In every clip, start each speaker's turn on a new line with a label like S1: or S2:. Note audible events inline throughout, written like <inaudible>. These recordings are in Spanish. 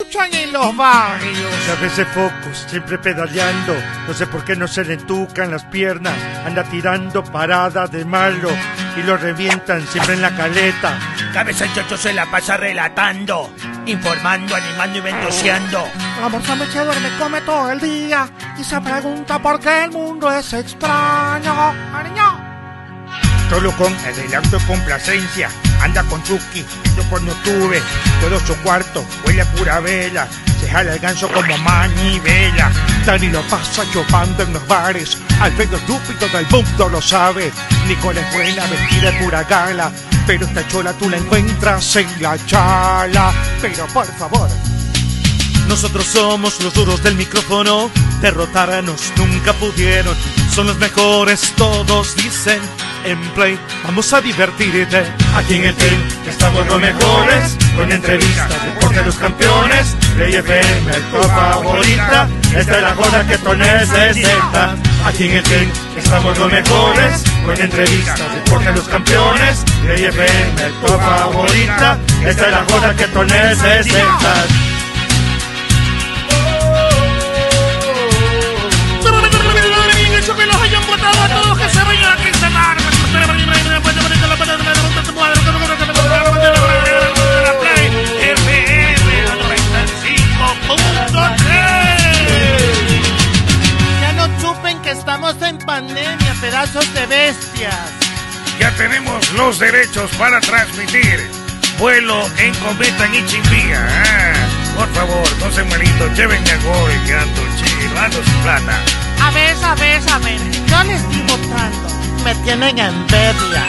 S1: escuchan en los barrios.
S2: Y a veces focos, siempre pedaleando. No sé por qué no se le entucan las piernas. Anda tirando parada de malo. Y lo revientan siempre en la caleta.
S3: Cabeza el chocho se la pasa relatando, informando, animando y ventoseando.
S1: La morsa se duerme, come todo el día. Y se pregunta por qué el mundo es extraño. Ariño.
S4: Solo con el relato de complacencia. Anda con Chucky, yo cuando tuve todo su cuarto, huele a pura vela. Se jala el ganso como manivela.
S2: Dani lo pasa chupando en los bares. Alfredo estúpido del mundo lo sabe. Nicole es buena, vestida de pura gala. Pero esta chola tú la encuentras en la chala. Pero por favor.
S5: Nosotros somos los duros del micrófono. Derrotarnos nunca pudieron. Son los mejores, todos dicen en Play. Vamos a divertirte.
S6: Aquí en el team estamos los mejores. Con entrevistas, deporte de los campeones. Play FM, tu favorita. Esta es la joda que tú necesitas. Aquí en el team estamos los mejores. Con entrevistas, deporte de los campeones. Play FM, tu favorita. Esta es la joda que tú necesitas.
S1: que los hayan votado a todos que se vayan a quincenar. Ya no chupen que estamos en pandemia, pedazos de bestias.
S7: Ya tenemos los derechos para transmitir vuelo en cometa en Ichimbía. Ah, por favor, no se malito, llévenme a Gore que ando chido, ando sin plata.
S1: A ver, a ver, a ver. Yo le estoy votando. Me tienen envidia.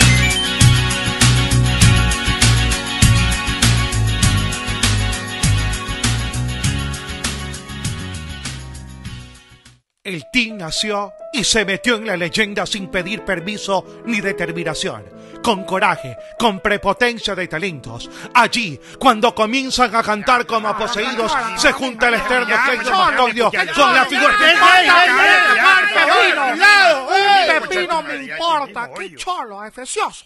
S2: El team nació y se metió en la leyenda sin pedir permiso ni determinación. Con coraje, con prepotencia de talentos. Allí, cuando comienzan a cantar como poseídos, se junta el externo efecto Mastodio con la figura
S1: de Pepino me importa, qué cholo, efecioso.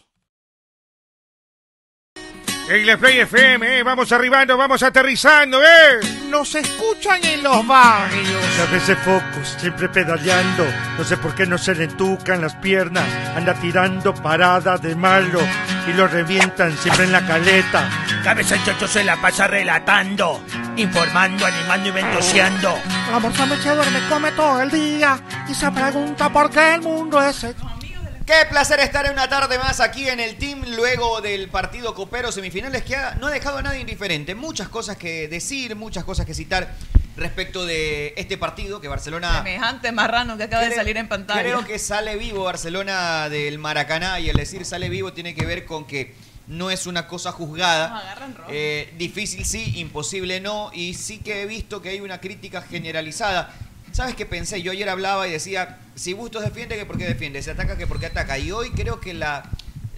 S2: El Play FM, eh, vamos arribando, vamos aterrizando, eh.
S1: Nos escuchan en los barrios.
S2: Y a veces focos, siempre pedaleando. No sé por qué no se le entucan las piernas. Anda tirando parada de malo y lo revientan siempre en la caleta.
S3: Cabeza el chocho se la pasa relatando, informando, animando y ventoseando.
S1: La morsa se duerme, come todo el día y se pregunta por qué el mundo es
S8: Qué placer estar en una tarde más aquí en el team luego del partido copero semifinales que ha- no ha dejado a nadie indiferente. Muchas cosas que decir, muchas cosas que citar respecto de este partido que Barcelona
S9: Semejante marrano que acaba de
S8: Creo-
S9: salir en pantalla.
S8: Creo que sale vivo Barcelona del Maracaná y el decir sale vivo tiene que ver con que no es una cosa
S9: Nos
S8: juzgada.
S9: agarran rojo.
S8: Eh, difícil sí, imposible no. Y sí que he visto que hay una crítica generalizada. ¿Sabes qué pensé? Yo ayer hablaba y decía, si Bustos defiende, que por qué defiende, si ataca, que por qué ataca. Y hoy creo que la,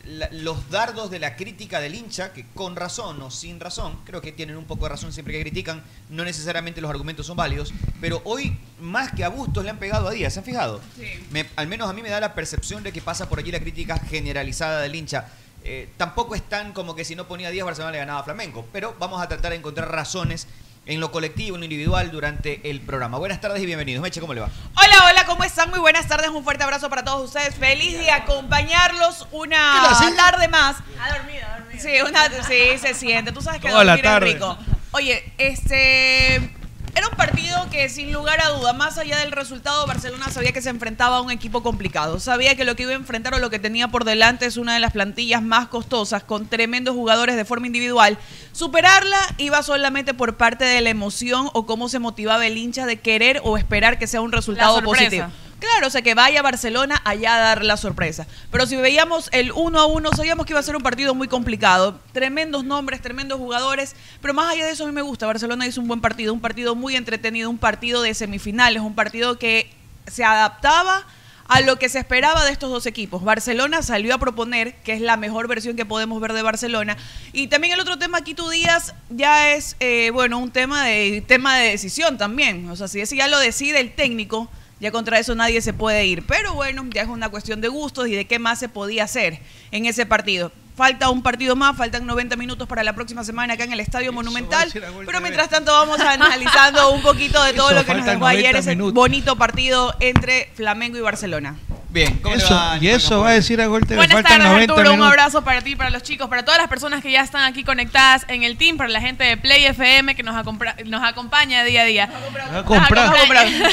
S8: la- los dardos de la crítica del hincha, que con razón o sin razón, creo que tienen un poco de razón siempre que critican, no necesariamente los argumentos son válidos, pero hoy más que a Bustos le han pegado a Díaz, ¿se han fijado?
S9: Sí.
S8: Me- al menos a mí me da la percepción de que pasa por allí la crítica generalizada del hincha. Eh, tampoco es tan como que si no ponía 10 Barcelona le ganaba a Flamengo, pero vamos a tratar de encontrar razones en lo colectivo, en lo individual durante el programa. Buenas tardes y bienvenidos. Meche, ¿cómo le va?
S9: Hola, hola, ¿cómo están? Muy buenas tardes, un fuerte abrazo para todos ustedes. Feliz de acompañarlos
S8: ¿Qué
S9: una
S8: lo hacía?
S9: tarde más.
S10: Ha dormido, ha dormido.
S9: Sí, una, sí, se siente. Tú sabes que
S10: Toda la
S9: dormir es
S10: tarde.
S9: rico. Oye, este era un partido que sin lugar a duda, más allá del resultado, Barcelona sabía que se enfrentaba a un equipo complicado. Sabía que lo que iba a enfrentar o lo que tenía por delante es una de las plantillas más costosas, con tremendos jugadores de forma individual. Superarla iba solamente por parte de la emoción o cómo se motivaba el hincha de querer o esperar que sea un resultado
S10: sorpresa.
S9: positivo. Claro, o sea, que vaya a Barcelona allá a dar la sorpresa. Pero si veíamos el 1 a 1, sabíamos que iba a ser un partido muy complicado. Tremendos nombres, tremendos jugadores. Pero más allá de eso, a mí me gusta. Barcelona hizo un buen partido, un partido muy entretenido, un partido de semifinales, un partido que se adaptaba a lo que se esperaba de estos dos equipos. Barcelona salió a proponer, que es la mejor versión que podemos ver de Barcelona. Y también el otro tema aquí, tú Díaz, ya es, eh, bueno, un tema de, tema de decisión también. O sea, si ese ya lo decide el técnico, ya contra eso nadie se puede ir. Pero bueno, ya es una cuestión de gustos y de qué más se podía hacer en ese partido.
S11: Falta un partido más, faltan 90 minutos para la próxima semana acá en el Estadio Monumental. Pero mientras tanto vamos analizando un poquito de todo
S10: Eso,
S11: lo que nos
S10: faltan
S11: dejó ayer
S10: 90
S11: ese
S10: minutos.
S11: bonito partido entre Flamengo y Barcelona.
S8: Bien, ¿cómo le
S10: Eso-
S8: va?
S10: y eso va a decir a Golter.
S9: Buenas
S10: faltan
S9: tardes,
S10: 90
S9: Arturo. Un
S10: minutos.
S9: abrazo para ti, para los chicos, para todas las personas que ya están aquí conectadas en el team, para la gente de Play FM que nos, acompra- nos acompaña día a día.
S10: Va a comprar.
S9: Nos acompaña.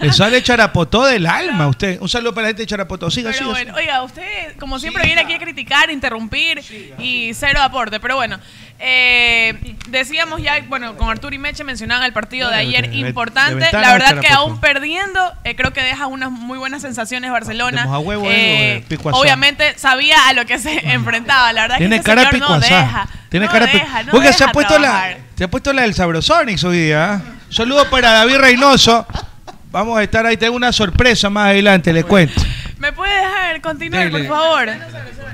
S10: Le sale Charapotó del alma a usted. Un saludo para la gente de Charapotó. Siga,
S9: Pero
S10: siga.
S9: bueno, oiga, usted como siempre viene aquí a criticar, interrumpir y cero aporte. Pero bueno, eh, decíamos ya, bueno, con Arturo y Meche mencionaban el partido de
S10: Bueno,
S9: ayer
S10: de- de
S9: importante.
S10: ventana
S9: La verdad que
S10: Charapoto.
S9: aún perdiendo, eh, creo que deja unas muy buenas sensibles Barcelona.
S10: ¿De Mojahuevo,
S9: Eh,
S10: eh, o de Picuazá?
S9: obviamente sabía a lo que se enfrentaba. La verdad
S10: Tiene
S9: que este
S10: cara
S9: señor no
S10: picuazá.
S9: deja.
S10: Tiene
S9: no
S10: cara pi-
S9: deja, no
S10: Oiga, se
S9: deja
S10: ha puesto la
S9: trabajar.
S10: se ha puesto la del Sabrosonics hoy día. ¿eh? Saludo para David Reynoso. Vamos a estar ahí. Tengo una sorpresa más adelante, le cuento.
S9: ¿Me puede dejar continuar,
S10: Dele.
S9: por favor?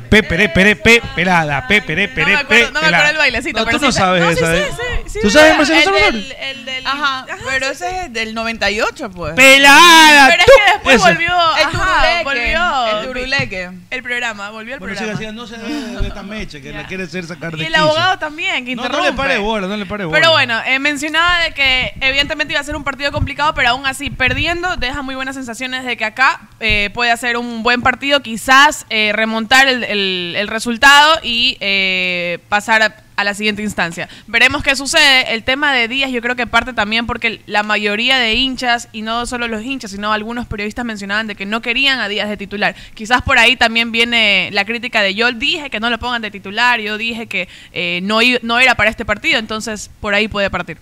S10: Pepere, pere, pe, pelada, pepere,
S9: No me
S10: pere, pe,
S9: acuerdo, no me acuerdo
S10: pelada.
S9: el bailecito.
S10: No,
S9: pero
S10: tú no
S9: sí sé-
S10: sabes
S9: no, sí
S10: esa,
S9: sé,
S10: ¿eh?
S9: sí, sí,
S10: ¿Tú
S9: me
S10: sabes el
S9: acuerdo.
S10: Mercedes
S9: El
S10: Salvador?
S9: del- el del-
S11: Ajá, pero ese es del 98, pues.
S10: ¡Pelada!
S9: Pero es que
S10: ¡Tup!
S9: después
S10: Ese.
S9: volvió.
S11: El
S9: ajá,
S11: turuleque,
S9: volvió.
S11: el turuleque.
S9: El programa, volvió el
S10: Bueno, siga,
S9: programa.
S10: siga, no se ve de esta mecha que le quiere hacer sacar de
S9: y el
S10: quicio.
S9: abogado también, que
S10: No,
S9: interrumpe.
S10: no le pare bola, no le pare bola.
S9: Pero bueno, eh, mencionaba de que evidentemente iba a ser un partido complicado, pero aún así, perdiendo, deja muy buenas sensaciones de que acá eh, puede hacer un buen partido, quizás eh, remontar el, el- el resultado y eh, pasar a, a la siguiente instancia. Veremos qué sucede. El tema de Díaz yo creo que parte también porque la mayoría de hinchas, y no solo los hinchas, sino algunos periodistas mencionaban de que no querían a Díaz de titular. Quizás por ahí también viene la crítica de yo dije que no lo pongan de titular, yo dije que eh, no, i- no era para este partido, entonces por ahí puede partir.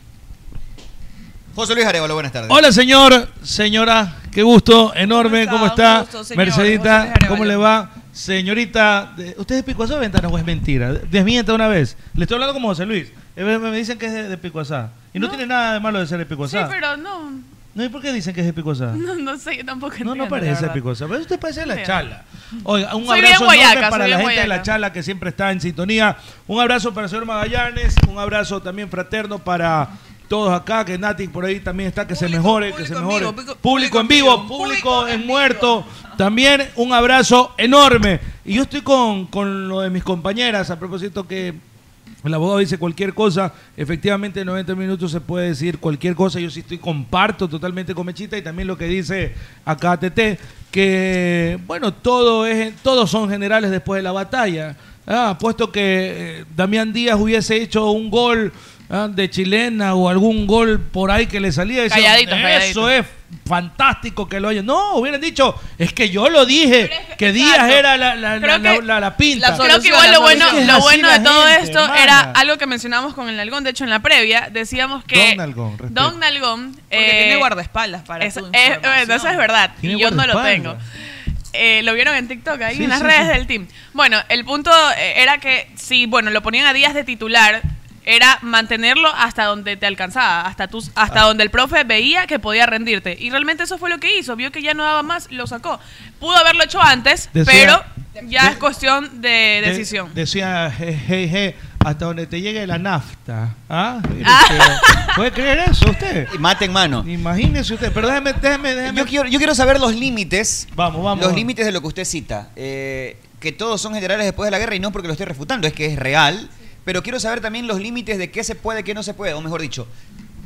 S8: José Luis Arevalo, buenas tardes.
S10: Hola, señor, señora, qué gusto enorme, ¿cómo está?
S11: Un gusto, señor. José
S10: Mercedita,
S11: Luis Arevalo.
S10: ¿cómo le va? Señorita, de- ¿usted es de Picuazá o de Ventanas o es mentira? Desmienta una vez. Le estoy hablando como José Luis. Eh, Me me dicen que es de, de Picuazá. Y no, tiene nada de malo de ser de
S9: Sí,
S10: Picuazá.
S9: pero no,
S10: No, ¿y por qué dicen que es de Picuazá?
S9: no, no sé, yo tampoco
S10: No,
S9: entiendo,
S10: no
S9: la
S10: parece
S9: verdad.
S10: picosa, pero usted parece de la
S9: Bien.
S10: chala. Oiga, un
S9: Soy bien
S10: abrazo
S9: guayaca,
S10: enorme
S9: soy
S10: para la
S9: bien
S10: gente de la
S9: guayaca.
S10: chala que siempre está en sintonía. Un abrazo para el señor Magallanes, un abrazo también fraterno para todos acá, que Nati por ahí también está, que se mejore, que se
S11: en
S10: mejore.
S11: vivo, público-
S10: público en vivo, público en
S11: vivo.
S10: muerto. También un abrazo enorme. Y yo estoy con, con lo de mis compañeras, a propósito que el abogado dice cualquier cosa, efectivamente en 90 minutos se puede decir cualquier cosa, yo sí estoy, comparto totalmente con Mechita y también lo que dice acá TT, que bueno, todo es, todos son generales después de la batalla. Ah, puesto que eh, Damián Díaz hubiese hecho un gol ah, de chilena o algún gol por ahí que le salía, decía,
S9: Calladito,
S10: eso
S9: calladito".
S10: es fantástico que lo hayan. No, hubieran dicho, es que yo lo dije,
S9: Pero es que-
S10: que Díaz
S9: exacto.
S10: era la, la, la,
S9: Creo
S10: la,
S9: que
S10: la- la pinta.
S11: la
S9: Creo que
S11: solución,
S9: igual
S11: la
S9: lo bueno,
S10: solución.
S9: lo
S10: Es
S9: bueno
S10: así
S9: de
S10: la
S9: todo
S10: gente,
S9: esto
S10: hermana.
S9: era algo que mencionamos con el Nalgón. De hecho, en la previa decíamos que
S10: Don Nalgón, respeto.
S9: Don Nalgón,
S11: Porque
S9: eh,
S11: tiene guardaespaldas para
S9: esa-
S11: tu
S9: eh,
S11: información.
S9: bueno, eso es verdad.
S10: Tiene
S9: Y yo no lo tengo.
S10: guardaespaldas.
S9: Eh, lo vieron en TikTok, ahí
S10: Sí,
S9: en las
S10: sí,
S9: redes
S10: sí.
S9: del team. Bueno, el punto eh, era que si, bueno, lo ponían a días de titular, era mantenerlo hasta donde te alcanzaba, hasta tus, hasta
S8: Ah.
S9: donde el profe veía que podía rendirte. Y realmente eso fue lo que hizo. Vio que ya no daba más, lo sacó. Pudo haberlo hecho antes,
S10: Decía-
S9: pero ya
S10: de-
S9: es cuestión de
S10: De-
S9: decisión.
S10: decía, "Je, je, je, hasta donde te llegue la nafta. ¿Ah?
S9: <laughs> Ah.
S10: ¿Puede creer eso usted?
S8: Y Mate en mano.
S10: Imagínese usted, pero déjeme, déjeme, déjeme.
S8: Yo quiero, yo quiero saber los límites.
S10: Vamos, vamos.
S8: Los límites de lo que usted cita. eh, que todos son generales después de la guerra y no porque lo esté refutando, es que es real. Pero quiero saber también los límites de qué se puede, qué no se puede. O mejor dicho,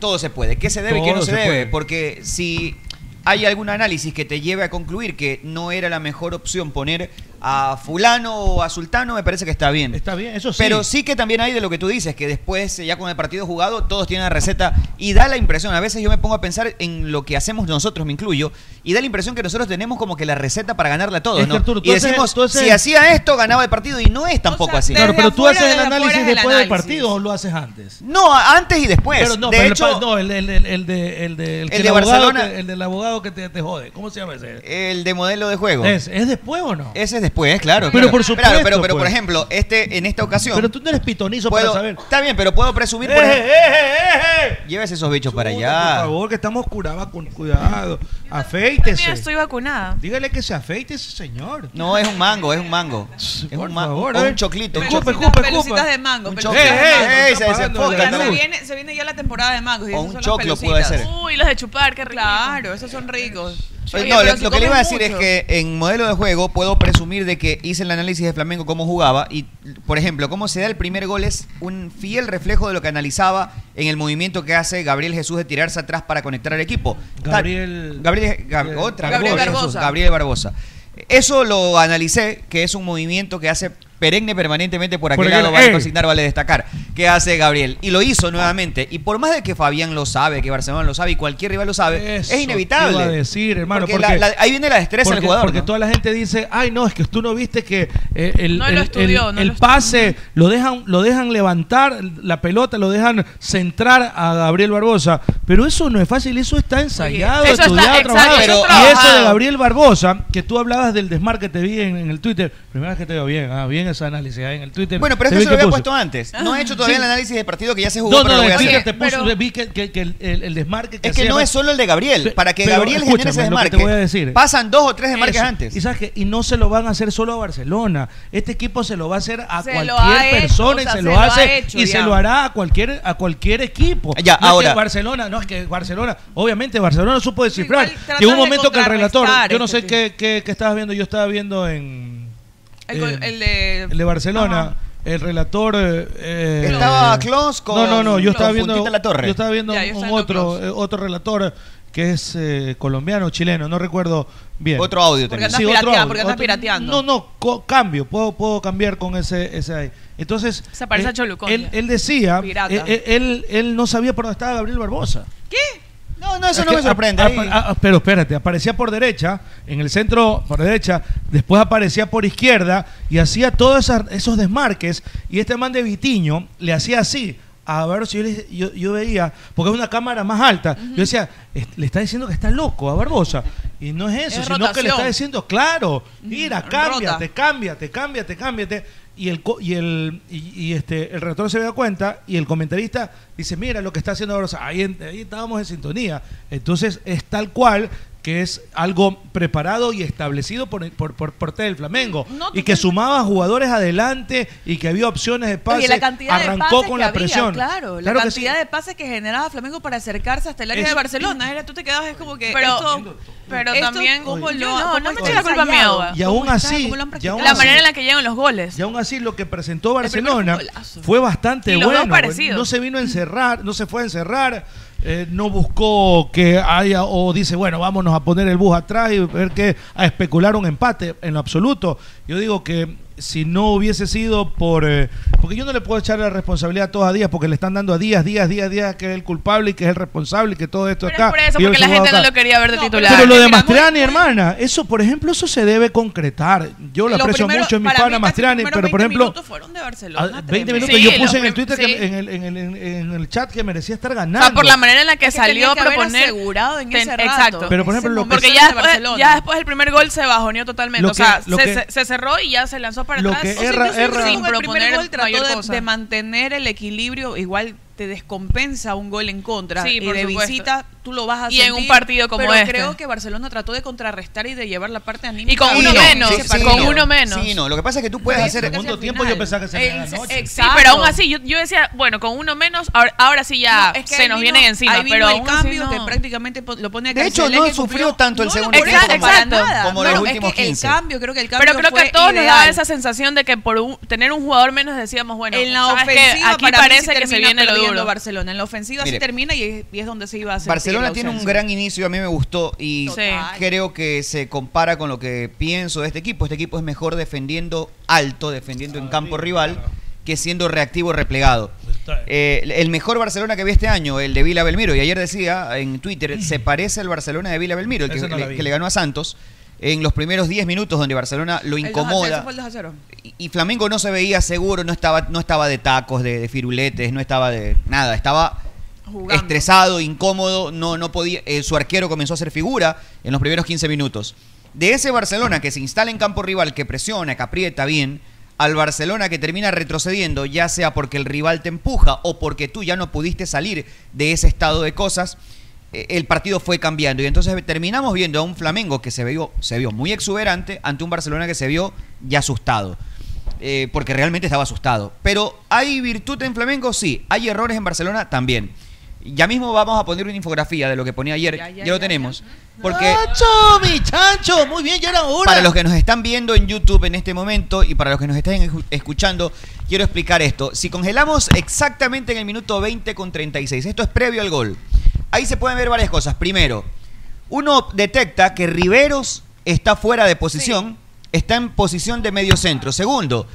S8: todo se puede. ¿Qué se debe y qué no
S10: Todo
S8: se,
S10: se
S8: debe?
S10: puede.
S8: Porque si hay algún análisis que te lleve a concluir que no era la mejor opción poner a fulano o a sultano, me parece que está bien.
S10: Está bien, eso sí.
S8: Pero sí que también hay de lo que tú dices, que después, eh, ya con el partido jugado, todos tienen la receta y da la impresión, a veces yo me pongo a pensar en lo que hacemos nosotros, me incluyo, y da la impresión que nosotros tenemos como que la receta para ganarla a todos,
S10: Es que,
S8: ¿no?
S10: Arturo, tú
S8: y
S10: haces-
S8: decimos,
S10: tú haces-
S8: si hacía esto, ganaba el partido, y no es tampoco
S11: sea,
S8: así.
S11: de-
S10: Claro, pero tú
S11: afuera,
S10: haces el
S11: desde afuera
S10: análisis
S11: es el
S10: después del
S11: análisis.
S10: partido o lo haces antes.
S8: No, a- antes y
S9: Pues,
S8: después.
S10: Pero no,
S8: de
S10: pero el
S8: hecho,
S10: pa- no, el, el, el, el de, el de,
S8: El
S10: que
S8: de
S10: abogado
S8: Barcelona.
S10: que- el del abogado que te, te jode. ¿Cómo se llama
S9: Eh,
S10: ese?
S8: el de modelo de juego.
S10: ¿Es, ¿Es después o no?
S8: Ese es después, claro.
S10: Pero
S8: claro.
S10: por supuesto,
S8: Claro, pero, pero por
S10: pues.
S8: ejemplo, este, en esta ocasión.
S10: Pero tú no eres pitonizo
S8: puedo-
S10: para saber.
S8: Está bien, pero puedo presumir. por
S10: ¡Eh,
S8: ejemplo-
S10: eh, eh, eh, eh!
S8: Llévese esos bichos para
S10: Por
S8: allá.
S10: favor, que estamos curados con cuidado. Afeítese.
S9: Mira, estoy vacunada.
S10: Dígale que se afeite ese señor.
S8: No, es un mango, es un mango. Es
S10: Por
S8: un mango.
S10: favor,
S8: o
S10: a ver.
S8: un choclito. un
S10: Escupe,
S8: choclito.
S10: escupe,
S11: Pelucitas
S10: escupe.
S11: de mango.
S8: Un
S11: pelucitas de
S8: choclo.
S10: ¡Eh,
S11: mango.
S10: eh!
S8: Ey, se
S10: está pagando,
S8: desenfoca,
S10: la
S11: Ya se
S10: luz.
S11: viene, se viene ya la temporada de mangos. y
S8: O
S11: esas
S8: un
S11: son las
S8: choclo puede
S11: pelucitas.
S8: ser.
S9: Uy, los de chupar, qué rico.
S11: Claro, esos son ricos.
S8: Oye,
S9: Oye,
S8: no,
S9: pero
S8: lo,
S9: si
S8: lo que le iba a
S9: comes
S8: decir es
S9: mucho.
S8: que en modelo de juego puedo presumir de que hice el análisis de Flamengo cómo jugaba y, por ejemplo, cómo se da el primer gol es un fiel reflejo de lo que analizaba en el movimiento que hace Gabriel Jesús de tirarse atrás para conectar al equipo. Ta-
S10: Gabriel-
S8: Gabriel, Gab-
S10: Gabriel-
S8: otra,
S10: Gabriel
S8: Barbosa.
S10: Barbosa.
S8: Gabriel Barbosa. Eso lo analicé, que es un movimiento que hace perenne permanentemente por aquel
S10: Por aquel-
S8: lado, vale
S10: ¡Ey!
S8: consignar, vale destacar, que hace Gabriel. Y lo hizo nuevamente. Y por más de que Fabián lo sabe, que Barcelona lo sabe y cualquier rival lo sabe, es inevitable.
S10: Iba a decir, hermano,
S8: Porque la- la- ahí viene la destreza
S10: porque-
S8: del jugador.
S10: Porque
S8: ¿no?
S10: toda la gente dice, ay, no, es que tú no viste que eh, el,
S8: No
S10: el-
S8: lo estudió,
S10: el-
S8: no
S10: el
S8: lo estudió.
S10: pase lo dejan, lo dejan levantar la pelota, lo dejan centrar a Gabriel Barbosa. Pero eso no es fácil, eso está ensayado,
S12: Oye, eso está-
S10: estudiado,
S12: exacto,
S10: trabajado.
S12: eso es
S10: y eso de
S12: trabajado.
S10: Gabriel Barbosa, que tú hablabas del desmarque que te vi en, en el Twitter. Primera vez que te veo bien, ah, bien ese análisis ah, en el Twitter.
S8: Bueno, pero
S10: Te
S8: es que
S10: vi
S8: eso lo había
S10: puso.
S8: puesto antes. No he hecho todavía
S10: pues Sí.
S8: el análisis de partido que ya se jugó,
S10: No,
S8: pero
S10: no,
S8: lo
S10: no,
S8: voy a
S10: sí que
S8: hacer.
S10: te puso, vi que, que- que el, el- el desmarque
S8: Es que
S10: hacía
S8: no
S10: Bar-
S8: es solo el de Gabriel.
S10: Pe-
S8: Para que
S10: pero
S8: Gabriel genere ese
S10: escúchame lo que
S8: desmarque,
S10: te voy a decir.
S8: pasan dos o tres desmarques
S10: Eso.
S8: antes.
S10: Y sabes qué? y no se lo van a hacer solo a Barcelona. Este equipo se lo va a hacer a
S8: Se lo ha
S10: cualquier
S8: hecho,
S10: persona
S8: o sea,
S10: y se,
S8: se
S10: lo,
S8: lo ha
S10: hace
S8: hecho,
S10: y se
S8: digamos.
S10: lo hará a cualquier a cualquier equipo.
S8: Ya,
S10: No es que
S8: ahora.
S10: Barcelona, no es que Barcelona, obviamente Barcelona supo descifrar.
S9: tratar
S10: Llegó un
S9: de
S10: momento que el relator,
S9: contrarrestar
S10: yo no
S9: este
S10: sé qué, qué, qué estabas viendo, yo estaba viendo en
S9: El,
S10: eh,
S9: gol- el de...
S10: el de Barcelona. El relator eh, eh,
S8: Estaba Klose con-
S10: No, no, no, yo estaba
S8: con
S10: viendo
S8: Puntita La Torre.
S10: Yo estaba viendo
S8: Ya, yo
S10: un
S8: estaba viendo
S10: otro eh, otro relator que es eh, colombiano, chileno, no recuerdo bien.
S8: Otro audio
S9: Porque andas pirateando, porque andas pirateando.
S10: No, no, co- cambio, puedo puedo cambiar con ese ese ahí. Entonces,
S9: Se parece
S10: eh,
S9: a Cholucón,
S10: Él,
S9: ya.
S10: él decía,
S9: Pirata.
S10: eh, eh, él él no sabía por dónde estaba Gabriel Barbosa.
S8: No, no, eso
S10: Es
S8: no
S10: que
S8: me sorprende.
S10: ap-
S8: ahí.
S10: ap- ap- pero espérate, aparecía por derecha, en el centro por derecha, después aparecía por izquierda y hacía todos esas- esos desmarques. Y este man de Vitiño le hacía así. A Barbosa, yo, le- yo, yo veía, porque es una cámara más alta, yo decía, "Es- le está diciendo que está loco a Barbosa. Y no es eso,
S9: Es
S10: sino que le está
S9: rotación.
S10: diciendo, claro, mira,
S9: Rota.
S10: cámbiate, cámbiate, cámbiate, cámbiate. Y el, co- y el, y, y este, el relator se da cuenta y el comentarista dice, mira lo que está haciendo Barbosa. Ahí, en- ahí estábamos en sintonía. Entonces es tal cual que es algo preparado y establecido por, por, por parte del Flamengo.
S9: No,
S10: y que
S9: totalmente.
S10: sumaba jugadores adelante y que había opciones de pase.
S9: Oye, la cantidad de
S10: arrancó
S9: pases
S10: con
S9: que
S10: la
S9: había,
S10: presión.
S9: claro, la
S10: Claro que sí.
S9: cantidad de pases que generaba Flamengo para acercarse hasta el área
S10: Es-
S9: de Barcelona. Era, tú te quedabas es como que
S12: Pero-
S9: esto,
S12: pero
S9: esto,
S12: también-
S9: ¿cómo
S12: Oye,
S9: lo-
S12: no, no
S9: cómo
S12: me
S9: está
S12: eches la culpa a mí,
S9: ensayado?
S12: Agua.
S10: Y aún
S9: ¿Cómo está?
S10: así,
S9: ¿Cómo lo han
S10: y aún
S12: La
S10: así-
S12: manera en la que llegan los goles.
S10: Y aún así lo que presentó Barcelona
S12: golazo.
S10: fue bastante
S12: Y los dos
S10: bueno.
S12: parecidos.
S10: No se vino a encerrar, no se fue a encerrar, eh, no buscó que haya o dice, bueno, vámonos a poner el bus atrás y ver que a especular un empate en lo absoluto. Yo digo que si no hubiese sido por eh, porque yo no le puedo echar la responsabilidad a todos a Díaz porque le están dando a Díaz, Díaz, Díaz, Díaz que es el culpable y que es el responsable y que todo esto
S12: Pero
S10: acá.
S12: es por eso,
S10: y el
S12: porque la
S10: jugado
S12: gente no
S10: acá.
S12: lo quería ver de titular.
S10: Pero lo de
S12: Mira, muy-
S10: Mastriani, hermana, eso, por ejemplo, eso se debe concretar. Yo lo,
S9: Lo
S10: aprecio
S9: primero-
S10: mucho en mi
S9: para mí
S10: pana
S9: casi
S10: Mastriani,
S9: los primeros
S10: pero por
S9: 20
S10: ejemplo,
S9: minutos fueron de
S10: a-
S9: Barcelona.
S10: 20 minutos
S12: Sí,
S10: yo puse
S12: los
S10: en el
S12: prim-
S10: Twitter, que-
S12: sí.
S10: en, el, en, el, en- en el chat que merecía estar
S12: O
S10: ganando.
S12: sea, por la manera en la que,
S9: Es que
S12: salió
S9: tenía
S12: a
S9: que haber
S12: proponer.
S9: asegurado en ese rato,
S12: Exacto.
S10: Pero, por ejemplo, lo que-
S12: Porque
S9: Ese
S12: ya
S9: momento de
S12: después,
S9: Barcelona.
S12: ya después del primer gol se bajoneó totalmente.
S10: Lo
S12: o sea,
S10: que- lo
S12: se,
S10: que-
S12: se- se cerró y ya se lanzó para
S10: Lo
S12: atrás.
S10: que
S12: O sea,
S10: erra-
S12: incluso
S10: erra-
S12: sin
S9: Con el primer
S12: proponer
S9: gol trató
S12: mayor
S9: de,
S12: cosa.
S9: de mantener el equilibrio, igual te descompensa un gol en contra
S12: Sí,
S9: y
S12: por
S9: de
S12: supuesto.
S9: visita tú lo vas a
S12: Y en un
S9: sentir,
S12: partido como
S9: pero
S12: este.
S9: creo que Barcelona trató de contrarrestar y de llevar la parte anímica.
S12: Y con
S9: Sí,
S12: uno
S9: no,
S12: menos,
S9: sí, sí,
S12: con
S9: no.
S12: uno menos.
S8: Sí, no, lo que pasa es que tú puedes
S10: el
S8: hacer...
S10: segundo tiempo yo pensaba que se me ganó.
S12: Sí, pero aún así, yo, yo decía, bueno, con uno menos, ahora, ahora sí ya
S9: No, es que
S12: se
S9: ahí
S12: nos
S9: vino-
S12: vienen encima.
S9: ahí vino
S12: pero
S9: el
S12: aún así
S9: cambio
S12: no.
S9: que prácticamente po- lo pone a
S8: De hecho,
S9: Cancelara,
S8: no
S9: que
S8: sufrió
S9: cumplió-
S8: tanto el
S9: no lo
S8: segundo
S9: cumplió
S8: tiempo
S9: para
S8: como-
S9: nada.
S8: como los
S9: Pero
S8: últimos
S9: es que
S8: 15.
S9: El cambio, creo que el cambio
S12: Pero creo que
S9: fue
S12: a todos nos daba
S9: ideal.
S12: esa sensación de que por un- tener un jugador menos decíamos, bueno,
S9: en la
S12: ¿sabes qué?
S9: ofensiva
S12: aquí
S9: para mí
S12: parece
S9: sí
S12: que se
S9: termina
S12: viene lo
S9: perdiendo
S12: duro.
S9: Barcelona en la ofensiva
S8: Mire,
S9: sí termina y es, y es donde se iba a sentir
S8: Barcelona
S9: la
S8: tiene un
S9: ausencia.
S8: gran inicio, a mí me gustó y
S9: Total.
S8: creo que se compara con lo que pienso de este equipo. Este equipo es mejor defendiendo alto, defendiendo en campo rival, que siendo reactivo replegado. Eh, el mejor Barcelona que vi este año, el de Vila Belmiro, y ayer decía en Twitter, se parece al Barcelona de Vila Belmiro, el que,
S10: Mm. Ese no la
S8: le,
S10: vi.
S8: que le ganó a Santos, en los primeros 10 minutos donde Barcelona lo
S9: El 2 a 0, ese
S8: incomoda
S9: fue el 2 a 0.
S8: y- y Flamengo no se veía seguro, no estaba, no estaba de tacos, de, de firuletes, no estaba de nada, estaba estresado, incómodo, no, no podía, eh, su arquero comenzó a hacer figura en los primeros 15 minutos. De ese Barcelona que se instala en campo rival, que presiona, que aprieta bien, al Barcelona que termina retrocediendo, ya sea porque el rival te empuja o porque tú ya no pudiste salir de ese estado de cosas, eh, el partido fue cambiando. Y entonces terminamos viendo a un Flamengo que se vio, se vio muy exuberante ante un Barcelona que se vio ya asustado. Eh, porque realmente estaba asustado. Pero ¿hay virtud en Flamengo? Sí. ¿Hay errores en Barcelona? También. Ya mismo vamos a poner una infografía de lo que ponía ayer. Ya,
S13: Ya, ya,
S8: lo
S13: ya,
S8: tenemos. Porque
S13: ¡Chancho, mi chancho! Muy bien, ya era hora.
S8: para los que nos están viendo en YouTube en este momento y para los que nos están escu- escuchando, quiero explicar esto. Si congelamos exactamente en el minuto 20 con 36, esto es previo al gol, ahí se pueden ver varias cosas. Primero, uno detecta que Riveros está fuera de posición, está en posición de medio centro. Segundo,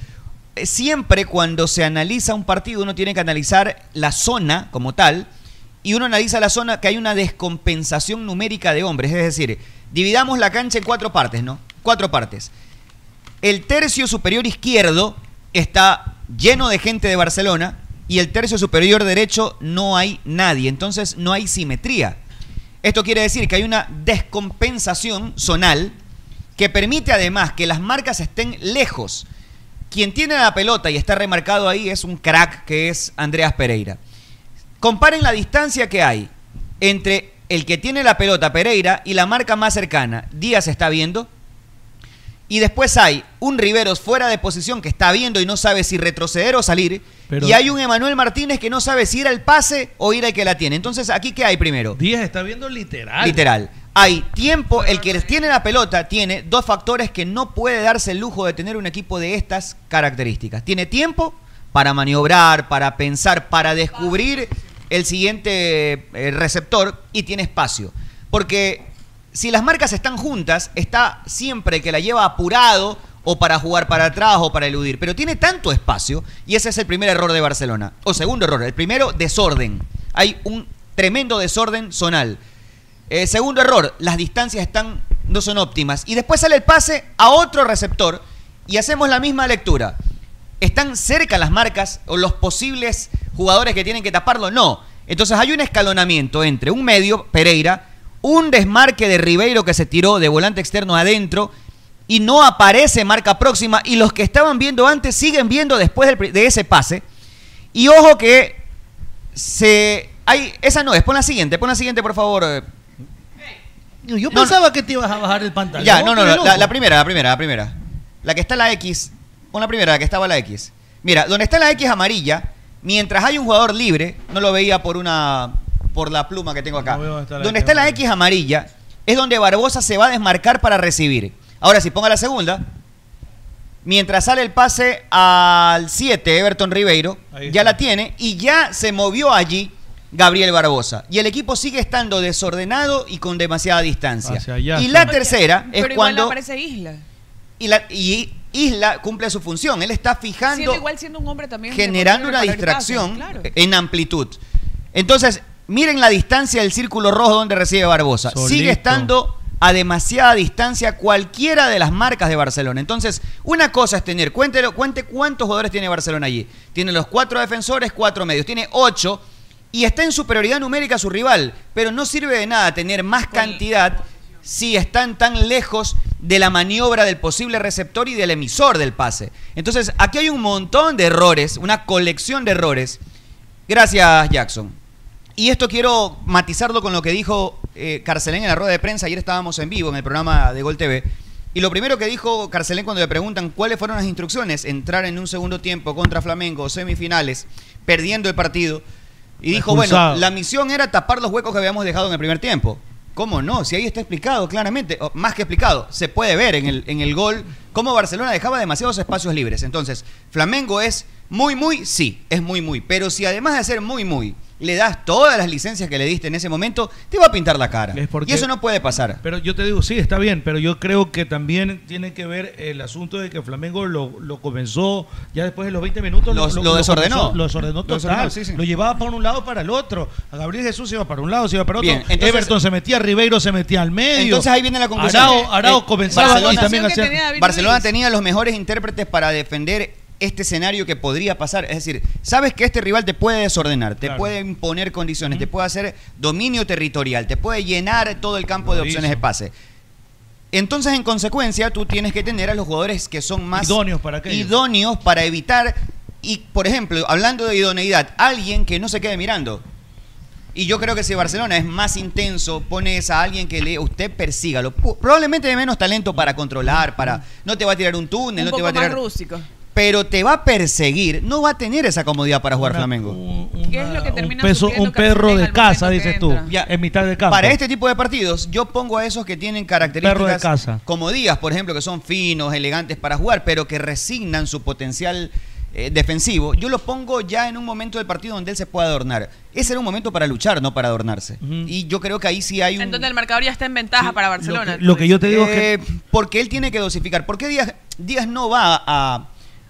S8: eh, siempre cuando se analiza un partido uno tiene que analizar la zona como tal y uno analiza la zona que hay una descompensación numérica de hombres, es decir, dividamos la cancha en cuatro partes, ¿no? Cuatro partes. El tercio superior izquierdo está lleno de gente de Barcelona y el tercio superior derecho no hay nadie, entonces no hay simetría. Esto quiere decir que hay una descompensación zonal que permite además que las marcas estén lejos. Quien tiene la pelota y está remarcado ahí es un crack que es Andreas Pereira. Comparen la distancia que hay entre el que tiene la pelota Pereira y la marca más cercana. Díaz está viendo. Y después hay un Riveros fuera de posición que está viendo y no sabe si retroceder o salir.
S10: Pero-
S8: y hay un Emanuel Martínez que no sabe si ir al pase o ir al que la tiene. Entonces, ¿aquí qué hay primero?
S10: Díaz está viendo literal.
S8: Literal. Hay tiempo, el que tiene la pelota tiene dos factores que no puede darse el lujo de tener un equipo de estas características. Tiene tiempo para maniobrar, para pensar, para descubrir el siguiente eh, receptor y tiene espacio. Porque si las marcas están juntas, está siempre el que la lleva apurado o para jugar para atrás o para eludir. Pero tiene tanto espacio y ese es el primer error de Barcelona. O segundo error, el primero, desorden. Hay un tremendo desorden zonal. Eh, segundo error, las distancias están, no son óptimas. Y después sale el pase a otro receptor y hacemos la misma lectura. ¿Están cerca las marcas o los posibles jugadores que tienen que taparlo? No. Entonces hay un escalonamiento entre un medio, Pereira, un desmarque de Ribeiro que se tiró de volante externo adentro y no aparece marca próxima y los que estaban viendo antes siguen viendo después del pri- de ese pase. Y ojo que se... Hay, esa no es, pon la siguiente, pon la siguiente por favor. eh,
S13: Yo pensaba que te ibas a bajar el pantalón.
S8: ya, no, no,
S13: pero
S8: no, la,
S13: loco.
S8: la primera, la primera, la primera. La que está la X, pon la primera, la que estaba la X. Mira, donde está la X amarilla, mientras hay un jugador libre, no lo veía por una por la pluma que tengo acá.
S10: la
S8: donde
S10: X
S8: está la X amarilla es donde Barbosa se va a desmarcar para recibir. Ahora si ponga la segunda. Mientras sale el pase al 7, Everton Ribeiro, ya la tiene y ya se movió allí Gabriel Barbosa. Y el equipo sigue estando desordenado y con demasiada distancia.
S10: Hacia allá,
S8: y
S10: sí.
S8: la tercera es
S9: Pero igual
S8: cuando...
S9: aparece Isla.
S8: Y, la, y Isla cumple su función. Él está
S9: Siendo
S8: fijando,
S9: igual siendo un hombre también. te
S8: generando
S9: podría
S8: una
S9: reparar
S8: distracción eh,
S9: pases, claro.
S8: en amplitud. Entonces, miren la distancia del círculo rojo donde recibe Barbosa.
S10: Solito.
S8: Sigue estando a demasiada distancia cualquiera de las marcas de Barcelona. Entonces, una cosa es tener, cuéntelo, cuente cuántos jugadores tiene Barcelona allí. Tiene los cuatro defensores, cuatro medios, tiene ocho y está en superioridad numérica a su rival, pero no sirve de nada tener más cantidad si están tan lejos de la maniobra del posible receptor y del emisor del pase. Entonces, aquí hay un montón de errores, una colección de errores. Gracias, Jackson. Y esto quiero matizarlo con lo que dijo eh, Carcelén en la rueda de prensa. Ayer estábamos en vivo en el programa de Gol TV. Y lo primero que dijo Carcelén cuando le preguntan cuáles fueron las instrucciones, entrar en un segundo tiempo contra Flamengo, semifinales, perdiendo el partido. Y dijo,
S10: Expulsado.
S8: bueno, la misión era tapar los huecos que habíamos dejado en el primer tiempo. ¿Cómo no? Si ahí está explicado claramente, o más que explicado, se puede ver en el, en el gol cómo Barcelona dejaba demasiados espacios libres. Entonces, Flamengo es muy, muy, sí, es muy, muy. Pero si además de ser muy, muy, le das todas las licencias que le diste en ese momento, te va a pintar la cara.
S10: porque-
S8: Y eso no puede pasar.
S10: Pero yo te digo, sí, está bien, pero yo creo que también tiene que ver el asunto de que Flamengo lo, lo comenzó ya después de los 20 minutos.
S8: Los- lo desordenó.
S10: comenzó, lo desordenó
S8: Lo
S10: total.
S8: desordenó, sí, sí.
S10: Lo llevaba para un lado para el otro. A Gabriel Jesús se iba para un lado, se iba para otro.
S8: Bien, entonces-
S10: Everton se metía, Ribeiro se metía al medio.
S8: Entonces ahí viene la conclusión.
S10: Arao, Arao
S8: Eh,
S10: comenzaba y también hacía.
S8: Barcelona tenía los mejores intérpretes para defender este escenario que podría pasar. Es decir, sabes que este rival te puede desordenar, te
S10: Claro.
S8: puede imponer condiciones, te puede hacer dominio territorial, te puede llenar todo el campo de
S10: Lo
S8: opciones
S10: hizo.
S8: de pase. Entonces, en consecuencia, tú tienes que tener a los jugadores que son más
S10: Idóneos para aquello.
S8: idóneos para evitar. Y, por ejemplo, hablando de idoneidad, alguien que no se quede mirando. Y yo creo que si Barcelona es más intenso, pones a alguien que le, usted persígalo. Pu- Probablemente de menos talento para controlar, para. No te va a tirar un túnel, no te
S9: Un poco
S8: va a tirar.
S9: más rústico.
S8: pero te va a perseguir, no va a tener esa comodidad para jugar Flamengo.
S12: ¿Qué es lo que termina
S10: peso-
S12: sufriendo
S10: un perro
S12: Cartagena
S10: de
S12: al
S10: casa,
S12: momento que
S10: dices tú,
S12: entra?
S10: en mitad de campo.
S8: Para este tipo de partidos, yo pongo a esos que tienen características
S10: Perro de casa.
S8: como Díaz, por ejemplo, que son finos, elegantes para jugar, pero que resignan su potencial eh, defensivo. Yo lo pongo ya en un momento del partido donde él se pueda adornar. Ese era un momento para luchar, no para adornarse. Y yo creo que ahí sí hay un...
S12: Entonces el marcador ya está en ventaja para Barcelona.
S8: Eh, Porque él tiene que dosificar. ¿Por qué Díaz, Díaz no va a-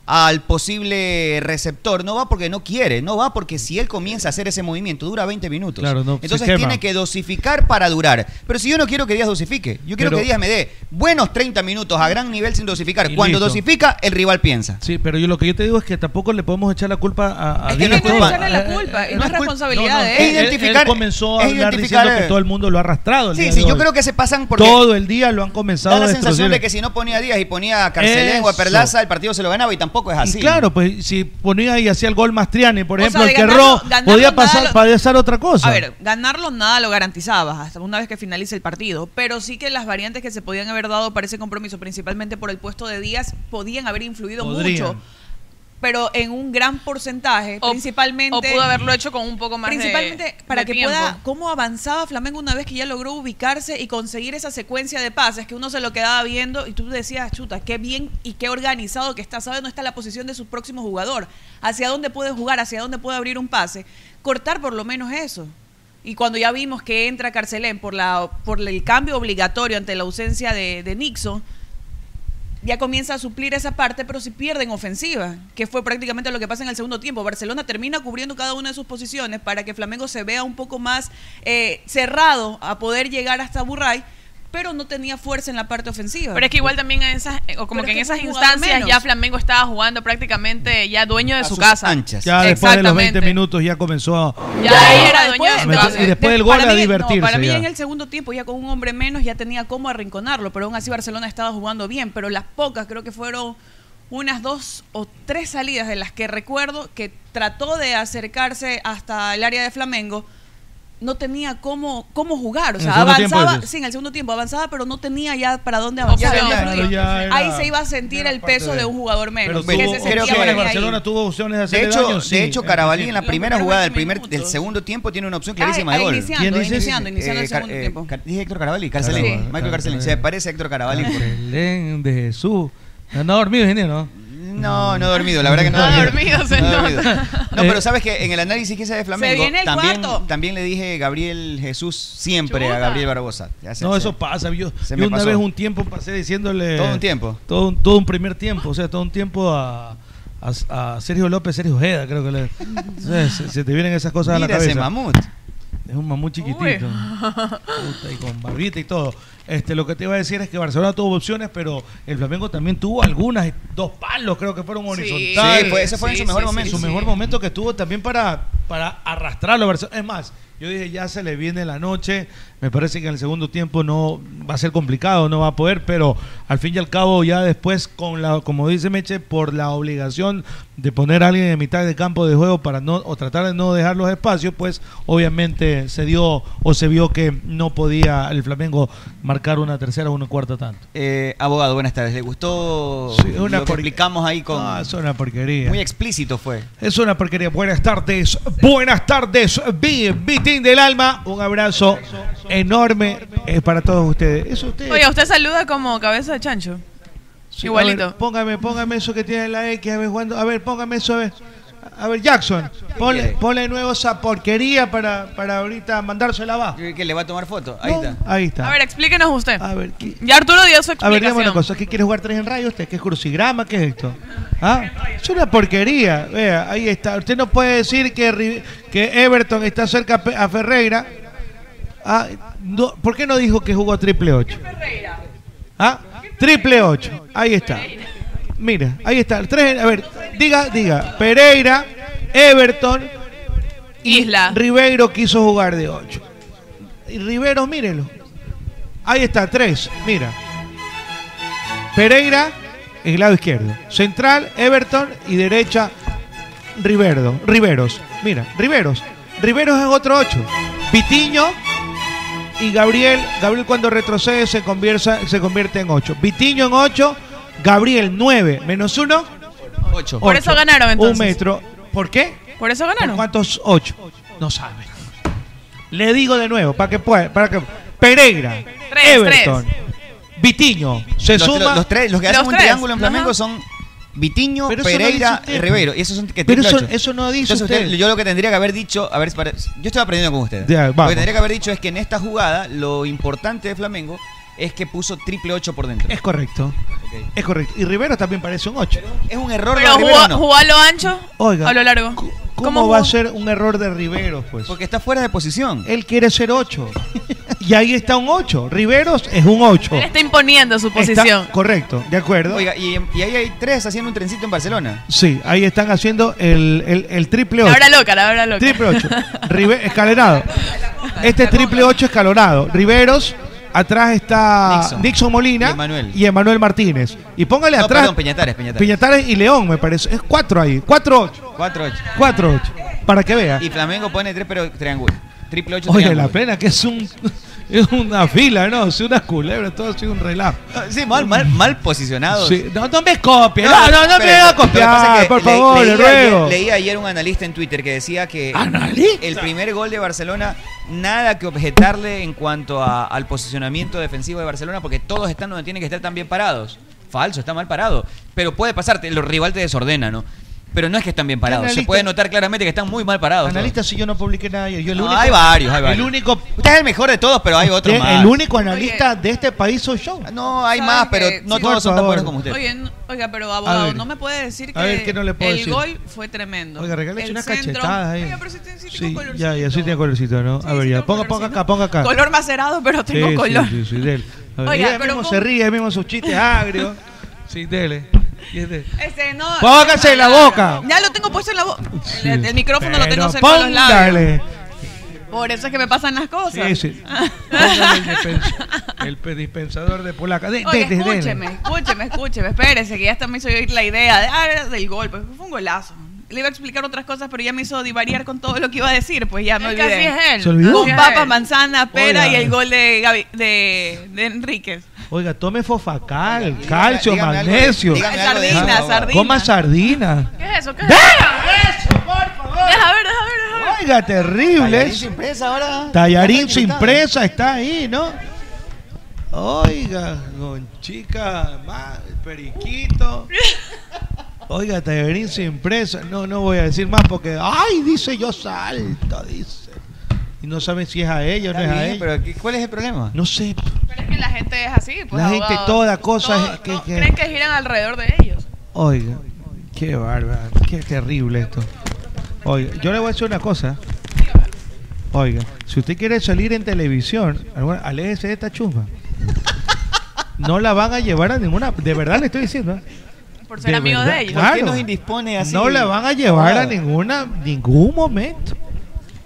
S8: al posible receptor? No va porque no quiere, no va porque si él comienza a hacer ese movimiento, dura 20 minutos.
S10: Claro, no, se
S8: Entonces
S10: quema.
S8: tiene que dosificar para durar. Pero si yo no quiero que Díaz dosifique, yo quiero
S10: Pero-
S8: que Díaz me dé buenos 30 minutos a gran nivel sin dosificar.
S10: Y
S8: Cuando
S10: listo.
S8: dosifica, el rival piensa.
S10: Sí, pero yo lo que yo te digo es que tampoco le podemos echar la culpa a, a
S8: Es que no
S10: Díaz
S8: es
S10: todo.
S8: echarle
S12: la culpa, y no es responsabilidad
S10: eh, No, no,
S12: de
S10: él-
S12: él.
S10: él- él comenzó a
S8: es
S10: hablar
S8: identificar-
S10: diciendo que todo el mundo lo ha arrastrado. el
S8: Sí,
S10: día
S8: sí,
S10: de
S8: yo
S10: hoy.
S8: creo que se pasan porque...
S10: todo el día lo han comenzado
S8: Da la
S10: a
S8: sensación
S10: destruir.
S8: de que si no ponía a Díaz y ponía a Carcelén o a
S10: Eso.
S8: Perlaza, el partido se lo ganaba y tampoco es
S10: Y
S8: así.
S10: claro, pues si ponía y hacía el gol Mastriani, por
S8: O
S10: ejemplo,
S8: sea,
S10: el que
S8: ganarlo-
S10: erró,
S9: ganarlo
S10: podía
S9: nada
S10: pasar,
S9: lo-
S10: podía ser otra cosa.
S9: A ver, ganarlo nada lo garantizabas hasta una vez que finalice el partido, pero sí que las variantes que se podían haber dado para ese compromiso, principalmente por el puesto de Díaz, podían haber influido
S10: Podrían.
S9: mucho, pero en un gran porcentaje, principalmente
S12: O pudo haberlo hecho con un poco más de-
S9: principalmente
S12: de
S9: para que
S12: tiempo.
S9: pueda cómo avanzaba Flamengo una vez que ya logró ubicarse y conseguir esa secuencia de pases que uno se lo quedaba viendo y tú decías chuta qué bien y qué organizado que está sabe dónde está la posición de su próximo jugador hacia dónde puede jugar hacia dónde puede abrir un pase cortar por lo menos eso y cuando ya vimos que entra Carcelén por la por el cambio obligatorio ante la ausencia de, de Nixon ya comienza a suplir esa parte, pero si pierden ofensiva, que fue prácticamente lo que pasa en el segundo tiempo. Barcelona termina cubriendo cada una de sus posiciones para que Flamengo se vea un poco más eh, cerrado a poder llegar hasta Burray, pero no tenía fuerza en la parte ofensiva.
S12: Pero es que igual también en esas, eh, o como
S9: Pero
S12: que en
S9: es que
S12: esas
S9: es un jugador
S12: instancias
S9: menos.
S12: ya Flamengo estaba jugando prácticamente ya dueño de
S10: A
S12: su
S10: sus
S12: casa.
S10: anchas. Ya después de los 20
S12: Exactamente.
S10: minutos ya comenzó a...
S12: Ya ahí era dueño de su
S10: Entonces,
S12: casa.
S10: Y después del gol
S9: Para
S10: a
S9: mí- no,
S10: divertirse.
S9: para mí
S10: ya.
S9: en el segundo tiempo, ya con un hombre menos, ya tenía cómo arrinconarlo, pero aún así Barcelona estaba jugando bien, pero las pocas creo que fueron unas dos o tres salidas de las que recuerdo que trató de acercarse hasta el área de Flamengo, no tenía cómo, cómo jugar, o
S14: ¿En
S9: sea,
S14: el segundo tiempo
S9: avanzaba,
S14: dices?
S9: sí, en el segundo tiempo avanzaba, pero no tenía ya para dónde avanzar.
S10: Opción.
S9: ya no fluía.
S10: Claro, ya era-
S9: Ahí se iba a sentir el peso
S10: de-
S9: de un jugador menos.
S10: Pero
S9: que
S10: tuvo
S9: se sentía
S10: creo que
S9: por ahí.
S10: Barcelona tuvo opciones de hacer
S8: De hecho,
S10: daño. sí.
S8: de hecho Carabalí en la
S9: Los
S8: primera
S9: primeros
S8: jugada del
S9: 20
S8: primer del segundo tiempo tiene una opción clarísima
S9: Ah,
S8: de gol. Eh,
S9: iniciando, ¿Quién dices? iniciando, iniciando el
S8: Car-
S9: segundo tiempo.
S8: Car- dije Héctor Carabalí, Carcelén,
S10: Sí. Ah.
S8: Michael Carcelén, se parece a Héctor Carabalí.
S10: <laughs> Belén de Jesús. ¿No ha dormido, ingeniero?
S8: No, no he dormido, la verdad que no. he
S10: No ha
S12: dormido, se
S8: he
S12: nota.
S8: No, pero sabes que en el análisis que hice de Flamengo,
S12: viene el
S8: también,
S12: cuarto.
S8: también le dije Gabriel Jesús siempre a
S10: Chuta.
S8: Gabriel Barbosa. Ya se-
S10: No,
S8: se-
S10: eso pasa. Yo,
S8: se
S10: yo
S8: me
S10: una
S8: pasó.
S10: vez un tiempo pasé diciéndole.
S8: Todo un tiempo.
S10: Todo, un- todo un primer tiempo. O sea, todo un tiempo a, a- a Sergio López, Sergio Ojeda, creo que le. o sea, se, se te vienen esas cosas a la
S8: Mira ese
S10: cabeza.
S8: mamut.
S10: Es un mamut chiquitito. Puta, y con barbita y todo. Este, lo que te iba a decir es que Barcelona tuvo opciones, pero el Flamengo también tuvo algunas. Dos palos creo que fueron horizontales.
S8: Sí, fue- ese fue en su mejor momento.
S10: En su mejor momento que estuvo también para, para arrastrarlo a Barcelona. Es más, yo dije, ya se le viene la noche. Me parece que en el segundo tiempo no va a ser complicado, no va a poder, pero al fin y al cabo ya después, con la, como dice Meche, por la obligación de poner a alguien en mitad de campo de juego para no o tratar de no dejar los espacios, pues obviamente se dio o se vio que no podía el Flamengo marcar una tercera o una cuarta tanto.
S8: Eh, abogado, buenas tardes. ¿Le gustó
S10: Sí,
S8: lo
S10: una
S8: que
S10: porquería.
S8: explicamos ahí con...
S10: Ah, es una porquería.
S8: Muy explícito fue.
S10: Es una porquería. Buenas tardes, buenas tardes, Big Vitín del Alma. Un abrazo enorme eh, para todos ustedes. Eso usted.
S12: Oye, usted saluda como cabeza de chancho.
S10: Sí,
S12: Igualito.
S10: a ver, póngame, póngame eso que tiene la X, a ver, Juan, a ver, póngame eso, a ver. A ver, Jackson, ponle, ponle de nuevo esa porquería para, para ahorita mandársela abajo.
S8: ¿Que le va a tomar foto? Ahí está.
S10: Ahí está.
S12: A ver, explíquenos usted.
S10: A ver,
S12: ya Arturo dio su
S10: Ah. A ver,
S12: explicación.
S10: dígame una cosa, ¿qué quiere jugar tres en rayo usted? ¿Qué es crucigrama? ¿Qué es esto? ¿Ah? Es una porquería. Vea, ahí está. Usted no puede decir que, Ri- que Everton está cerca a Pe- a Ferreira. Ah, no, ¿Por qué no dijo que jugó triple ocho? ¿Ah? Triple ocho. Ahí está. Mira, ahí está. Tres, en- a ver, diga, diga. Pereira, Everton,
S12: Isla.
S10: Ribeiro quiso jugar de ocho. Y Ribeiro, mírelo. Ahí está, tres. Mira. Pereira, el lado izquierdo. Central, Everton y derecha, Riverdo. Riveros. Mira, Riveros. Riveros es otro 8. Vitiño y Gabriel. Gabriel cuando retrocede se, convierta- se convierte en 8. Vitiño en 8. Gabriel 9. Menos 1.
S9: Ocho. Por eso ganaron, entonces.
S10: Un metro. ¿Por qué?
S9: Por eso ganaron.
S10: ¿Cuántos? Ocho. No sabe. Le digo de nuevo, para que pueda. Para que... Pereira,
S9: Tres,
S10: Everton, Vitiño, se
S8: los,
S10: suma.
S8: Los, tres, los que hacen un triángulo en Flamengo son Vitiño,
S10: Pero eso no dice
S8: Pereira,
S10: usted.
S8: Ribeiro. Y esos son que
S10: Pero
S8: tienen
S10: eso-
S8: ocho.
S10: eso no dice
S8: Entonces
S10: usted.
S8: Yo lo que tendría que haber dicho, a ver, para- yo estoy aprendiendo con ustedes.
S10: Ya,
S8: lo
S10: vamos.
S8: que tendría que haber dicho es que en esta jugada lo importante de Flamengo es que puso triple ocho por dentro.
S10: Es correcto. Es correcto. Y Rivero también parece un 8.
S8: Es un error
S12: Pero
S8: de Rivero,
S12: jugó,
S8: no.
S12: jugó a lo ancho
S10: Oiga,
S12: o a lo largo.
S10: ¿Cómo, va a ser un error de Riveros, pues?
S8: Porque está fuera de posición.
S10: Él quiere ser 8. <laughs> y ahí está un 8. Riveros es un 8.
S12: Él está imponiendo su posición.
S10: correcto, de acuerdo.
S8: Oiga, y, y ahí hay tres haciendo un trencito en Barcelona.
S10: Sí, ahí están haciendo el, el, el triple 8.
S12: La hora loca, la hora loca.
S10: Triple 8. escalonado. Este triple 8 escalonado. Riveros. Atrás está Nixon, Molina y Emanuel. Martínez. Y póngale
S8: No,
S10: atrás
S8: perdón, Peñatares, Peñatares.
S10: Piñatares y León, me parece. Es 4 ahí. 4 8.
S8: Cuatro ocho.
S10: 4 8. Para que vea.
S8: Y Flamengo pone tres, pero triángulo. Triple ocho
S10: Oye,
S8: triángulo.
S10: la pena que es un <laughs> es una fila, ¿no? Es una culebra, todo ha sido un relajo.
S8: Sí, mal, mal, mal posicionados.
S10: Sí, No, no me copie, no,
S8: No,
S10: no, no me
S8: espérate,
S10: voy a
S8: Ah, lo que pasa es
S10: copiar, Ah,
S8: que
S10: por
S8: le-
S10: favor, le
S8: leí
S10: ruego.
S8: Ayer, leí ayer un analista en Twitter que decía que el primer gol de Barcelona, nada que objetarle en cuanto a- al posicionamiento defensivo de Barcelona, porque todos están donde tienen que estar tan bien parados. Falso, está mal parado. Pero puede pasarte, los rivales te desordenan, ¿no? Pero no es que están bien parados. Se
S10: Analista-
S8: puede notar claramente que están muy mal parados. todos.
S10: Analista, si yo no publiqué nada ayer, yo el
S8: No,
S10: único-
S8: hay varios, hay varios.
S10: El único,
S8: Usted es el mejor de todos, pero hay otro
S10: de-
S8: más.
S10: el único analista de este país soy yo.
S8: No, hay más, pero no
S10: Por
S8: todos son tan
S10: favor.
S8: buenos como usted.
S9: Oye, no- oiga, pero abogado,
S10: ver.
S9: no me puede decir que,
S10: A ver, ¿qué no le puedo
S9: el
S10: decir?
S9: gol fue tremendo.
S10: Oiga, regálese
S9: El
S10: unas
S9: centro-
S10: cachetadas ahí.
S9: Oiga, pero si te- si tengo
S10: Sí,
S9: colorcito.
S10: ya, ya, sí tiene colorcito, ¿no? A ver, ya, ponga, ponga acá, ponga acá.
S9: Color macerado, pero tengo
S10: Sí, sí,
S9: color.
S10: Sí, sí, dele. A
S9: <laughs>
S10: ver,
S9: Oiga,
S10: ella
S9: pero
S10: mismo se
S9: ¿cómo?
S10: ríe, ella mismo sus
S9: <laughs>
S10: chistes agrios. Sí, dele. Y es de-
S9: Este, no,
S10: Póngase en la boca.
S9: Ya lo tengo puesto en la boca.
S10: Sí.
S9: El, el micrófono lo tengo
S10: Pero
S9: cerca de los labios.
S10: póngale.
S9: Por eso es que me pasan las cosas. <laughs>
S10: Sí, sí. Ah. <laughs> Póngale el, dispens- el pe- dispensador de polaca. De,
S9: Oiga,
S10: de- de- de-
S9: escúcheme, escúcheme, escúcheme, espérese, que ya hasta me hizo ir la idea de, ah, del gol, pues fue un golazo. Le iba a explicar otras cosas, pero ya me hizo divariar con todo lo que iba a decir, pues ya me
S12: Es que
S9: olvidé.
S12: así es él. ¿Se olvidó?
S9: Con
S12: Así es
S9: papa,
S12: él.
S9: manzana, pera
S10: Oiga.
S9: y el gol de, Gavi- de, de Enríquez.
S10: Oiga, tome fofacal, calcio,
S9: dígame algo de-
S10: magnesio.
S9: dígame algo de eso, Sardina, por favor. sardina.
S10: Coma sardina.
S12: ¿Qué es eso? ¿Qué es eso? eso, por favor! Deja ver, deja ver, deja ver.
S10: Oiga, terribles.
S8: Impresa ahora.
S10: Tallarín sin presa está ahí, ¿no? Oiga, Gonchica, ma- Periquito. Oiga, Tallarín sin presa. No, no voy a decir más porque, ay, dice yo salto, dice. Y no saben si es a ella o no
S8: Está
S10: es a
S8: bien,
S10: ella.
S8: pero ¿qué- ¿cuál es el problema?
S10: No sé.
S12: Pero es que la gente es así, pues.
S10: La gente,
S12: abogado.
S10: toda cosa
S12: Todo,
S10: es que-
S12: todo.
S10: que-
S12: Creen que giran alrededor de ellos.
S10: Oiga, qué bárbaro, qué terrible esto. Oiga, yo le voy a decir una cosa. Oiga, si usted quiere salir en televisión, alguna- aléjese de esta chusma. No la van a llevar a ninguna. De verdad le estoy diciendo. ¿eh?
S12: Por ser amigo
S10: verdad,
S12: de ellos.
S10: claro.
S8: indispone así?
S10: No la van a llevar a
S8: Claro.
S10: ninguna, ningún momento.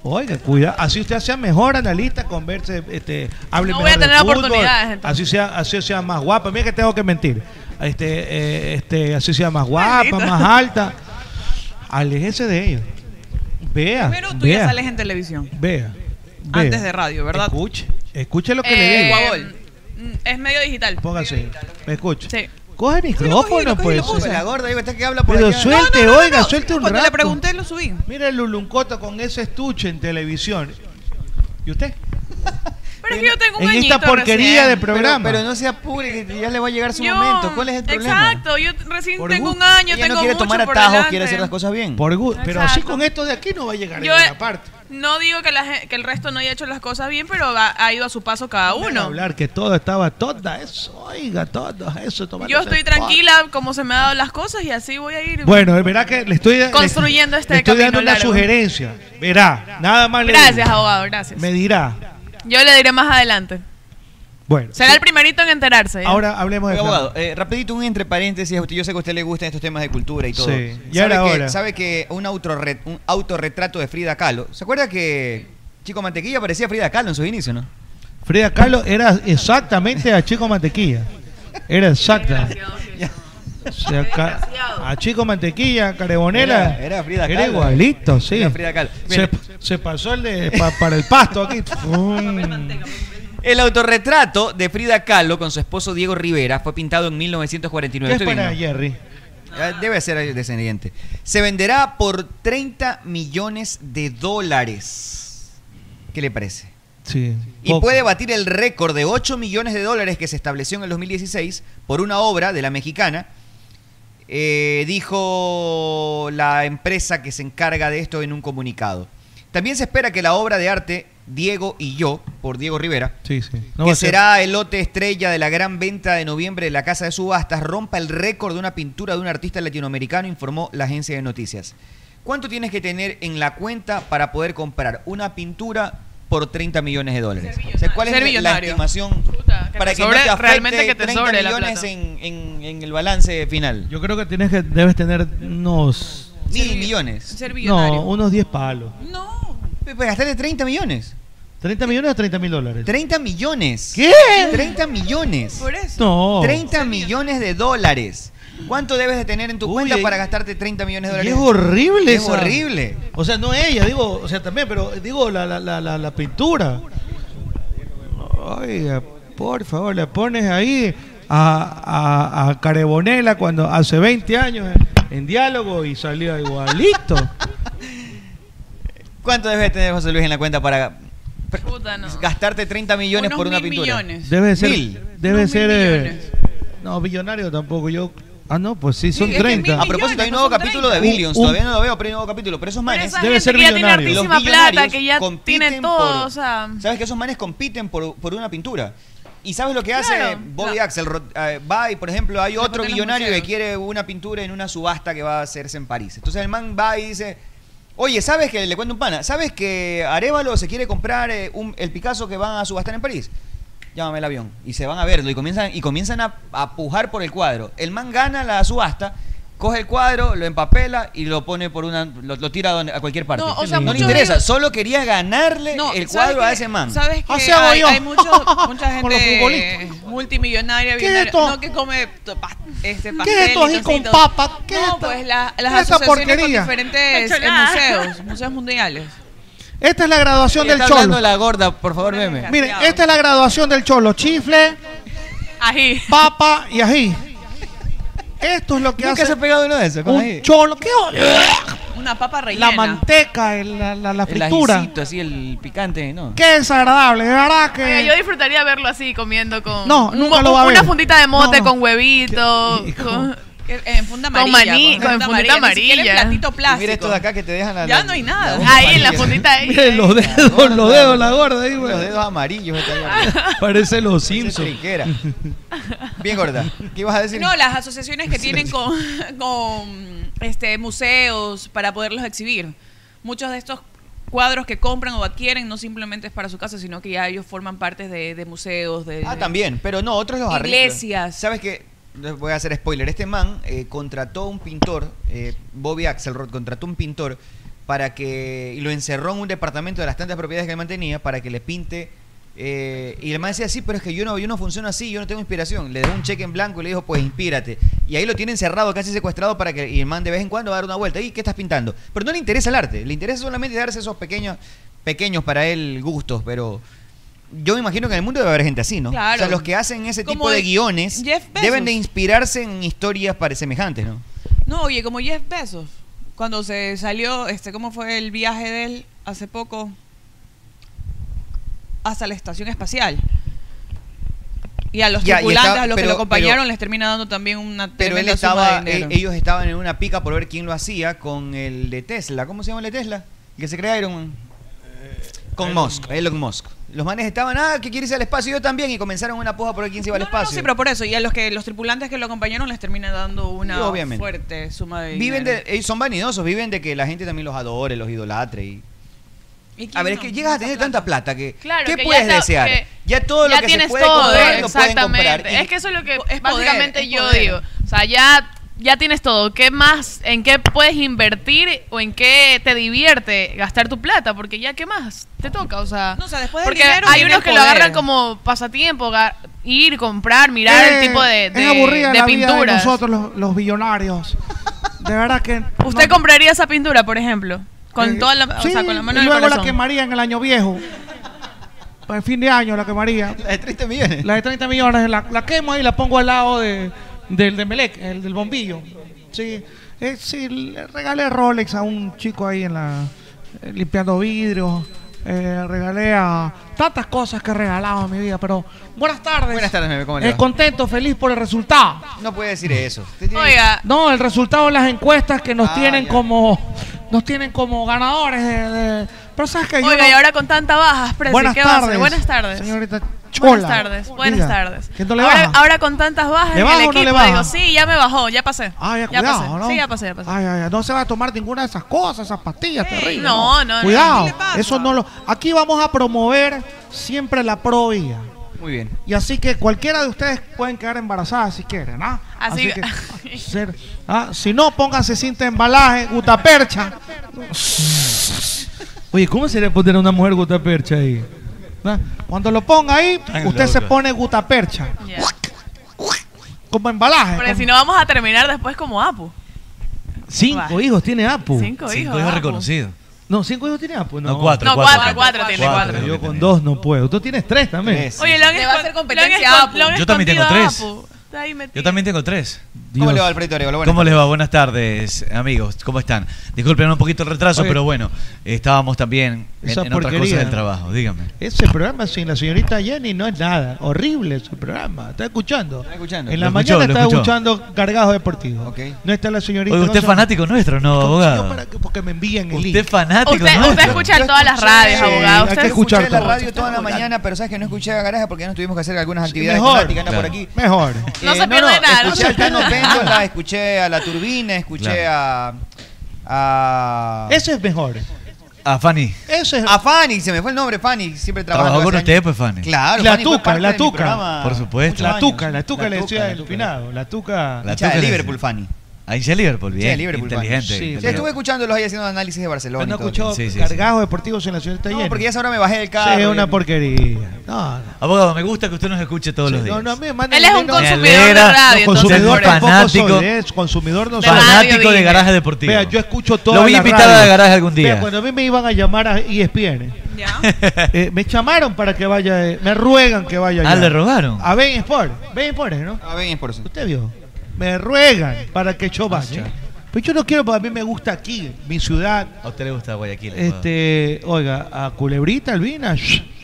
S10: Oiga, cuidado. Así usted sea mejor analista, converse, este, hable
S12: No
S10: mejor
S12: voy a
S10: de
S12: tener
S10: fútbol,
S12: oportunidades, entonces.
S10: Así sea, así sea más guapa. Mira que tengo que mentir. Este, eh, este, así sea más guapa,
S9: Maldito.
S10: más alta. Aléjese de ellos. Vea.
S9: Pero tú
S10: vea,
S9: ya sales en televisión.
S10: Vea. vea.
S9: Antes de radio, ¿verdad?
S10: Escuche, escuche lo que
S12: Eh,
S10: le digo.
S12: mm, Es medio digital.
S10: Póngase. Me escuche.
S12: Sí.
S10: Coge el micrófono, pues.
S8: La gorda, digo, está que habla por
S10: Pero
S8: acá.
S10: suelte, oiga, suelte un
S9: Cuando
S10: rato.
S9: le pregunté, lo subí.
S10: Mira el Luluncota con ese estuche en televisión. ¿Y usted?
S12: <laughs> Pero es que yo tengo un ¿eh?
S10: en
S12: añito
S10: esta porquería
S12: recién.
S10: de programa.
S8: Pero, pero no se apure, que ya le va a llegar su
S12: Yo-
S8: momento. ¿Cuál es el problema?
S12: Exacto, yo recién
S8: Por
S12: tengo
S8: gusto.
S12: un año,
S8: Ella
S12: tengo
S8: no quiere
S12: mucho
S8: tomar
S12: por
S8: atajos,
S12: delante.
S8: quiere hacer las cosas bien.
S10: Por gusto. Pero así
S12: Exacto.
S10: con esto de aquí no va a llegar
S12: Yo-
S10: a ninguna parte.
S12: No digo que, la, gen- que el resto no haya hecho las cosas bien, pero va- ha ido a su paso cada
S10: Van a
S12: uno.
S10: Hablar que todo estaba, toda eso, oiga, todo eso. tomándose
S12: Yo estoy
S10: fotos.
S12: tranquila como se me han dado las cosas y así voy a ir.
S10: Bueno, verá que le estoy, le-
S12: Construyendo este
S10: le estoy
S12: camino
S10: dando una
S12: largo.
S10: sugerencia. Verá, nada más le
S12: Gracias,
S10: digo.
S12: abogado, gracias.
S10: Me dirá.
S12: Yo le diré más adelante.
S10: Bueno,
S12: Será el primerito en enterarse. ¿ya?
S10: hablemos
S8: de abogado. eh, rapidito un entre paréntesis, a usted- yo sé que a usted le gustan estos temas de cultura y todo.
S10: Sí.
S8: ¿Sabe,
S10: Y ahora,
S8: que,
S10: ahora.
S8: sabe que un, autorre- un autorretrato de Frida Kahlo? ¿Se acuerda que Chico Mantequilla parecía Frida Kahlo en sus inicios, no?
S10: Frida Kahlo era exactamente a Chico Mantequilla. Era exacta. O sea, ca- a Chico Mantequilla, Carebonela.
S8: Era- era Frida
S10: Era
S8: Kahlo.
S10: igualito, sí.
S8: Era Frida Kahlo.
S10: Se,
S8: Mire.
S10: se pasó el de pa- para el pasto aquí. Fum.
S8: El autorretrato de Frida Kahlo con su esposo Diego Rivera fue pintado en
S10: ¿Qué
S8: 1949.
S10: es
S8: Estoy
S10: para
S8: viendo.
S10: Jerry?
S8: eh, debe ser descendiente. Se venderá por 30 millones de dólares. ¿Qué le parece?
S10: Sí.
S8: Y puede batir el récord de 8 millones de dólares que se estableció en el 2016 por una obra de la mexicana. Eh, dijo la empresa que se encarga de esto en un comunicado. También se espera que la obra de arte Diego y yo, por Diego Rivera,
S10: Sí, sí.
S8: que
S10: va a ser-
S8: será el lote estrella de la gran venta de noviembre de la Casa de Subastas, rompa el récord de una pintura de un artista latinoamericano, informó la agencia de noticias. ¿Cuánto tienes que tener en la cuenta para poder comprar una pintura por 30 millones de dólares? O sea, ¿Cuál
S12: Ser
S8: es la
S12: millonario.
S8: estimación
S12: que
S8: para
S12: te
S8: que no
S12: sobre-
S8: te afecte
S12: realmente que te
S8: 30
S12: sobre la
S8: millones
S12: plata.
S8: en, en- en el balance final?
S10: Yo creo que tienes que debes tener unos
S8: Mil millones.
S10: no, unos 10 palos.
S8: Pepe, gastarle 30 millones.
S10: ¿30 millones o 30 mil dólares?
S8: 30 millones.
S10: ¿Qué?
S8: 30 millones.
S12: Por eso.
S10: No.
S8: 30 millones de dólares. ¿Cuánto debes de tener en tu cuenta
S10: y-
S8: para gastarte 30 millones de
S10: Y
S8: dólares?
S10: es horrible
S8: Es
S10: esa-
S8: horrible.
S10: O sea, no ella, digo, o sea, también, pero digo la, la, la, la, la pintura. Oiga, por favor, le pones ahí a, a, a Carebonela cuando hace 20 años en, en diálogo y salía igualito.
S8: ¿Cuánto debes de tener José Luis en la cuenta para
S12: Puta, no.
S8: gastarte 30 millones
S12: Unos
S8: por una
S12: mil
S8: pintura?
S12: millones.
S10: Debe ser.
S8: Mil.
S10: Debe ser. eh, no, billonario tampoco. Yo. Ah, no, pues sí, son
S8: es que
S10: 30.
S8: A propósito, hay un nuevo capítulo de
S10: Un-
S8: Billions.
S10: un-
S8: Todavía no lo veo, pero hay un nuevo capítulo. Pero esos manes.
S12: esa Debe gente ser que ya tiene millonario. hartísima
S8: Los
S12: plata,
S8: millonarios
S12: que ya
S8: compiten
S12: tiene todo,
S8: por-
S12: o sea.
S8: ¿Sabes que esos manes compiten por, por una pintura? ¿Y sabes lo que hace
S12: Claro,
S8: Bobby Axel? Ro- eh, va y, por ejemplo, hay otro
S12: botan los
S8: millonario que
S12: museos.
S8: quiere una pintura en una subasta que va a hacerse en París. Entonces el man va y dice. Oye, ¿sabes que le cuento un pana? ¿Sabes que Arevalo se quiere comprar eh, un- el Picasso que van a subastar en París? llámame el avión. Y se van a verlo y comienzan, y comienzan a, a pujar por el cuadro. El man gana la subasta, coge el cuadro, lo empapela y lo pone por una. lo, lo tira a, donde- a cualquier parte.
S12: No, o sea,
S8: le
S12: muchos
S8: interesa,
S12: de ellos-
S8: solo quería ganarle
S12: No,
S8: Eh, el
S12: ¿sabes
S8: cuadro a
S12: qué?
S8: ese man.
S12: Sabes que
S8: O sea,
S12: hay,
S8: yo.
S1: <laughs>
S12: hay mucho- mucha
S8: Con los
S12: gente
S8: futbolistas.
S12: multimillonaria,
S8: ¿Qué
S12: billonaria,
S8: esto?
S12: no que come to- pas- este pastel
S1: ¿Qué esto
S12: y
S1: así con
S12: tocitos.
S1: papa? ¿Qué
S12: no,
S1: esto?
S12: pues la- las
S1: ¿Qué es esa
S12: asociaciones
S1: porquería?
S12: con diferentes eh,
S1: Pecholada.
S12: museos, museos mundiales.
S1: Esta es la graduación
S12: Ella
S1: del
S12: está
S1: cholo.
S12: hablando de
S8: la gorda, por favor, meme.
S1: Miren, esta es la graduación del cholo. Chifle,
S12: Ají.
S1: papa y ají. Esto es lo que
S8: ¿Nunca
S1: hace
S8: se ha pegado uno de esos con
S1: un
S8: ají?
S1: cholo. ¿Qué o-
S12: Una papa
S1: La
S12: rellena.
S1: manteca, el- la, la- la
S8: El
S1: fritura.
S8: ajicito, así, el picante, ¿no?
S1: Qué desagradable, de verdad
S10: Eh.
S1: que...
S12: Oiga, yo disfrutaría verlo así, comiendo con
S1: No,
S12: un-
S1: nunca lo va a
S12: una
S1: ver.
S12: fundita de mote
S1: No, no.
S12: con huevito, con,
S9: eh, En funda
S12: Con
S9: amarilla.
S12: maní, con fundita
S9: Ni siquiera
S12: amarilla.
S9: en platito plástico.
S8: Mira estos de acá que te dejan la-
S9: Ya
S8: la-
S9: no hay nada.
S12: ahí en la fundita de
S10: Mire, los dedos, los dedos, la gorda ahí,
S8: <laughs>
S10: güey.
S8: Los dedos amarillos.
S12: <laughs>
S8: está ahí.
S10: Parece los Simpsons.
S8: Bien gorda. ¿Qué ibas a decir?
S9: No, las
S8: <laughs>
S9: asociaciones que tienen con, <laughs> con, este, museos para poderlos exhibir. Muchos de estos cuadros que compran o adquieren no simplemente es para su casa, sino que ya ellos forman parte de, de museos, de...
S8: Ah, también, pero no, otros los arreglan.
S9: Iglesias.
S8: ¿Sabes qué? Les Voy a hacer spoiler. Este man eh, contrató un pintor, eh, Bobby Axelrod contrató un pintor para que. y lo encerró en un departamento de las tantas propiedades que el man tenía para que le pinte. eh, y el man decía, sí, pero es que yo no, yo no funciono así, yo no tengo inspiración. Le dio un cheque en blanco y le dijo, pues inspírate. Y ahí lo tiene encerrado, casi secuestrado, para que y el man de vez en cuando va a dar una vuelta. ¿Y qué estás pintando? Pero no le interesa el arte, le interesa solamente darse esos pequeños, pequeños para él gustos, pero yo me imagino que en el mundo debe haber gente así, ¿no?
S9: Claro.
S8: O sea, los que hacen ese
S9: Como
S8: tipo de
S9: el-
S8: guiones
S9: Jeff Bezos.
S8: deben de inspirarse en historias pare- semejantes, ¿no?
S9: No, oye, como Jeff Bezos, cuando se salió, este, ¿cómo fue el viaje de él hace poco? Hasta la estación espacial. Y a los
S8: Ya, y
S9: tripulantes,
S8: estaba-
S9: a los
S8: pero-
S9: que lo acompañaron,
S8: pero-
S9: les termina dando también una
S8: Pero él
S9: tremenda suma
S8: estaba,
S9: de dinero.
S8: e- ellos estaban en una pica por ver quién lo hacía con el de Tesla. ¿Cómo se llama el de Tesla? El que se crea Iron Man. Con Musk, Eh, Elon Musk. Los manes estaban, ah, que quiere irse al espacio, yo también, y comenzaron una puja por ver quién se iba al
S9: No, no,
S8: espacio.
S9: sí, pero por eso. Y a los que los tripulantes que lo acompañaron les termina dando una
S8: Sí, obviamente.
S9: fuerte suma de
S8: viven de,
S9: dinero.
S8: ellos son vanidosos, viven de que la gente también los adore, los idolatre. Y...
S9: ¿Y
S8: A
S9: quién
S8: ver, es
S9: no?
S8: que llegas a tener tanta plata que,
S12: Claro,
S8: ¿qué
S12: que ya
S8: puedes
S12: está-
S8: desear?
S12: que
S8: ya todo lo
S12: ya
S8: que se
S12: tienes
S8: puede
S12: todo,
S8: comprar lo pueden
S12: exactamente.
S8: comprar. y-
S12: Es que eso es lo que
S9: poder,
S12: básicamente
S9: es
S12: yo
S9: poder.
S12: digo. O sea, ya, ya tienes todo. ¿Qué más? ¿En qué puedes invertir o en qué te divierte gastar tu plata? Porque ya, ¿qué más? Te toca, o sea.
S9: No, o sea, después del
S12: porque
S9: dinero
S12: hay
S9: viene
S12: unos
S9: el
S12: que lo
S9: poder.
S12: agarran como pasatiempo, ga- ir, comprar, mirar
S1: Eh,
S12: el tipo de, de,
S1: es aburrida
S12: de
S1: la vida de
S12: pinturas.
S1: nosotros los, los billonarios. De verdad que...
S12: ¿Usted
S1: no-
S12: compraría esa pintura, por ejemplo? Con
S1: Eh,
S12: toda la, o sea,
S1: sí,
S12: con la
S1: y
S12: mano en el
S1: luego la
S12: corazón.
S1: quemaría en el año viejo. Para el fin de año la quemaría.
S8: La de 30 millones.
S1: La de 30 millones la, la quemo y la pongo al lado de, del de Melec, el del bombillo.
S10: Sí, eh, sí, le regalé Rolex a un chico ahí en la eh, limpiando vidrios. eh, regalé a tantas cosas que he regalado en mi vida, pero buenas tardes.
S8: Buenas tardes, bebé, ¿cómo le
S10: Eh,
S8: va?
S10: contento, feliz por el resultado.
S8: No puede decir eso. Usted tiene-
S9: Oiga.
S10: No, el resultado de las encuestas que nos
S8: Ah,
S10: tienen
S8: ya.
S10: como nos tienen como ganadores de, de- pero sabes que yo
S9: Oiga,
S10: no-
S9: y ahora con tanta bajas, Prezi,
S10: Buenas
S9: ¿qué va a hacer?
S10: tardes,
S9: Buenas tardes.
S10: Señorita Chola.
S9: Buenas tardes, buenas
S10: Diga,
S9: tardes.
S10: ¿que no le
S9: ahora,
S10: baja?
S9: ahora con tantas bajas
S10: ¿Le
S9: en
S10: baja o
S9: el
S10: no
S9: equipo,
S10: le baja?
S9: digo, sí, ya me bajó, ya pasé.
S10: Ah, ya,
S9: ya
S10: cuidado,
S9: pasé.
S10: ¿no?
S9: Sí, ya pasé, ya pasé.
S10: Ay, ay, ay, no se va a tomar ninguna de esas cosas, esas pastillas terribles.
S9: no, no, no.
S10: Cuidado,
S9: ¿Qué le pasa?
S10: eso no lo. Aquí vamos a promover siempre la pro vida.
S8: Muy bien.
S10: Y así que cualquiera de ustedes pueden quedar embarazadas si quieren, ¿ah?
S9: Así que-
S10: ser- ah, Si no, pónganse cinta de embalaje, gutapercha.
S15: Oye, ¿cómo sería poner a una mujer percha ahí?
S10: ¿no? ¿Ah? Cuando lo ponga ahí,
S15: Están
S10: usted se
S15: locos.
S10: pone gutapercha.
S9: Ya.
S10: Como embalaje.
S9: Porque
S10: como-
S9: si no vamos a terminar después como Apu.
S15: Cinco hijos tiene Apu.
S9: Cinco Cinco hijos, hijos Apu.
S15: reconocidos. No, cinco hijos tiene Apu. No,
S9: No, cuatro, No, cuatro, cuatro, cuatro tiene, cuatro. cuatro.
S15: Yo con dos no puedo. Tú tienes tres también.
S9: Oye, lo han
S12: Le va a
S9: escon-
S12: hacer
S9: lo han
S12: competencia
S9: escon-
S12: a Apu.
S9: lo han
S16: Yo también tengo
S9: escondido a
S16: tres.
S9: Apu. Está ahí metido.
S16: Yo también tengo tres.
S8: ¿Cómo
S16: Dios.
S8: le va, Alfredo Arevalo? Buenas
S16: ¿Cómo les
S8: tardes.
S16: va? Buenas tardes, amigos. ¿Cómo están? Disculpen un poquito el retraso,
S10: Oye.
S16: pero bueno, estábamos también en,
S10: Esa
S16: en otras
S10: porquería.
S16: cosas del trabajo. Dígame.
S10: Ese programa sin la señorita Jenny no es nada. Horrible ese programa. ¿Está escuchando?
S8: escuchando.
S10: En la
S16: Lo escuchó, lo
S10: mañana está
S16: escuchó.
S10: escuchando cargados deportivos. No está la señorita.
S16: Oye, usted es
S10: ¿cómo se llama?
S16: fanático nuestro, ¿no,
S10: Yo
S16: abogado?
S10: para que, porque me envíen el link.
S16: Usted es fanático
S9: Usted,
S16: nuestro.
S9: usted escucha en todas las radios, abogado.
S8: Hay
S9: Usted
S8: que
S9: escucha
S8: escuchar la
S9: todo.
S8: radio toda la mañana, pero sabes que no escuché a Garaja porque ya nos tuvimos que hacer algunas actividades
S10: mejor.
S8: prácticas anda por
S10: Claro.
S8: aquí.
S10: Mejor.
S8: <laughs> Eh,
S9: se pierde nada, no
S8: Escuché
S9: se
S8: al Tano
S9: pierde nada.
S8: Péndola, escuché a La Turbina, escuché a... a
S10: Eso es mejor.
S16: Ah, Fanny.
S10: Eso es...
S8: A Fanny, se me fue el nombre, Fanny. Siempre trabajó
S16: Trabajó con
S8: hace
S16: usted,
S8: años.
S16: pues, Fanny.
S8: Claro,
S10: La
S8: Fanny fue
S10: tuca,
S8: parte
S10: la
S8: de mi
S10: tuca.
S8: programa
S16: Por supuesto.
S8: muchos
S10: La
S8: años.
S10: tuca, la tuca
S8: La
S10: le
S8: tuca,
S10: decía
S8: la
S10: el
S8: tuca.
S10: finado. La tuca.
S16: La
S8: Hincha de
S16: tuca le
S8: Liverpool,
S16: decía.
S8: Fanny.
S16: Ahí ya Liverpool, bien.
S8: Sí, Liverpool, Fanny.
S16: inteligente.
S8: Sí,
S16: inteligente.
S8: estuve escuchándolos ahí haciendo análisis de Barcelona.
S10: Pero no
S8: y todo.
S10: escuchó
S16: Sí, sí, sí.
S10: cargados deportivos en la señorita Jenny.
S8: No, porque ya ahora me bajé del carro.
S10: Sí, es una
S8: y-
S10: porquería. No,
S16: Abogado, me gusta que usted nos escuche todos los días.
S10: no, no, a mí me mandan
S9: Él es
S10: el
S9: un
S10: link, no.
S9: consumidor
S16: Me
S9: de
S16: alegra.
S9: radio.
S16: No,
S9: entonces,
S16: consumidor
S9: por eso.
S10: Tampoco soy
S16: fanático.
S10: de- consumidor no
S9: De
S10: soy.
S16: Fanático de
S9: dije.
S16: garaje deportivo.
S10: Vea, yo escucho todo.
S16: Lo voy a invitar a garaje algún día. <laughs>
S10: cuando a mí me iban a llamar a E ESPN,
S9: <laughs>
S10: eh, me llamaron para que vaya, eh, me ruegan que vaya.
S16: Ah,
S10: allá.
S16: le rogaron.
S10: A Ben Sport, Ben Sport, ¿no?
S8: Ah, ven, es por eso.
S10: Usted vio. Me ruegan para que yo
S16: Ah,
S10: vaya. Pero yo no quiero, porque a mí me gusta aquí, mi ciudad.
S16: A usted le gusta Guayaquil.
S10: Este, oiga, a Culebrita, Albina. shh.
S16: abogado.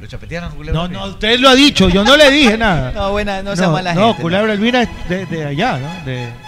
S16: ¿Lo chapetearon?
S10: No, no, usted lo ha dicho, yo no le
S16: <laughs>
S10: dije nada.
S8: No, buena, no sea mala
S10: no,
S8: gente, no.
S10: Culebra Albina es de, de allá, ¿no? De, de-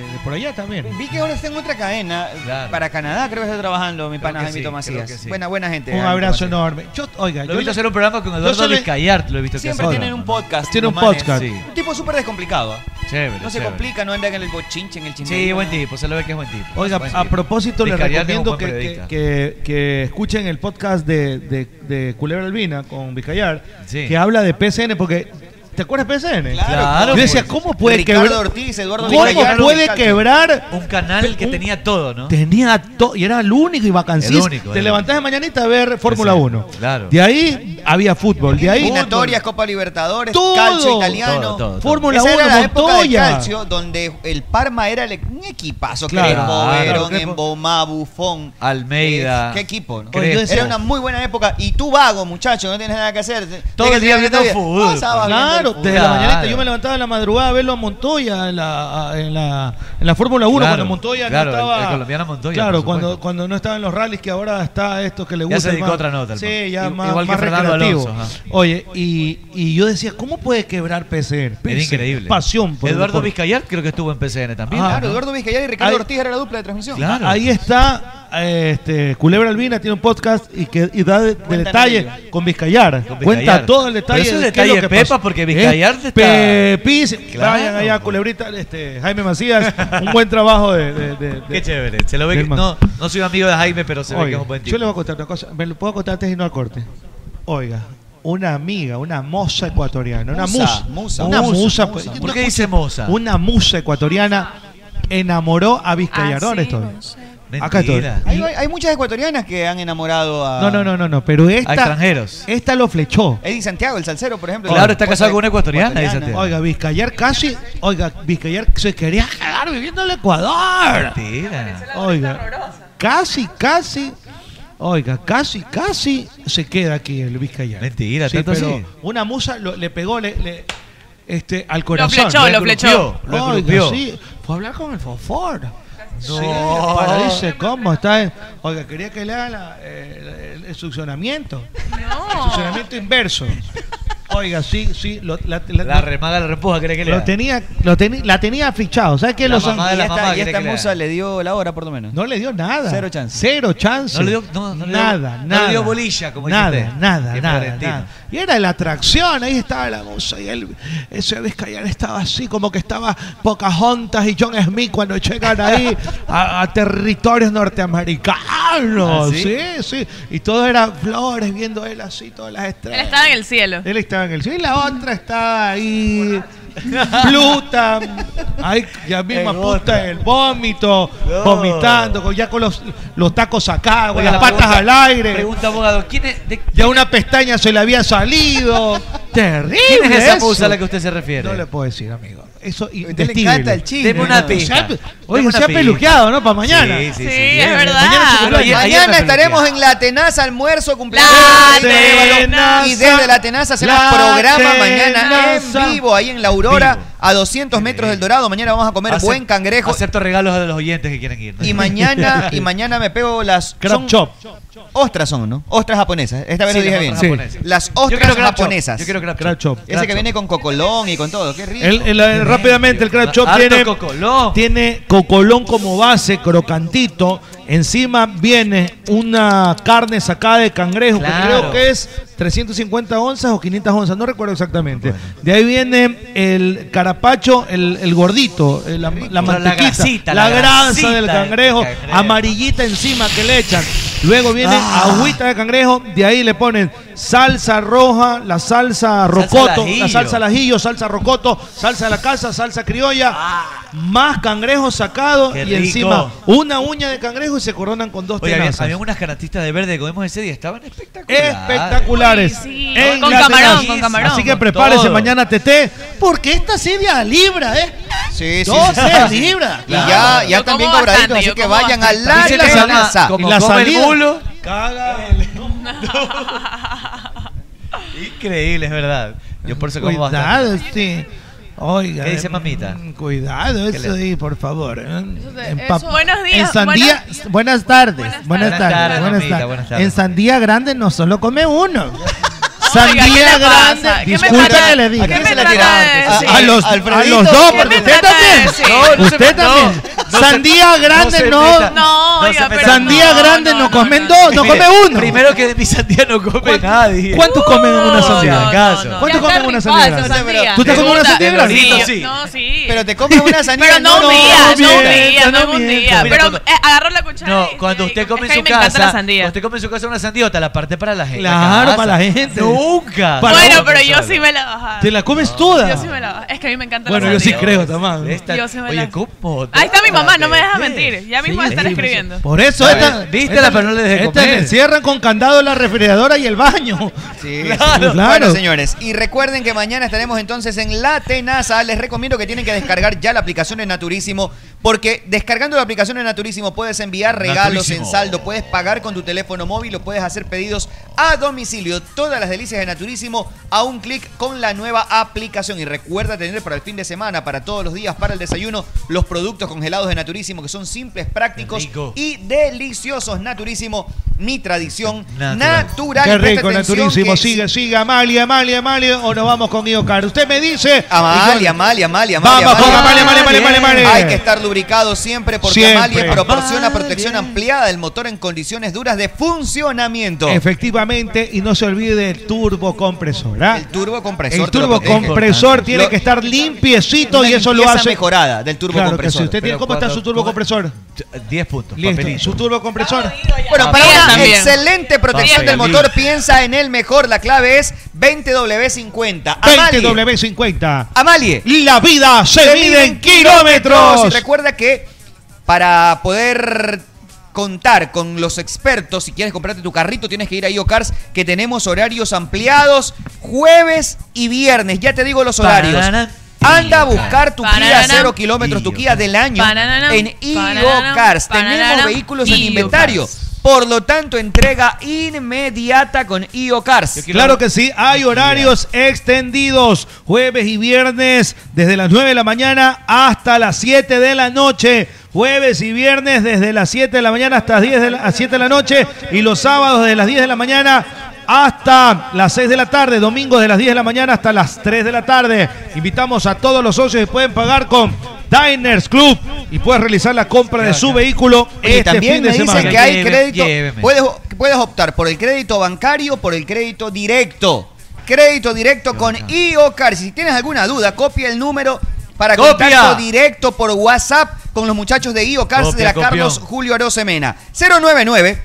S10: de por allá también.
S8: Vi que ahora está en otra cadena.
S16: Claro.
S8: Para Canadá creo que está trabajando mi pana
S16: que
S8: Jaimito
S16: sí, creo que
S8: Macías.
S16: sí.
S8: Buena, buena gente.
S10: Un
S8: Jaimito
S10: abrazo
S8: Macías.
S10: enorme. Yo, oiga,
S16: Lo
S10: yo
S16: he visto
S10: le-
S16: hacer un programa con
S10: yo
S16: Eduardo
S10: solo-
S16: Vizcayart, lo he visto que
S8: Siempre
S16: hace.
S8: tienen un podcast.
S10: Tiene
S8: los
S10: un
S8: manes.
S10: podcast.
S16: Sí.
S8: Un tipo súper descomplicado. ¿ah?
S16: Chévere,
S8: No se
S16: chévere.
S8: complica, no anda en el bochinche, en el chisme.
S16: Sí, buen tipo, se lo ve que es buen tipo.
S10: Oiga,
S16: Buen
S10: a
S16: tipo.
S10: propósito les
S16: Vizcayart es un
S10: recomiendo
S16: buen
S10: que, que,
S16: periodista.
S10: que- que escuchen el podcast de, de, de Culebra Albina con Vizcayar,
S16: Sí.
S10: que habla de PCN, porque... ¿Te acuerdas de PCN?
S16: Claro,
S10: Yo decía,
S16: pues.
S10: ¿cómo puede
S8: Ricardo
S10: quebrar?
S8: Ortiz, Eduardo
S10: ¿Cómo
S8: Vizcayar,
S10: puede
S8: Ricardo.
S10: quebrar
S16: Un canal que tenía todo, ¿no?
S10: Tenía todo, y era el único y vacancís.
S16: El único,
S10: Te
S16: el
S10: levantabas de mañanita a ver Fórmula
S16: Sí,
S10: 1.
S16: Claro.
S10: De ahí había fútbol, de ahí
S8: Eliminatorias, Copa Libertadores,
S10: Todo.
S8: calcio italiano.
S16: Todo, todo, todo.
S10: Fórmula
S8: Esa
S10: 1
S8: era la época del
S10: Montoya.
S8: calcio donde el Parma era el- un equipazo.
S10: Claro.
S8: Crespo,
S16: Claro.
S8: Verón,
S16: Crespo.
S8: Embomá, Bufón.
S16: Almeida.
S8: Eh, ¿Qué equipo? no?
S16: Crespo.
S10: Oye, yo decía-
S8: Era una muy buena época. Y tú vago, muchacho, no tienes nada que hacer.
S16: Todo el
S8: Tenés que
S16: día
S8: tener
S16: viendo
S8: vida.
S16: fútbol,
S8: Pasabas viendo el
S10: Claro,
S8: fútbol.
S10: desde la
S16: Claro.
S10: mañanita yo me levantaba a la madrugada a verlo a Montoya en la, en la, en la Fórmula 1
S16: Claro,
S10: cuando Montoya
S16: claro,
S10: no estaba.
S16: el- el colombiano Montoya,
S10: Claro,
S16: por supuesto.
S10: cuando, cuando no estaba en los rallies que ahora está esto que le gusta.
S16: se dedicó
S10: más-
S16: a otra nota, el
S10: Sí,
S16: man.
S10: ya
S16: I-
S10: más,
S16: igual que
S10: más
S16: Fernando
S10: recreativo.
S16: Alonso, ajá.
S10: Oye, y, y yo decía, ¿cómo puede quebrar PCR?
S16: Era increíble.
S10: Pasión por el
S16: Eduardo
S10: deporte.
S16: Vizcayart creo que estuvo en PCN también.
S10: Ah,
S8: Claro,
S16: ¿no?
S8: Eduardo Vizcayar y Ricardo
S10: Ay.
S8: Ortiz era la dupla de transmisión.
S16: Claro.
S10: Ahí está eh, este, Culebra Albina, tiene un podcast y que y da de, de detalle con Vizcayar.
S16: Vizcayar.
S10: Cuenta todo el detalle.
S16: Pero eso es
S10: de
S16: detalle pepa, porque Vizcayar
S10: es
S16: está-
S10: Pepis,
S16: Claro.
S10: ¿Eh? vayan allá, Culebrita, este, Jaime Macías, un buen trabajo de... de- de-
S16: Qué
S10: de-
S16: chévere. Se lo ve que,
S10: Del man.
S16: no, no soy amigo de Jaime, pero se ve que
S10: Oiga,
S16: es un buen
S10: yo
S16: tipo.
S10: le voy a contar una cosa, me lo puedo contar antes y no al corte. Oiga, una amiga, una moza ecuatoriana, una
S8: Musa,
S10: musa,
S8: musa,
S10: una
S8: musa,
S10: musa,
S8: musa.
S10: pues,
S16: ¿Por qué dice moza?
S10: una musa ecuatoriana enamoró a Vizcayar. ¿Dónde estoy? Acá estoy.
S16: Mentira.
S8: Hay, hay- hay muchas ecuatorianas que han enamorado a.
S10: No, no, no, no, no, pero esta.
S16: A extranjeros.
S10: Esta lo flechó.
S8: Eddie Santiago, el salsero, por ejemplo. Pues,
S16: Claro,
S8: La-
S16: está casado con una ecuatoriana, Eddie Santiago.
S10: Oiga, Vizcayar casi. Oiga, Vizcayar se quería quedar viviendo en el Ecuador.
S16: Mentira.
S10: Oiga, casi, casi. Oiga, casi, casi se queda aquí el Vizcayar.
S16: Mentira,
S10: sí,
S16: tanto
S10: pero
S16: así.
S10: Una musa lo- le pegó le, le- este, al corazón.
S9: flechó, lo flechó.
S10: Oiga,
S16: Lo engrupió.
S10: sí.
S1: tocó hablar con el Fofor.
S10: No.
S1: Sí, para dice cómo está. en- Oiga, quería que le haga la, eh, el, el succionamiento. El succionamiento inverso. Oiga, sí, sí. lo- la,
S16: La remaga, la repuja, ¿cree que le
S1: lo
S16: da?
S1: tenía, lo teni- la tenía fichado. ¿Sabes qué?
S16: La
S1: Los
S16: mamá de la Y esta- mamá, y ¿quiere esta que le haga? musa
S1: le dio la hora, por lo menos. No le dio nada.
S16: Cero chance.
S1: Cero chance.
S16: No le dio- no, no le dio-
S1: nada,
S16: no le
S1: nada.
S16: dio bolilla, como dice
S1: nada,
S16: usted.
S1: Nada,
S16: Qué
S1: nada,
S16: florentino.
S1: nada. Y era la atracción, ahí estaba la musa. Y él, ese Vizcayán estaba así, como que estaba Pocahontas y John Smith cuando llegan ahí a, a territorios norteamericanos.
S10: ¿Ah, sí?
S1: sí? sí, Y todo era flores, viendo él así, todas las estrellas.
S12: Él estaba en el cielo.
S1: Él estaba en el cielo y la otra estaba ahí. Pluta, ahí
S16: <laughs>
S1: ya misma puta en el vómito, vomitando, con- ya con los, los tacos sacados, con
S16: Oiga,
S1: las
S16: la
S1: patas al
S16: pregunta-
S1: aire.
S16: Pregunta, abogado, ¿quién es, de-
S1: Ya una pestaña se le había
S16: <laughs>
S1: salido. Terrible.
S16: ¿quién es esa
S1: eso.
S16: musa a la que usted se refiere?
S1: No le puedo decir, amigo. Eso
S16: le
S1: indescriptible.
S16: encanta el chisme,
S1: Deme una
S16: ¿no?
S1: pista.
S16: Deme
S1: Oye,
S16: una
S1: se ha
S16: pista.
S1: peluqueado, ¿no? Para mañana.
S16: Sí, sí, sí.
S8: es
S1: Mañana
S8: verdad.
S1: es su cumpleaños.
S8: Mañana estaremos en La Tenaza, almuerzo, cumpleaños.
S1: La
S8: de Arevalo.
S1: Tenaza.
S8: y desde La Tenaza hacemos
S1: La
S8: programa
S1: Tenaza.
S8: mañana en vivo, ahí en La Aurora, a 200 metros del Dorado. Mañana vamos a comer
S16: Acep-
S8: buen cangrejo.
S16: Acepto regalos de los oyentes que quieren ir. ¿no?
S8: Y
S16: <laughs>
S8: mañana, y mañana me pego las.
S16: Crab
S8: son-
S16: chop.
S8: Ostras son, ¿no? Ostras japonesas. Esta vez
S16: Sí,
S8: lo dije
S16: las
S8: bien.
S16: ostras japonesas.
S8: Las
S16: Yo
S8: ostras
S16: quiero crab chop.
S8: japonesas.
S16: Yo quiero crab chop.
S8: Ese que viene con cocolón y con todo. Qué rico.
S10: El- el- el- rápidamente, el crab chop
S8: Harto
S10: tiene
S16: cocolón.
S10: tiene cocolón como base, crocantito. Encima viene una carne sacada de cangrejo, que
S16: Claro.
S10: creo que es 350 onzas o 500 onzas, no recuerdo exactamente. De ahí viene el carapacho, el, el gordito, el- la, la
S16: la
S10: mantequita, la,
S16: grasita, la
S10: grasa
S16: grasita del
S10: del cangrejo,
S16: cangrejo.
S10: amarillita encima que le echan. Luego viene
S16: Ah.
S10: agüita de cangrejo, de ahí le ponen salsa roja, la salsa
S16: al
S10: rocoto,
S16: ajillo.
S10: la salsa al ajillo, salsa rocoto, salsa de la casa, salsa criolla, más cangrejo sacado
S16: Ah. Qué
S10: y
S16: rico.
S10: encima una uña de cangrejo y se coronan con dos
S16: Oye, había,
S10: tenazas.
S16: había unas canatistas de verde que comimos ese día. Estaban espectaculares.
S10: Espectaculares.
S16: Sí, sí.
S10: En
S16: Con
S10: la
S16: camarón,
S10: tenaza.
S16: con camarón.
S10: Así que
S16: Con
S10: prepárese
S16: todo.
S10: mañana, Teté.
S13: Porque esta sedia libra, ¿eh? sí,
S8: Sí,
S13: sí, sí, sí.
S8: Y ya, ya también cobraditos, así que vayan a la
S16: Dice que se llama-
S8: tenaza.
S16: como come el bulo. Increíble, es verdad. Yo por eso como
S10: Cuidado,
S16: bastante.
S10: sí. Oiga.
S16: ¿Qué dice
S10: mm,
S16: mamita?
S10: Cuidado,
S16: ¿Qué le-
S10: eso ahí, por favor. ¿eh? En
S12: eso-
S10: pap-
S12: Buenos días,
S10: En sandía, buenas, tardes. Buenas, tardes.
S16: tardes,
S10: buenas
S16: mamita,
S10: tardes.
S16: buenas tardes.
S10: En sandía grande no solo come uno.
S12: Oiga,
S10: <laughs>
S12: ¿qué
S10: Sandía
S12: le pasa?
S10: grande.
S12: ¿Qué me
S10: Disculpe
S12: trata-
S10: que le diga.
S12: ¿A quién ¿Qué se me la trata tiraron? de
S10: A-
S12: decir?
S10: A, los, a
S12: Alfredito,
S10: los dos,
S12: ¿qué
S10: porque
S12: me
S10: usted
S12: trata de
S10: también.
S12: decir? No, no se
S10: usted
S12: me-
S10: también.
S16: no se-
S10: sandía
S16: no
S10: grande
S16: se
S10: no.
S16: meta. No, No oiga, se meta. pero
S10: Sandía
S16: no,
S10: grande no comen dos, no
S16: Mire,
S10: come uno.
S16: Primero que de mi sandía no come nadie.
S10: ¿Cuántos comen una sandía? ¿Cuántos
S16: Ya
S10: comen
S16: está
S10: una
S16: rifada
S10: sandía?
S16: esa
S10: grande?
S16: sandía.
S10: ¿Tú te comes una
S16: Pregunta-
S10: sandía?
S16: de
S10: grande?
S16: Lorito, sí.
S12: No, sí.
S8: Pero te comes una sandía.
S12: <laughs> Pero no, un día, no un día,
S16: mienta,
S12: no
S16: no
S12: un día.
S16: mienta. Mira,
S12: Pero
S16: cuando-
S12: eh, agarró la cuchara.
S16: No, cuando usted come
S12: es
S16: en
S12: que
S16: su
S12: a mí me encanta la
S16: casa,
S12: sandía.
S16: cuando usted come en su casa una sandiota, la parte para la gente.
S10: Claro, para la gente.
S16: Nunca.
S10: Para
S12: bueno,
S10: uno
S12: pero yo
S16: solo.
S12: sí me la bajaba.
S10: ¿Te la comes toda?
S12: Yo sí me la bajaba. Es que a mí me encanta
S10: Ah. Bueno,
S12: la
S10: yo sí
S12: sandía.
S10: creo, Tamás.
S16: Esta-
S12: Yo se me
S16: Oye,
S12: la-
S16: ¿cómo?
S12: Ahí está mi mamá, no me deja mentir. Ya mismo va a estar
S10: sí,
S12: escribiendo.
S10: Por eso
S16: A
S10: esta,
S16: ver, vístela,
S10: esta-
S16: pero no le dejes
S10: esta
S16: comer.
S10: le encierran con candado la refrigeradora y el baño. <laughs>
S8: Sí,
S10: Claro.
S8: sí. Bueno, señores, y recuerden que mañana estaremos entonces en La Tenaza. Les recomiendo que tienen que descargar ya la aplicación de Naturísimo, porque descargando la aplicación de Naturísimo puedes enviar regalos
S16: Naturísimo.
S8: en saldo, puedes pagar con tu teléfono móvil o puedes hacer pedidos a domicilio. Todas las delicias de Naturísimo a un clic con la nueva aplicación. Y recuerda tener para el fin de semana, para todos los días, para el desayuno, los productos congelados de Naturísimo, que son simples, prácticos
S16: rico.
S8: y deliciosos. Naturísimo, mi tradición
S10: Natural.
S8: natural.
S10: Qué
S8: Presta
S10: rico,
S8: atención
S10: naturísimo.
S8: que
S10: Sigue, sigue, Amalia, Amalia, Amalia. O nos vamos con Iocar. Usted me dice.
S8: Amalia, Amalia, Amalia, Amalia.
S10: Vamos con Amalia, Amalia, Amalia, Amalia, Amalia.
S8: Hay que estar lubricado siempre porque
S10: Siempre.
S8: Amalia proporciona protección ampliada del motor en condiciones duras de funcionamiento.
S10: Efectivamente, y no se olvide del turbocompresor. ¿ah? El
S8: turbocompresor
S10: El
S8: te lo
S10: turbocompresor
S8: protege.
S10: tiene
S8: Lo-
S10: que estar limpiecito
S8: Una
S10: y eso lo
S8: limpieza
S10: hace.
S8: mejorada del turbocompresor.
S10: Claro que sí. Usted tiene,
S8: Pero
S10: ¿Cómo está
S8: cuando-
S10: su turbocompresor?
S16: 10 puntos.
S10: Listo.
S16: papelito.
S10: Su turbocompresor.
S8: Bueno, para
S10: Papel
S8: una
S10: también.
S8: excelente protección
S10: Papel.
S8: del motor, piensa en el mejor. La clave es 20W50. Amalie.
S10: 20W50.
S8: Amalie.
S10: La vida se, mide en kilómetros.
S8: Y recuerda que para poder contar con los expertos, si quieres comprarte tu carrito, tienes que ir a IOCARS, que tenemos horarios ampliados jueves y viernes. Ya te digo los horarios.
S16: Pararán.
S8: Anda a buscar tu Kia
S12: Pararán.
S8: 0 kilómetros, tu Kia del año
S12: Pararán.
S8: en
S12: Pararán.
S8: IOCARS.
S12: Pararán.
S8: Tenemos vehículos en
S12: IO
S8: inventario.
S12: Cars.
S14: Por lo tanto, entrega inmediata con IO Cars.
S10: Claro que sí, hay horarios extendidos, jueves y viernes desde las 9 de la mañana hasta las 7 de la noche. Jueves y viernes desde las 7 de la mañana hasta las 10 de la- a 7 de la noche y los sábados desde las 10 de la mañana hasta las 6 de la tarde, domingo desde las 10 de la mañana hasta las 3 de la tarde. Invitamos a todos los socios que pueden pagar con Diners Club y puedes realizar la compra de su vehículo
S8: Oye,
S10: este
S8: también
S10: fin de
S8: me dicen
S10: semana.
S8: que hay crédito. Puedes, puedes optar por el crédito bancario, por el crédito directo. Crédito directo con IOCAR. Si tienes alguna duda, copia el número para
S14: Copia.
S8: contacto directo por WhatsApp con los muchachos de IOCAR de
S14: Copia,
S8: la
S14: copió.
S8: Carlos Julio Arosemena. 099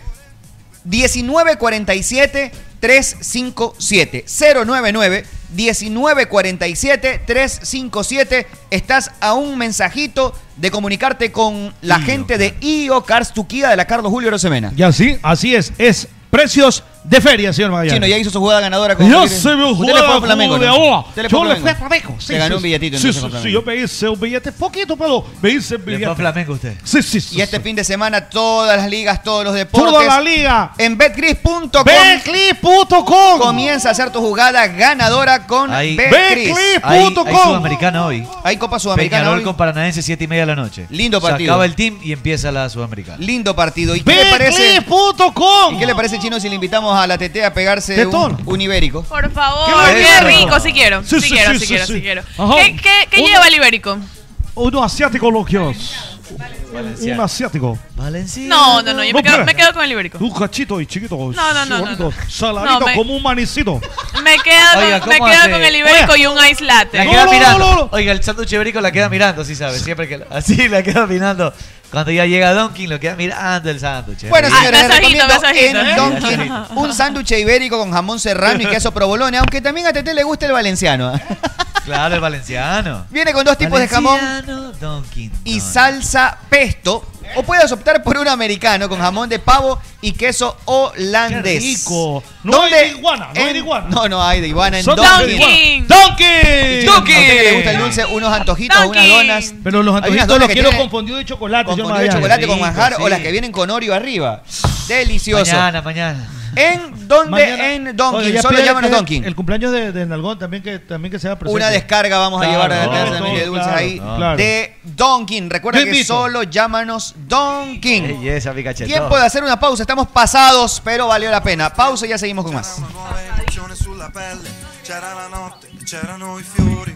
S8: 1947 357 099 1947 357 Estás a un mensajito de comunicarte con la gente de IO Cars Tuquía de la Carlos Julio Rosemena.
S10: Y así, así es, es precios de feria, señor Magallanes.
S8: Chino ya hizo su jugada ganadora con
S10: Yo
S8: Tigres.
S10: se me
S8: Usted le fue a Flamengo,
S10: de
S8: ¿no?
S10: ahora.
S8: Usted le fue
S10: Yo
S8: a
S10: le fui a
S8: Flamengo.
S10: Flamengo.
S8: Le ganó un billetito,
S10: Sí,
S8: entonces,
S10: sí,
S8: con
S10: sí,
S8: Flamengo.
S10: yo me hice un billete poquito, pero me hice un billete.
S16: Flamengo usted.
S10: Sí, sí, sí.
S8: Y este fin de semana todas las ligas, todos los deportes.
S10: Toda la liga.
S8: En betcris.com.
S10: Betcris.com.
S8: Comienza a hacer tu jugada ganadora con
S16: Hay,
S8: Betcris.
S16: hay, hay Sudamericana hoy.
S8: Hay Copa Sudamericana
S16: Peñarol
S8: hoy.
S16: con Paranaense, 7 y media de la noche.
S8: Lindo
S16: Se
S8: partido.
S16: acaba el team y empieza la Sudamericana.
S8: Lindo partido. ¿Y qué le parece?
S10: ¿Y
S8: qué le parece, Chino, si le invitamos a la TT a pegarse un, un ibérico?
S12: Por favor,
S8: Qué
S12: qué,
S8: bárbaro.
S12: rico, si quiero.
S8: Sí,
S12: Sí,
S8: sí,
S12: quiero,
S8: sí,
S12: sí,
S8: sí,
S12: quiero,
S8: sí.
S12: sí quiero.
S10: Ajá.
S12: ¿Qué, qué- qué
S10: Uno-
S12: lleva el ibérico?
S10: Uno asiático, los kioscos. Un asiático.
S16: Valencia.
S12: No, no, no, yo me quedo-
S10: pero-
S12: me quedo con el ibérico.
S10: Un cachito y chiquito. No,
S12: no, no, no, no.
S10: Saladito
S12: No, me-
S10: como un manicito.
S12: Me quedo,
S16: Oiga,
S12: con, me
S16: ¿cómo
S12: quedo
S16: hace?
S12: con el ibérico
S16: Oiga.
S12: y un ice latte.
S16: La queda mirando. Oiga, el sándwich ibérico la queda mirando, así sabe. Siempre que así la <laughs> queda mirando. Cuando ya llega Donkin, lo queda mirando el sándwich.
S8: Bueno,
S16: Ahí.
S8: señores, les recomiendo
S12: masajito,
S8: en
S16: Ah, ¿eh?
S8: Donkin un sándwich ibérico con jamón serrano y queso provolone, aunque también a Tete le gusta el valenciano. ¿eh?
S16: Claro, el valenciano.
S8: <laughs> Viene con dos tipos de
S16: Valenciano,
S8: jamón
S16: Donkin.
S8: y salsa pesto. O puedes optar por un americano con jamón de pavo y queso holandés.
S10: Qué rico. No
S8: ¿Dónde?
S10: hay de iguana, no hay
S8: En-
S10: de iguana.
S8: No, no hay de iguana en
S10: Son
S8: Donkin.
S10: Donkin. Donkin.
S8: ¿A usted que le gusta el dulce? Unos antojitos, unas donas.
S10: Pero los
S8: Hay unas
S10: antojitos
S8: donas
S10: los
S8: que
S10: quiero
S8: tienen-
S10: confundido de chocolate. señor
S8: Confundido de
S10: Magallanes.
S8: chocolate con
S10: Rico,
S8: manjar o
S10: sí.
S8: las que vienen con Oreo arriba. Delicioso.
S16: pues Mañana, mañana.
S8: ¿En dónde?
S10: Mañana-
S8: En
S10: Oye,
S8: Donkin.
S10: ya
S8: Solo
S10: pídele
S8: llámanos
S10: que
S8: Donkin.
S10: El cumpleaños de, de Nalgón también que, también que sea presente.
S8: Una descarga vamos a llevar a la
S10: claro,
S8: Plaza Familia de
S10: no,
S8: Dulces
S10: claro,
S8: ahí
S10: no, claro.
S8: de Donkin. Recuerda
S10: Yo
S8: que
S10: invito.
S8: solo llámanos Donkin.
S16: Ey, esa pica chetón.
S8: Tiempo de hacer una pausa. Estamos pasados, pero valió la pena. Pausa y ya seguimos con más.
S17: emozione sulla pelle, c'era la notte, c'erano i fiori.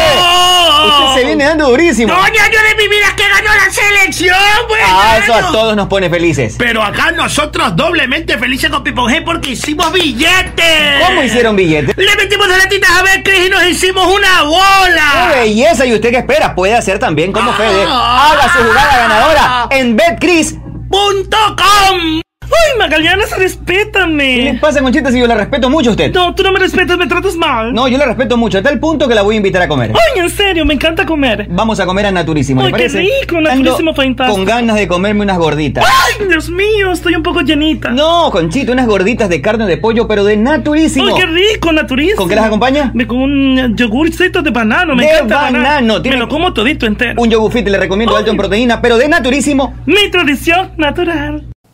S2: ¡Ah!
S14: Usted se viene dando durísimo.
S6: año de mi vida que ganó la selección, güey!
S14: Ah, eso a todos nos pone felices.
S6: Pero acá nosotros doblemente felices con Pipon G porque hicimos billetes.
S14: ¿Cómo hicieron billetes?
S6: Le metimos dos latitas a ver, Cris, y nos hicimos una bola.
S14: ¡Qué belleza! ¿Y usted qué espera? Puede hacer también
S6: Ah.
S14: como Fede. Haga su jugada ganadora en BetCris.com.
S6: ¡Ay, Magaliana, respétame!
S14: ¿Qué le pasa, Conchita, si yo la respeto mucho a usted?
S6: No, tú no me respetas, me tratas mal.
S14: No, yo la respeto mucho, a tal punto que la voy a invitar a comer.
S6: Ay, en serio, me encanta comer.
S14: Vamos a comer a Naturísimo, ¿le
S6: Ay, qué
S14: parece?
S6: rico,
S14: Ando
S6: Naturísimo fantástico.
S14: Con ganas de comerme unas gorditas.
S6: ¡Ay, Dios mío! Estoy un poco llenita.
S14: No, Conchita, unas gorditas de carne de pollo, pero de Naturísimo.
S6: ¡Ay, qué rico, naturísimo!
S14: ¿Con qué las acompaña?
S6: De- Con un yogurcito de banano, me
S14: de
S6: encanta el
S14: banano.
S6: Me lo como todito entero.
S14: Un yogufit le recomiendo alto en proteína, pero de naturísimo.
S6: Mi tradición natural.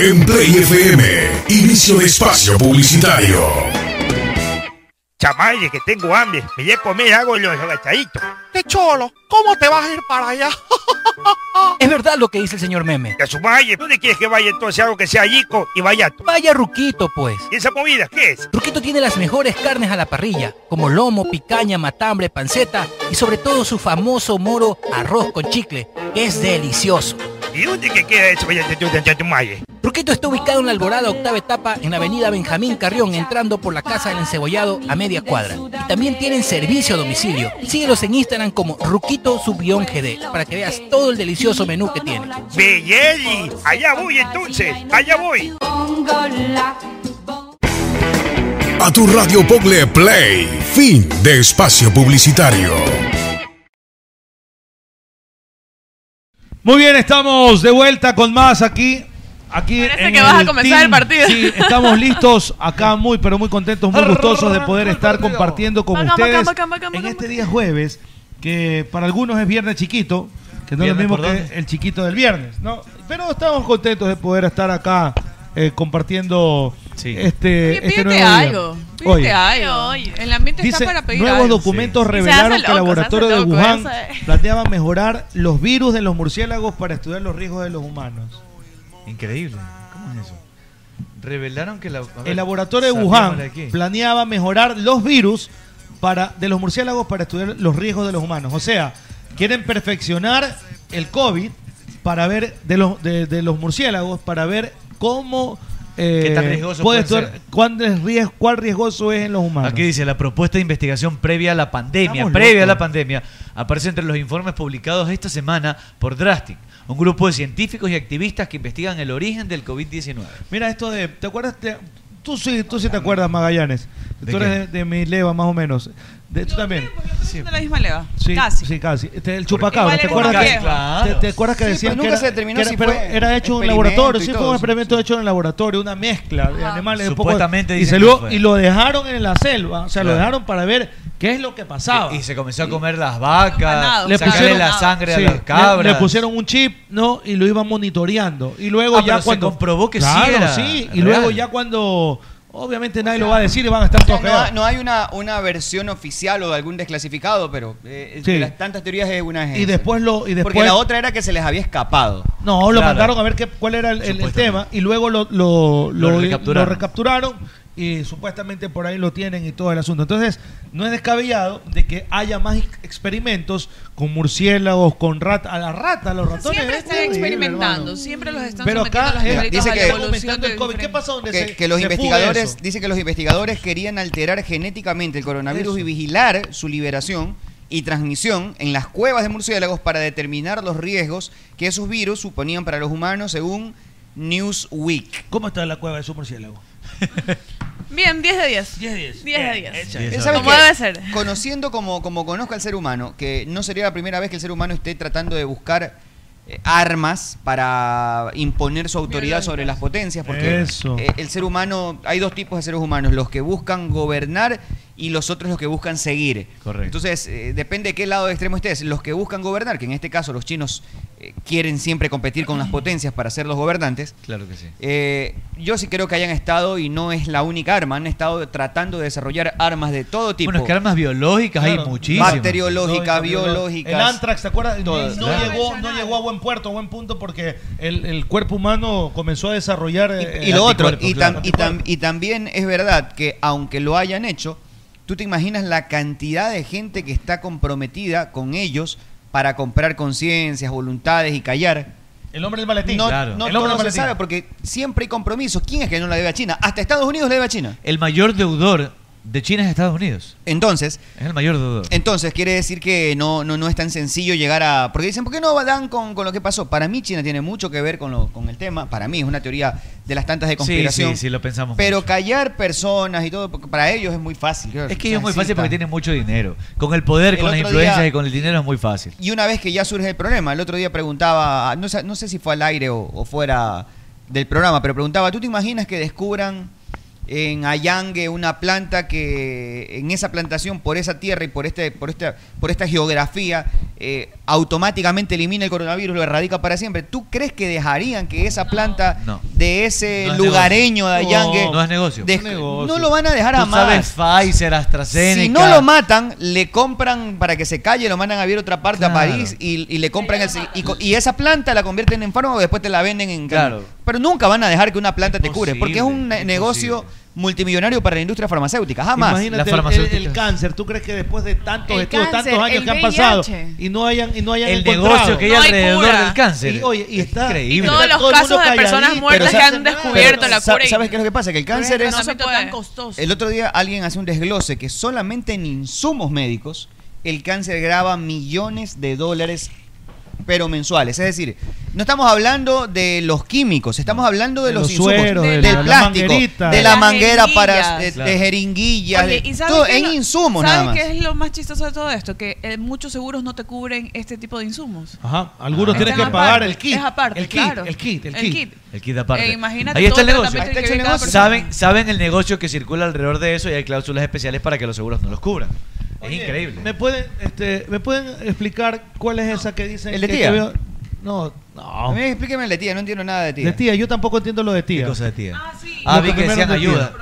S18: En Play FM, inicio de espacio publicitario.
S4: Chamaye, que tengo hambre. Me voy a comer hago los agachaditos.
S1: ¡Qué cholo! ¿Cómo te vas a ir para allá?
S19: Es verdad lo que dice el señor Meme.
S4: Que a su valle. ¿Dónde quieres que vaya entonces algo que sea yico y vaya tú?
S19: Vaya Ruquito, pues.
S4: ¿Y esa movida qué es?
S19: Ruquito tiene las mejores carnes a la parrilla, como lomo, picaña, matambre, panceta y sobre todo su famoso moro arroz con chicle, que es delicioso.
S4: ¿Y dónde que queda eso vaya tú de Chamaye?
S19: Ruquito está ubicado en la Alborada Octava Etapa en la avenida Benjamín Carrión, entrando por la Casa del Encebollado a media cuadra. Y también tienen servicio a domicilio. Síguelos en Instagram como Ruquito-GD para que veas todo el delicioso menú que tiene.
S4: ¡Belleli! Allá voy entonces, allá voy.
S18: A tu radio Pogle Play, fin de espacio publicitario.
S10: Muy bien, estamos de vuelta con más aquí. Aquí
S12: Parece
S10: en
S12: que vas a
S10: el
S12: comenzar el partido.
S10: Sí,
S12: <laughs>
S10: estamos listos acá muy, pero muy contentos, muy gustosos de poder estar compartiendo con
S12: Bacán,
S10: ustedes
S12: bacán, bacán, bacán,
S10: en
S12: bacán,
S10: este día jueves, que para algunos es viernes chiquito, que no es lo
S5: ¿Viernes
S10: mismo
S5: por
S10: que
S5: dónde?
S10: el chiquito del viernes, ¿no? Pero estamos contentos de poder estar acá eh, compartiendo este, este
S12: Pídete
S10: nuevo día.
S12: algo. Pídete
S10: Oye,
S12: algo. el ambiente
S10: Dice,
S12: está para pedir
S10: nuevos
S12: algo.
S10: documentos
S12: Sí.
S10: revelaron
S12: Y se hace
S10: que el
S12: loco, se hace
S10: laboratorio de
S12: loco,
S10: Wuhan
S12: ya sabes.
S10: planeaba mejorar los virus de los murciélagos para estudiar los riesgos de los humanos.
S16: Increíble. ¿Cómo es eso? Revelaron que la, a ver,
S10: El laboratorio de
S16: saquémosla
S10: Wuhan
S16: aquí.
S10: planeaba mejorar los virus para, de los murciélagos para estudiar los riesgos de los humanos. O sea, quieren perfeccionar el COVID para ver de los, de, de los murciélagos para ver cómo eh,
S16: ¿Qué tan riesgoso
S10: puede
S16: puede
S10: estudiar cuál, es ries- cuál riesgoso es en los humanos.
S16: Aquí dice la propuesta de investigación previa a la pandemia.
S10: Estamos
S16: Previa a
S10: locos.
S16: la pandemia aparece entre los informes publicados esta semana por Drastic, un grupo de científicos y activistas que investigan el origen del COVID-19.
S10: Mira esto de, ¿te acuerdas? Te- tú sí, tú sí te acuerdas Magallanes.
S16: ¿De
S10: tú
S16: qué?
S10: eres de, de mi leva más o menos. De, tú también.
S9: Son de la misma leva.
S10: Sí,
S9: Casi.
S10: sí, casi. Este, el chupacabra,
S9: Igual
S10: ¿te
S9: es
S10: acuerdas,
S9: muy
S10: que,
S9: viejo.
S10: te, te acuerdas que
S9: Sí, pues
S10: decían
S9: nunca
S10: que era,
S9: se determinó
S10: que era-
S9: si
S10: pero
S9: fue
S10: era hecho en un
S9: experimento
S10: laboratorio?
S9: y
S10: Sí,
S9: todo,
S10: fue un
S9: sí,
S10: experimento hecho en el laboratorio, una mezcla
S9: Ah.
S10: de animales. un poco-
S16: Supuestamente
S10: y,
S16: dicen
S10: se
S16: que
S10: lo,
S16: fue.
S10: y lo dejaron en la selva, o sea, lo
S16: Claro.
S10: dejaron para ver qué es lo que pasaba.
S16: Y, y se comenzó a comer las vacas,
S10: Le
S16: sacarle
S10: pusieron-
S16: la sangre
S10: sí,
S16: a las
S10: le-
S16: cabras.
S10: Le, pusieron un chip, ¿no? Y lo iban monitoreando. Y luego
S16: Ah,
S10: ya
S16: pero se
S10: cuando.
S16: comprobó que sí
S10: Claro,
S16: era
S10: sí. Y
S16: real.
S10: luego ya cuando. Obviamente nadie lo va a decir y van a estar todos
S8: No, ha-
S10: pegados.
S8: no hay una, una versión oficial o de algún desclasificado, pero eh,
S10: Sí.
S8: de las tantas teorías es una es
S10: Y
S8: esa.
S10: después lo. Y después,
S8: Porque la otra era que se les había escapado.
S10: No, lo
S8: Claro.
S10: mandaron a ver qué, cuál era el, el- el tema y luego lo, lo,
S8: Lo
S10: lo-
S8: recapturaron.
S10: lo recapturaron y supuestamente por ahí lo tienen y todo el asunto. Entonces, no es descabellado de que haya más ex- experimentos con murciélagos, con ratas, a las ratas, a los ratones.
S9: Siempre
S10: es
S9: están
S10: terrible,
S9: experimentando,
S10: hermano.
S9: siempre los están
S10: Pero
S9: sometiendo los
S10: acá la gente
S9: animalitos
S10: dice
S9: a la
S10: que-
S9: evolución
S10: aumentando el
S9: de
S10: COVID. ¿Qué pasa donde
S8: que,
S10: se-
S8: que los
S10: se pudre
S8: investigadores
S10: eso?
S8: dice que los investigadores querían alterar genéticamente el coronavirus
S10: Eso.
S8: y vigilar su liberación y transmisión en las cuevas de murciélagos para determinar los riesgos que esos virus suponían para los humanos según Newsweek.
S10: ¿Cómo está la cueva de su murciélago?
S12: Bien, 10 de 10. 10 de 10. 10 de 10.
S8: ¿Sabes
S12: Como
S8: qué?
S12: debe ser.
S8: Conociendo como, como conozco al ser humano, que no sería la primera vez que el ser humano esté tratando de buscar eh, armas para imponer su autoridad sobre las potencias, porque
S10: Eso.
S8: eh, el ser humano, hay dos tipos de seres humanos, los que buscan gobernar y los otros los que buscan seguir.
S16: Correcto.
S8: Entonces, eh, depende de qué lado de extremo estés, los que buscan gobernar, que en este caso los chinos eh, quieren siempre competir
S12: <clears throat>
S8: con las potencias para ser los gobernantes,
S16: Claro que sí.
S8: eh, yo sí creo que hayan estado, y no es la única arma, han estado tratando de desarrollar armas de todo tipo.
S16: Bueno, es que armas biológicas hay muchísimas.
S8: Bacteriológica,
S10: El
S8: biológica.
S10: Antrax, ¿te acuerdas? No,
S8: Todas.
S10: no
S8: Claro.
S10: llegó, no llegó a buen puerto, a buen punto, porque el, el cuerpo humano comenzó a desarrollar. eh,
S8: Y lo otro,
S10: anticuerpos,
S8: y,
S10: claro.
S8: tam- y tam- y también es verdad que aunque lo hayan hecho, tú te imaginas la cantidad de gente que está comprometida con ellos para comprar conciencias, voluntades y callar.
S16: El hombre del maletín.
S8: No,
S16: Claro,
S8: no
S16: el hombre
S8: todo
S16: del
S8: se sabe porque siempre hay compromisos. ¿Quién es que no le debe a China? Hasta Estados Unidos le debe a China.
S16: El mayor deudor de China es Estados Unidos.
S8: Entonces.
S16: Es el mayor deudor.
S8: Entonces, quiere decir que no, no, no es tan sencillo llegar a. Porque dicen, ¿por qué no dan con, con lo que pasó? Para mí, China tiene mucho que ver con, lo- con el tema. Para mí, es una teoría de las tantas de conspiración.
S16: Sí, sí, sí, lo pensamos.
S8: Pero callar personas y todo, porque para ellos es muy fácil.
S16: Es que es muy fácil porque
S8: porque
S16: tienen mucho dinero. Con el poder,
S8: El
S16: con las
S8: otro
S16: influencias
S8: día-
S16: y con el dinero es muy fácil.
S8: Y una vez que ya surge el problema, el otro día preguntaba, no sé, no sé si fue al aire o, o fuera del programa, pero preguntaba, ¿tú te imaginas que descubran en Allangue una planta que en esa plantación, por esa tierra y por este, por esta, por esta geografía, eh, automáticamente elimina el coronavirus, lo erradica para siempre? ¿Tú crees que dejarían que esa planta
S16: No.
S8: de ese
S16: No es
S8: lugareño de
S16: negocio.
S8: Allangue
S16: No, no es negocio.
S8: des-
S16: No es negocio.
S8: no lo van a dejar
S16: Tú
S8: a más?
S16: sabes Pfizer, AstraZeneca.
S8: Si no lo matan, le compran para que se calle, lo mandan a abrir otra parte a
S16: Claro.
S8: París y, y le compran el, y, co- y esa planta la convierten en fármaco y después te la venden en
S16: Claro.
S8: Pero nunca van a dejar que una planta te cure, porque es un
S10: imposible.
S8: ne- negocio multimillonario para la industria farmacéutica, jamás.
S10: Imagínate el- el, el cáncer. ¿Tú crees que después de tantos
S8: El
S10: estudios,
S8: cáncer,
S10: tantos años
S8: el
S10: que han
S8: VIH.
S10: pasado y no hayan, y no hayan
S16: El
S10: encontrado?
S16: negocio que hay No hay alrededor cura. del cáncer.
S10: Y, oye, y está
S16: increíble.
S10: está
S16: Todos los
S10: todo el mundo
S12: casos de personas
S10: calladito.
S12: muertas
S10: Pero
S12: que
S10: se
S12: han
S10: hace nada.
S12: descubierto la
S8: sa-
S12: cura y-
S8: ¿Sabes qué es lo que pasa? Que el cáncer es...
S12: tratamiento tan costoso.
S8: El otro día alguien hace un desglose que solamente en insumos médicos el cáncer graba millones de dólares pero mensuales, es decir, no estamos hablando de los químicos, estamos hablando de,
S10: De
S8: los,
S10: los
S8: insumos,
S10: sueros, de
S8: del
S10: la- la
S8: plástico,
S10: manguerita.
S8: de
S10: De
S8: la
S10: las
S8: manguera para de,
S10: jeringuillas.
S8: de jeringuillas,
S9: Oye,
S8: de-
S9: ¿y sabes
S8: todo
S9: qué es
S8: en
S9: lo-
S8: insumos
S9: ¿sabes
S8: nada más.
S9: qué es lo más chistoso de todo esto? Que eh, muchos seguros no te cubren este tipo de insumos.
S10: Ajá, algunos
S16: Ah.
S10: tienen que
S16: Están
S10: pagar
S16: aparte,
S10: el kit.
S9: es aparte,
S10: el kit,
S9: claro.
S10: el kit, el
S9: El
S10: kit.
S9: kit.
S16: El kit aparte.
S9: Eh, imagínate
S16: Ahí está el
S9: todo el
S16: negocio.
S9: tratamiento Ahí está que hecho el cada negocio.
S16: ¿Saben, saben el negocio que circula alrededor de eso y hay cláusulas especiales para que los seguros no los cubran. es increíble.
S10: ¿Me pueden, este, ¿Me pueden explicar cuál es esa que dicen?
S8: El de
S10: que-
S8: tía.
S10: que veo- No, no.
S8: A mí explíqueme el de tía, no entiendo nada de tía.
S10: De tía, yo tampoco entiendo lo de tía.
S16: ¿Qué cosa de tía? Ah,
S10: Lo
S16: Ah, vi que
S10: primero
S16: decían
S10: de tía.
S16: ayuda.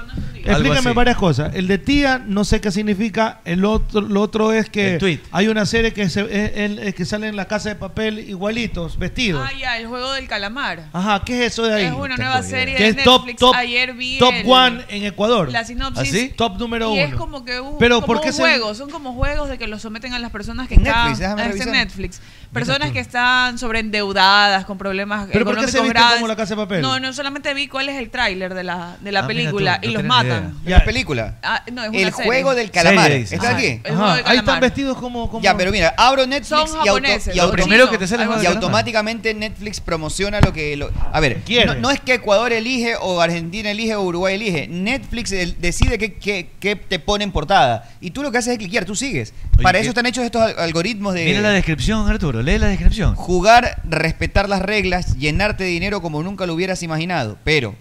S16: Algo
S10: Explícame
S16: así.
S10: varias cosas. El de tía, no sé qué significa. El otro, lo otro es que
S16: El tweet.
S10: hay una serie que, se, es- es- es que sale en la casa de papel igualitos, vestidos.
S9: Ah, ya, el juego del calamar.
S10: Ajá, ¿qué es eso de ahí?
S9: Es una nueva serie
S10: Que
S9: de
S10: es top,
S9: Netflix.
S10: top,
S9: Ayer vi
S10: top
S9: el-
S10: one en Ecuador.
S9: la
S16: ¿Ah,
S9: sinopsis.
S10: Top número
S9: y
S10: uno.
S9: es como que un,
S10: Pero,
S9: como
S10: ¿por qué
S9: un
S10: se-
S9: juego, son como juegos de que los someten a las personas que
S10: En
S9: están
S10: Netflix, déjame
S9: es en
S10: revisar.
S9: Netflix. Personas que están sobreendeudadas, con problemas
S10: ¿Pero por qué
S9: económicos
S10: se visten
S9: graves.
S10: como La Casa de Papel?
S9: No, no solamente vi cuál es el tráiler de la, de la
S10: Ah, mira
S9: película
S10: tú,
S9: y los
S10: no tenía ni
S9: matan.
S10: idea. Ya.
S8: La película.
S9: Ah, no, es una
S8: El
S9: serie. Ah,
S8: juego del calamar.
S16: Serie, dice.
S8: ¿Está
S16: Ajá.
S8: aquí?
S9: El Ajá, juego del
S10: ahí están vestidos como, como-
S8: Ya, pero mira, abro Netflix
S9: Son
S8: y, auto-
S9: japoneses,
S8: y
S9: los
S8: auto-
S9: primeros que te salen
S8: y
S9: es el calamar.
S8: automáticamente Netflix promociona lo que... lo- a ver,
S16: Quiere.
S8: no, no es que Ecuador elige o Argentina elige o Uruguay elige. Netflix el- decide qué qué- qué te pone en portada. Y tú lo que haces es cliquear, tú sigues.
S16: Oye,
S8: Para
S16: ¿qué?
S8: eso están hechos estos al- algoritmos de...
S16: Mira la descripción, Arturo. Lee la descripción.
S8: Jugar, respetar las reglas, llenarte de dinero como nunca lo hubieras imaginado. Pero,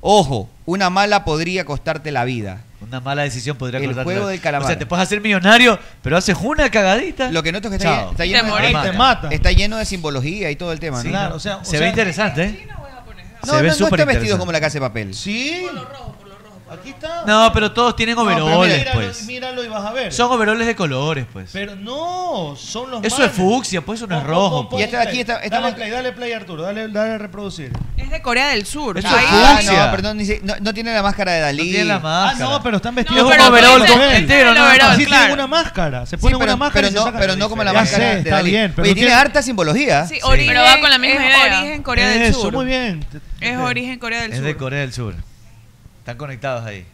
S8: ojo, una mala podría costarte la vida.
S16: Una mala decisión podría
S8: El
S16: costarte
S8: juego
S16: la-
S8: del calamar.
S16: O sea, te puedes hacer millonario, pero haces una cagadita.
S8: Lo que noto es que está,
S16: Chao.
S8: lle- está lleno de,
S16: Te
S8: está-
S16: mata.
S8: Está lleno de simbología y todo el tema,
S16: Sí,
S8: ¿no?
S16: claro, o sea, o Se sea- ve interesante, ¿eh?
S8: No,
S16: Se ve
S8: no, no está
S16: súper
S8: vestido
S16: interesante.
S8: como la casa de papel.
S10: Sí. Por lo rojo, Aquí está.
S16: No, pero todos tienen
S10: No, pero
S16: overoles,
S10: míralo,
S16: pues.
S10: Míralo y vas a ver.
S16: Son overoles de colores, pues.
S10: Pero no, son los
S16: Eso
S10: manes.
S16: es fucsia, pues eso no es
S10: Pon, pon,
S16: rojo.
S10: pon
S16: pues.
S10: play. dale play, dale play Arturo, dale, dale a reproducir.
S9: Es de Corea del Sur.
S16: Eso
S9: Ahí-
S16: es
S8: Ah,
S16: fucsia.
S8: no, perdón, dice- no, no tiene la máscara de Dalí.
S16: No tiene la máscara.
S10: Ah, No, pero están
S16: Es
S10: vestidos
S16: un
S10: como
S16: overol
S10: Batman.
S16: entero,
S10: Sí,
S16: ¿no?
S10: pero sí
S16: Claro.
S10: tienen una máscara, se ponen
S8: pero,
S10: una máscara
S8: pero
S10: y se
S8: no,
S10: sacan
S8: pero
S10: la
S8: no como la
S10: diferencia.
S8: máscara
S10: Ya sé,
S8: de
S10: está
S8: Dalí.
S10: bien, pero
S8: Oye,
S10: no
S8: tiene
S10: tiene-
S8: harta simbología.
S9: Sí, origen,
S12: Pero va con la misma
S9: es
S12: idea.
S9: origen Corea del
S10: Eso,
S9: Sur.
S10: muy bien.
S9: Es origen Corea del
S16: Es
S9: Sur.
S16: de Corea del Sur. Están conectados ahí.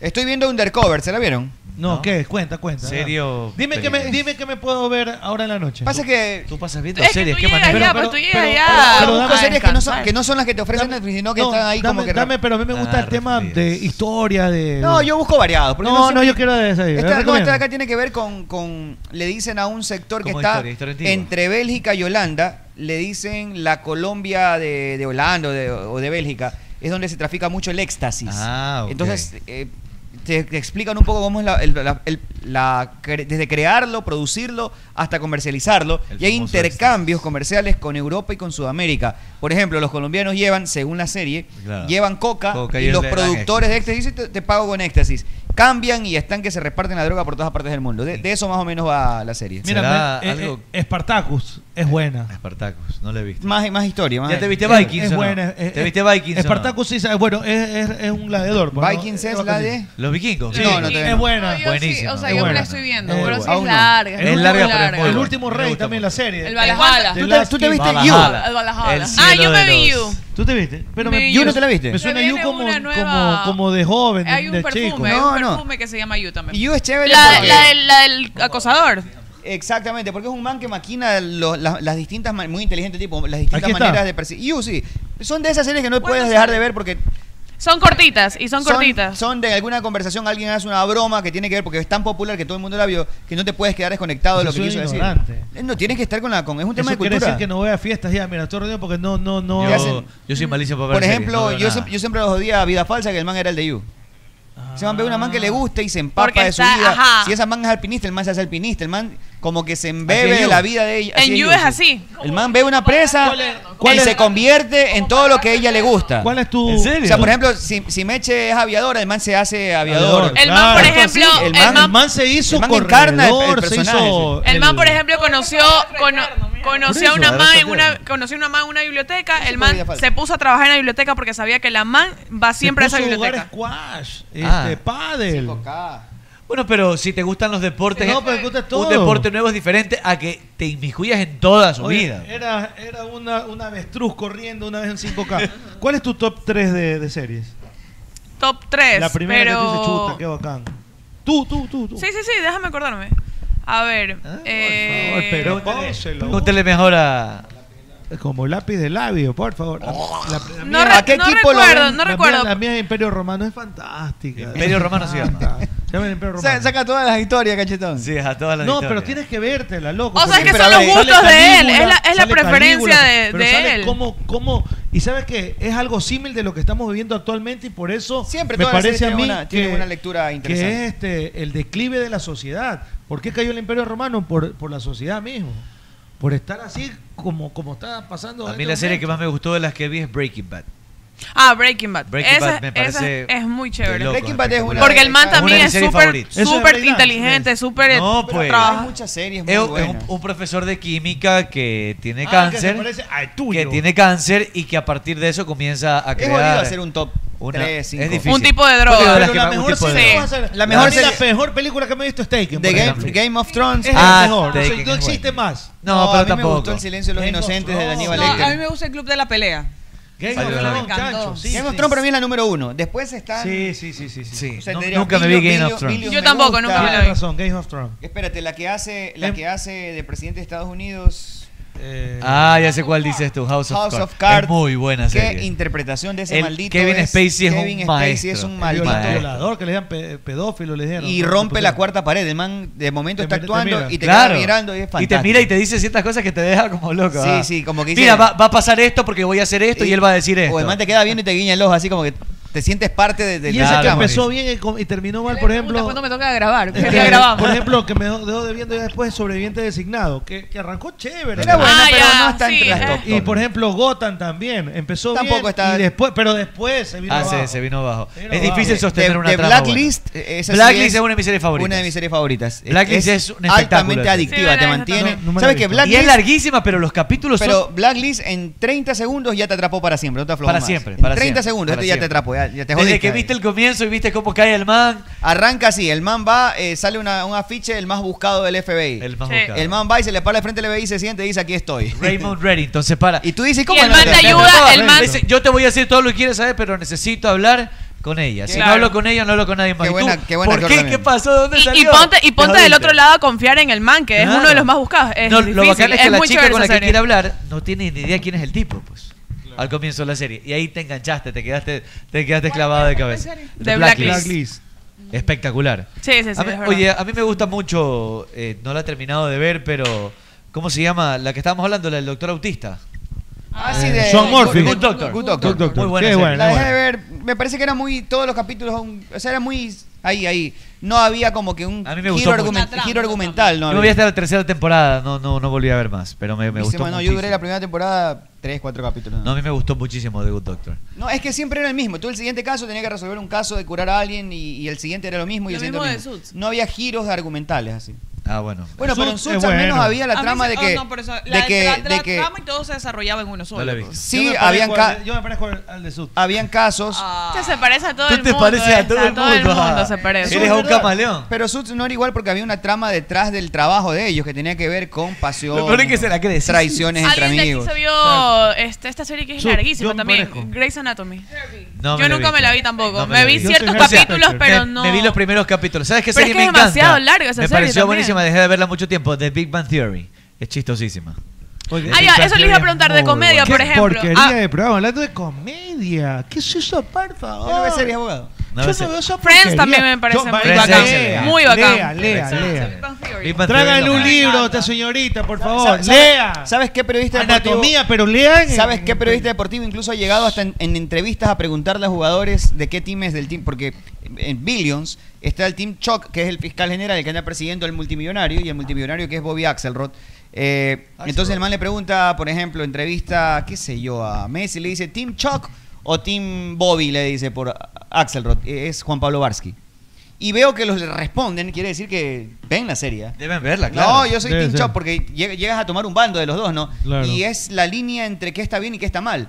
S8: Estoy viendo Undercover, ¿se la vieron?
S10: No, ¿qué? Cuenta, cuenta.
S16: Serio.
S10: Dime que, me,
S16: peligro.
S10: dime que me puedo ver ahora en la noche.
S8: Pasa que...
S16: Tú pasas viendo
S10: Es que
S16: series,
S10: tú
S16: qué
S10: llegas
S16: manera.
S10: ya, Pero- pues, tú llegas pero- ya pero-
S9: Ah,
S10: a pero buscar
S8: Busco series que no, son,
S10: descansar.
S8: que no son las que te ofrecen Netflix, sino que
S10: No,
S8: están ahí
S10: dame,
S8: como que...
S10: dame, pero a mí me gusta el tema de historia, de...
S8: No, yo busco variados. porque
S10: No, no,
S8: siempre-
S10: yo quiero de esa idea,
S8: Esta,
S10: yo
S8: no, esta
S10: recomiendo.
S8: de acá tiene que ver con, con- Le dicen a un sector que
S16: Como
S8: está
S16: historia, historia antigua.
S8: entre Bélgica y Holanda, le dicen la Colombia de, de Holanda o de, o de Bélgica, es donde se trafica mucho el éxtasis.
S16: Ah, ok.
S8: Entonces, eh, te, te explican un poco cómo es la, el- la- el- la cre- desde crearlo, producirlo, hasta comercializarlo.
S16: El
S8: y hay
S16: famoso
S8: intercambios comerciales con Europa y con Sudamérica. Por ejemplo, los colombianos llevan, según la serie,
S16: Claro.
S8: llevan coca,
S16: Coca y
S8: y los
S16: le dan
S8: productores de éxtasis dicen, te, te pago con éxtasis. Cambian y están que se reparten la droga por todas partes del mundo. De, de eso más o menos va la serie.
S10: Mira, me- eh, eh, Spartacus. Es buena.
S16: Spartacus, no la he visto.
S8: Más, más historia. Más
S16: ¿Ya te viste
S10: Es-
S16: Vikings?
S10: Es,
S16: o no?
S10: buena. es-
S16: ¿Te
S10: es-
S16: viste Vikings? o no?
S10: Spartacus sí, sabe- bueno, es, es- es un gladiador. pues, ¿no?
S8: Vikings es la de-
S16: Los vikingos.
S10: Sí,
S16: No, no, todavía
S10: es
S16: no.
S10: buena.
S16: No, yo sí, Buenísima,
S12: o sea,
S16: es
S12: yo me
S16: buena.
S12: la estoy viendo,
S16: Es
S12: pero
S16: buena.
S12: sí es
S10: Oh,
S16: Aún no.
S12: larga.
S16: Es larga, pero es muy
S10: El
S16: buena.
S10: último rey también, la serie.
S12: El Valhalla.
S10: The
S12: ¿Tú
S10: Last
S12: te- tú te
S10: King.
S12: viste You? Valhalla. El Valhalla.
S10: El
S12: Ah,
S10: cielo
S12: yo
S10: de
S12: me vi
S10: los-
S12: You.
S10: ¿Tú te viste? Pero
S12: Me
S10: me,
S12: vi
S10: yo
S12: You.
S10: no te la viste.
S12: Me
S10: Me suena
S12: viene
S10: You como,
S12: una nueva-
S10: como, como de joven,
S12: Hay un
S10: de
S12: perfume,
S10: chico.
S12: hay
S8: No,
S12: un
S8: no.
S12: perfume que se llama You también.
S8: You es chévere
S12: La,
S8: porque-
S12: la del- la del acosador.
S8: Exactamente, porque es un man que maquina lo- las, las distintas, ma- muy inteligente tipo, las distintas
S12: Aquí está.
S8: maneras de percibir. You, sí. Son de esas series que no puedes dejar de ver porque
S12: Son cortitas y son cortitas.
S8: Son, de alguna conversación, alguien hace una broma que tiene que ver, porque es tan popular que todo el mundo la vio, que no te puedes quedar desconectado de lo
S10: Eso
S8: que
S10: es
S8: quiso decir.
S10: ignorante.
S8: Eh, No, tienes que estar con la con. Es un tema
S10: Eso
S8: de
S10: quiere
S8: cultura.
S10: decir que no voy a fiestas ya, mira, estoy reunido porque no, no, no.
S8: Ya hacen-
S16: Yo soy malísimo para ver
S8: Por
S16: series, no
S8: ejemplo,
S16: veo
S8: yo,
S16: nada.
S8: siem- yo siempre los odiaba a Vida Falsa, que el man era el de You. Se man ve una man que le gusta y se empapa
S12: Ah. Porque
S8: de su
S12: está-
S8: vida.
S12: ajá.
S8: Si esa man es alpinista, el man se hace alpinista. El man como que se
S12: Así
S8: embebe
S12: es
S8: de
S12: You.
S8: la vida de ella. Así
S12: en You
S8: You,
S12: es
S8: sí.
S12: así.
S8: El man ve una presa
S10: cuál
S8: y
S10: es-
S8: se convierte en todo lo que a ella le gusta. ¿Cuál
S10: es tu...?
S8: ¿En serio? O sea, por ejemplo, si, si Meche es aviador, el man se hace aviador.
S12: El man, por ejemplo,
S8: el
S12: el
S8: man,
S12: man-
S10: se hizo
S8: el man encarna el- el
S10: corredor, se
S8: personaje,
S10: hizo-
S8: sí.
S12: El man, por ejemplo, conoció cono- conoció a
S10: Por
S12: una
S10: eso,
S12: man
S10: ahora
S12: en una conoció a una man en una biblioteca, el man
S10: podía faltar.
S12: se puso a trabajar en la biblioteca porque sabía que la man va siempre a esa
S10: puso a jugar
S12: biblioteca.
S10: Este,
S16: Ah.
S10: pádel.
S16: Bueno, pero si te gustan los deportes,
S10: No, pero te gusta todo.
S16: un deporte nuevo es diferente a que te inmiscuyas en toda su
S10: Oye,
S16: vida.
S10: Era, era una, una avestruz corriendo una vez en 5K. ¿Cuál es tu top 3 de, de series?
S12: Top 3,
S10: La primera
S12: Pues, pero
S10: que tú dices, chuta, qué bacán. Tú, tú, tú, tú.
S12: Sí, sí, sí, déjame acordarme. A ver, eh,
S10: Por favor, pero
S16: Pregúntele mejor a...
S10: Como lápiz de labio, por favor. La- la- la
S12: No
S10: mía-
S12: re- ¿A qué no equipo lo recuerdo, ven?
S10: La mía-
S12: no recuerdo.
S10: La mía de Imperio Romano es fantástica.
S16: Imperio Romano se llama.
S10: Fantástica. Se llama Imperio Romano.
S8: Saca todas las historias, cachetón.
S16: Sí, a todas las
S10: No,
S16: historias.
S10: pero tienes que vértela, loco.
S12: O sea,
S10: porque-
S12: es que
S10: pero
S12: son
S10: a
S12: los
S10: ver,
S12: gustos
S10: sale
S12: de él,
S10: Calígula,
S12: es la- es la
S10: sale
S12: preferencia
S10: Calígula,
S12: de-
S10: pero
S12: de
S10: sale
S12: él.
S10: Cómo, cómo, y sabes que es algo símil de lo que estamos viviendo actualmente y por eso
S8: Siempre
S10: me
S8: todas las series
S10: parece a
S8: tienen
S10: mí
S8: una-
S10: que,
S8: tienen una lectura interesante.
S10: que es este, el declive de la sociedad. ¿Por qué cayó el Imperio Romano? Por, por la sociedad mismo. Por estar así como, como está pasando.
S16: A
S10: en
S16: mí
S10: este
S16: la serie
S10: momento.
S16: que más me gustó de las que vi es Breaking Bad.
S12: ah, Breaking Bad.
S16: Breaking
S12: Esa-
S16: Bad me
S12: esa
S16: parece
S12: es muy
S16: de
S12: chévere.
S16: locos, Breaking Bad es espectacular. una
S12: Porque el man
S16: de mis
S12: también es
S16: series
S12: súper
S16: favoritas. Eso es
S12: súper
S16: Breaking Bad,
S12: inteligente, súper
S16: No, pues.
S12: trabaja-
S16: Hay
S8: muchas series
S16: Es un, es un- un profesor de química que tiene
S10: Ah, que se
S16: cáncer.
S10: parece al tuyo.
S16: Que tiene cáncer y que a partir de eso comienza a
S8: Es
S16: crear.
S8: jodido hacer un top tres, cinco.
S16: Es difícil.
S8: Un tipo de
S16: Pero
S8: droga.
S16: de las
S8: Pero
S16: que
S8: la
S16: más- un
S8: mejor
S16: tipo de
S8: serie
S16: droga.
S8: que vas a ver-
S10: La
S8: La
S10: mejor,
S8: mejor
S10: la
S8: serie-
S10: mejor película que me he visto es Taken.
S8: The
S10: por
S8: Game,
S10: ejemplo.
S8: Game of Thrones.
S10: Es
S16: Ah,
S10: la mejor.
S16: Taken
S10: O sea,
S16: es
S10: no
S16: buena.
S10: existe más.
S16: No, pero
S8: a mí me
S16: tampoco.
S8: gustó El silencio de los
S10: Game of
S8: inocentes de
S10: Thrones.
S8: Aníbal
S9: No, a mí
S8: Lecter.
S9: me gusta el club de la pelea.
S10: Game
S16: Salió
S10: of
S16: la-
S10: Thrones,
S9: Me encantó.
S10: chancho, sí,
S8: Game of Thrones
S10: sí, sí.
S8: para mí es la número uno. Después están...
S10: Sí, sí, sí, sí. sí.
S16: Sí.
S8: sea,
S16: No-
S8: tendría
S16: nunca me vi
S8: Billion,
S16: Game
S8: Billion,
S16: of Thrones.
S8: Billion
S12: Yo
S8: me
S12: tampoco,
S8: gusta.
S12: nunca me la
S10: Tienes razón, Game of Thrones.
S8: Espérate, la que hace, la
S16: Em-
S8: que hace de presidente de Estados Unidos.
S10: Eh,
S16: Ah, ya sé cuál dices tú, House of,
S8: House
S16: Cards.
S8: of Cards.
S16: Es muy buena serie.
S8: Qué interpretación de ese
S16: El
S8: maldito.
S16: Kevin
S8: es-
S16: Spacey es un
S8: Kevin Spacey
S16: maestro.
S8: es un
S16: El
S8: maldito.
S16: violento.
S10: Violador, que le dan pe- eh, pedófilo, le dieron.
S8: Y
S10: ¿no?
S8: rompe
S10: Pusieron.
S8: la cuarta pared. El man de momento
S10: Te
S8: está
S10: mi- te
S8: actuando
S10: mira.
S8: y te
S16: claro.
S8: queda mirando y es fantástico.
S16: te mira y te dice ciertas cosas que te deja como loco.
S8: Sí,
S16: ah.
S8: sí, como que dice-
S16: Mira, va, va a pasar esto porque voy a hacer esto y, él va a decir esto.
S8: O el man te queda viendo y te guiña el ojo, así como que te sientes parte de, de
S10: Y
S8: la
S10: esa que
S8: trama.
S10: empezó bien y, com- y terminó mal, por ejemplo.
S12: ¿Cuándo me toca grabar?
S16: eh,
S12: ¿Qué
S10: este,
S12: día grabamos?
S10: Por ejemplo, que me dejó debiendo ya después Sobreviviente Designado, que, que arrancó chévere.
S8: Era buena,
S12: Ah,
S8: pero
S12: ya,
S8: no está
S12: sí,
S8: entre
S12: eh.
S8: las top.
S10: Y por ejemplo, Gotham también. Empezó
S8: Tampoco
S10: bien
S8: está-
S10: y después, pero después se vino
S16: Ah,
S10: abajo.
S16: se, se vino abajo.
S10: Se vino
S16: es
S10: abajo.
S16: difícil
S10: De-
S16: sostener
S8: de-
S16: una
S8: de
S16: trama
S8: Blacklist,
S16: buena.
S8: eh, esa sí
S16: Blacklist
S8: es
S16: es una de mis series favoritas.
S8: Una de mis series favoritas.
S16: Blacklist es, un
S8: altamente
S16: espectáculo.
S8: adictiva, te mantiene.
S10: No, no me la
S8: ¿Sabes
S10: he
S8: que
S10: visto.
S8: Blacklist
S16: Y es larguísima, pero los capítulos
S8: Pero
S16: son...
S8: Blacklist en 30 segundos ya te atrapó para siempre, no te aflojas
S16: Para
S8: más.
S16: siempre,
S8: En
S16: para siempre,
S8: 30 segundos,
S16: para
S8: esto ya te
S16: siempre.
S8: atrapó, ya, ya te jodiste.
S16: Desde que
S8: ahí.
S16: viste el comienzo y viste cómo cae el man.
S8: Arranca así, el man va, eh, sale una- un afiche, el más buscado del FBI. El,
S16: más
S12: Sí.
S16: buscado.
S8: man va y se le para de frente al FBI y se siente y dice, aquí estoy.
S16: Raymond Reddington se para.
S8: <laughs> Y tú dices,
S12: Y
S8: ¿cómo
S12: el
S8: no?
S12: man te ayuda, el man...
S16: Dice, yo te voy a decir todo lo que quieres saber, pero necesito hablar con ella. Si
S12: Claro.
S16: no hablo con ella, no hablo con nadie más.
S8: Qué
S16: ¿Y tú?
S8: buena- qué buena
S16: ¿Por
S8: actor
S16: qué? ¿Qué
S8: también.
S16: pasó? ¿Dónde
S12: Y,
S16: salió?
S12: y ponte, y ponte
S16: Te
S12: del
S16: jodiste.
S12: otro lado a confiar en el man, que es
S16: Claro.
S12: uno de los más buscados. Es
S16: No,
S12: difícil,
S16: lo bacán es que la
S12: muy
S16: chica
S12: chévere
S16: con la
S12: esa
S16: que
S12: serie.
S16: quiere hablar no tiene ni idea quién es el tipo, pues. Al comienzo de la serie. Y ahí te enganchaste, te quedaste, te quedaste clavado de cabeza.
S12: De
S16: The
S12: Blacklist.
S16: Espectacular.
S12: Sí, sí, sí,
S16: A mí-
S12: es verdad.
S16: oye, a mí me gusta mucho, eh, no la he terminado de ver, pero ¿cómo se llama? La que estábamos hablando, la del doctor autista.
S8: Ah, sí, de-
S10: Sean Eh, Murphy.
S16: Good Doctor.
S8: Good Doctor.
S10: Good Doctor.
S16: Muy buena
S10: Qué
S16: serie.
S10: buena,
S8: La dejé
S10: buena.
S8: de ver, me parece que era muy, todos los capítulos, un- o sea, era muy, ahí, ahí. No había como que un
S16: A mí me
S8: giro,
S16: gustó mucho.
S8: argumen-
S16: Una
S8: giro argumental. No
S16: Yo me voy
S8: había.
S16: hasta la tercera temporada, no, no, no volví a ver más, pero me, me
S8: Dice,
S16: gustó
S8: "Mano, yo
S16: muchísimo.
S8: duré la primera temporada 3, 4 capítulos.
S16: No, a mí me gustó muchísimo The Good Doctor.
S8: No, es que siempre era el mismo. Tú el siguiente caso tenías que resolver un caso de curar a alguien y, y el siguiente era lo mismo y
S9: Lo
S8: el siguiente
S9: mismo
S8: lo
S9: de
S8: mismo.
S9: Suits.
S8: No había giros argumentales así.
S16: Ah, bueno.
S8: Bueno, pero en Suits al menos había la
S9: A mí
S8: trama
S9: se-
S8: de
S9: oh,
S8: que.
S9: no, por eso, la-
S8: de que-
S9: la-
S8: de
S9: la
S8: que-
S9: trama y todo se desarrollaba en uno solo.
S16: No la he visto.
S8: Sí,
S10: Yo me
S8: habían,
S10: parezco al
S8: ca-
S10: de- yo me parezco al- al de Sud.
S8: habían casos.
S9: Ah.
S12: Se, se parece a todo
S16: Tú
S12: el
S16: te
S12: mundo.
S16: pareces a
S12: ¿eh?
S16: todo el mundo, ah.
S12: se parece.
S16: Eres a un camaleón.
S8: Pero Suits no era igual porque había una trama detrás del trabajo de ellos que tenía que ver con pasión.
S16: Lo peor es que se la cree.
S8: Traiciones entre
S12: Alguien de aquí
S8: amigos.
S12: se vio este, esta serie que es
S8: Yo-
S12: larguísima
S8: yo me
S12: también,
S8: parezco.
S12: Grey's Anatomy.
S16: No
S12: yo
S16: lo he
S12: nunca me
S16: visto.
S12: la vi tampoco.
S16: No
S12: me,
S16: la
S12: vi
S16: Yo
S12: ciertos
S16: soy Harry
S12: capítulos,
S16: Potter.
S12: pero
S16: Me-
S12: no.
S16: Me vi los primeros capítulos. ¿Sabes qué
S12: Pero
S16: serie
S12: es que
S16: me
S12: es
S16: encanta?
S12: demasiado larga esa
S16: Me
S12: serie
S16: pareció
S12: también.
S16: buenísima, dejé de verla mucho tiempo. The Big Bang Theory. Es chistosísima.
S12: Ah, ya, eso les iba a preguntar de comedia,
S10: Qué
S12: por ejemplo.
S10: porquería
S12: Ah,
S10: de programa, hablando de comedia. ¿Qué es eso, por favor?
S8: Yo no veo series, abogado.
S16: No veo
S10: Yo no
S16: series.
S10: veo esa
S12: Friends
S10: porquería.
S12: también me parece
S10: Yo-
S12: muy
S10: Lea,
S16: bacán.
S10: lea,
S12: Muy bacán.
S10: Lea, lea, lea.
S16: Big Bang Theory
S10: Tráiganle
S16: no.
S10: un libro a esta señorita, por
S16: Oh,
S10: favor.
S8: ¿Sabes-
S10: Lea.
S8: ¿Sabes qué periodista deportivo?
S10: Anatomía, pero lean. en-
S8: ¿Sabes qué periodista deportivo incluso ha llegado hasta en, en entrevistas a preguntarle a jugadores de qué team es del team? Porque en Billions está el team Chuck, que es el fiscal general, el que anda persiguiendo al multimillonario, y el multimillonario que es Bobby Axelrod. Eh, entonces el man le pregunta, por ejemplo, entrevista, qué sé yo, a Messi, le dice Team Chuck o Team Bobby, le dice por Axelrod. Eh, Es Juan Pablo Barsky. Y veo que los le responden, quiere decir que ven la serie. ¿eh?
S16: Deben verla, claro.
S8: No, yo soy
S16: Debe
S8: Team
S16: ser.
S8: Chuck porque lleg- llegas a tomar un bando de los dos, ¿no?
S16: Claro.
S8: Y es la línea entre qué está bien y qué está mal.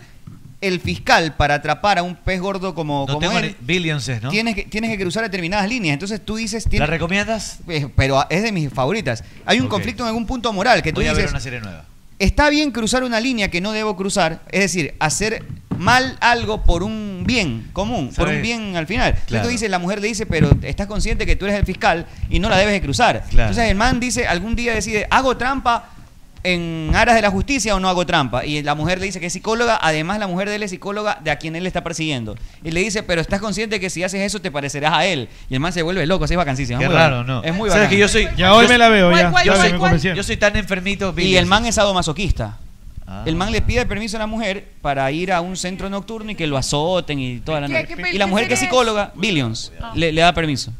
S8: El fiscal, para atrapar a un pez gordo como,
S16: No
S8: como
S16: tengo
S8: él,
S16: ni- Billions es, ¿no?
S8: tienes, que, tienes que cruzar determinadas líneas. Entonces tú dices...
S16: ¿La
S8: Tienes,
S16: recomiendas?
S8: Eh, pero es de mis favoritas. Hay un
S16: Ok.
S8: conflicto en algún punto moral que tú
S16: Voy a ver
S8: dices...
S16: una serie nueva.
S8: Está bien cruzar una línea que no debo cruzar, es decir, hacer mal algo por un bien común, por
S16: ¿Sabes?
S8: un bien al final. Entonces
S16: Claro.
S8: tú dices, la mujer le dice, pero estás consciente que tú eres el fiscal y no la debes de cruzar.
S16: Claro.
S8: Entonces el man dice, algún día decide, ¿hago trampa en aras de la justicia o no hago trampa? Y la mujer le dice que es psicóloga, además la mujer de él es psicóloga de a quien él está persiguiendo. Y le dice, pero estás consciente que si haces eso te parecerás a él. Y el man se vuelve loco, así es vacancísimo.
S16: Qué
S8: es muy
S16: raro,
S8: bacán.
S16: ¿no?
S8: Es muy
S16: ¿Sabes
S8: bacán.
S16: que yo soy.
S10: Ya hoy me la veo, ya.
S16: Yo
S10: Ya
S16: soy,
S10: me convencieron.
S16: yo soy tan enfermito,
S8: Y el
S16: Billions.
S8: man es sadomasoquista.
S16: Ah.
S8: El man le pide permiso a la mujer para ir a un centro nocturno y que lo azoten y toda la
S16: ¿Qué-
S8: noche.
S16: qué Ah.
S8: Y
S16: película
S8: la mujer que es
S16: es?
S8: psicóloga, Billions, le, le da permiso.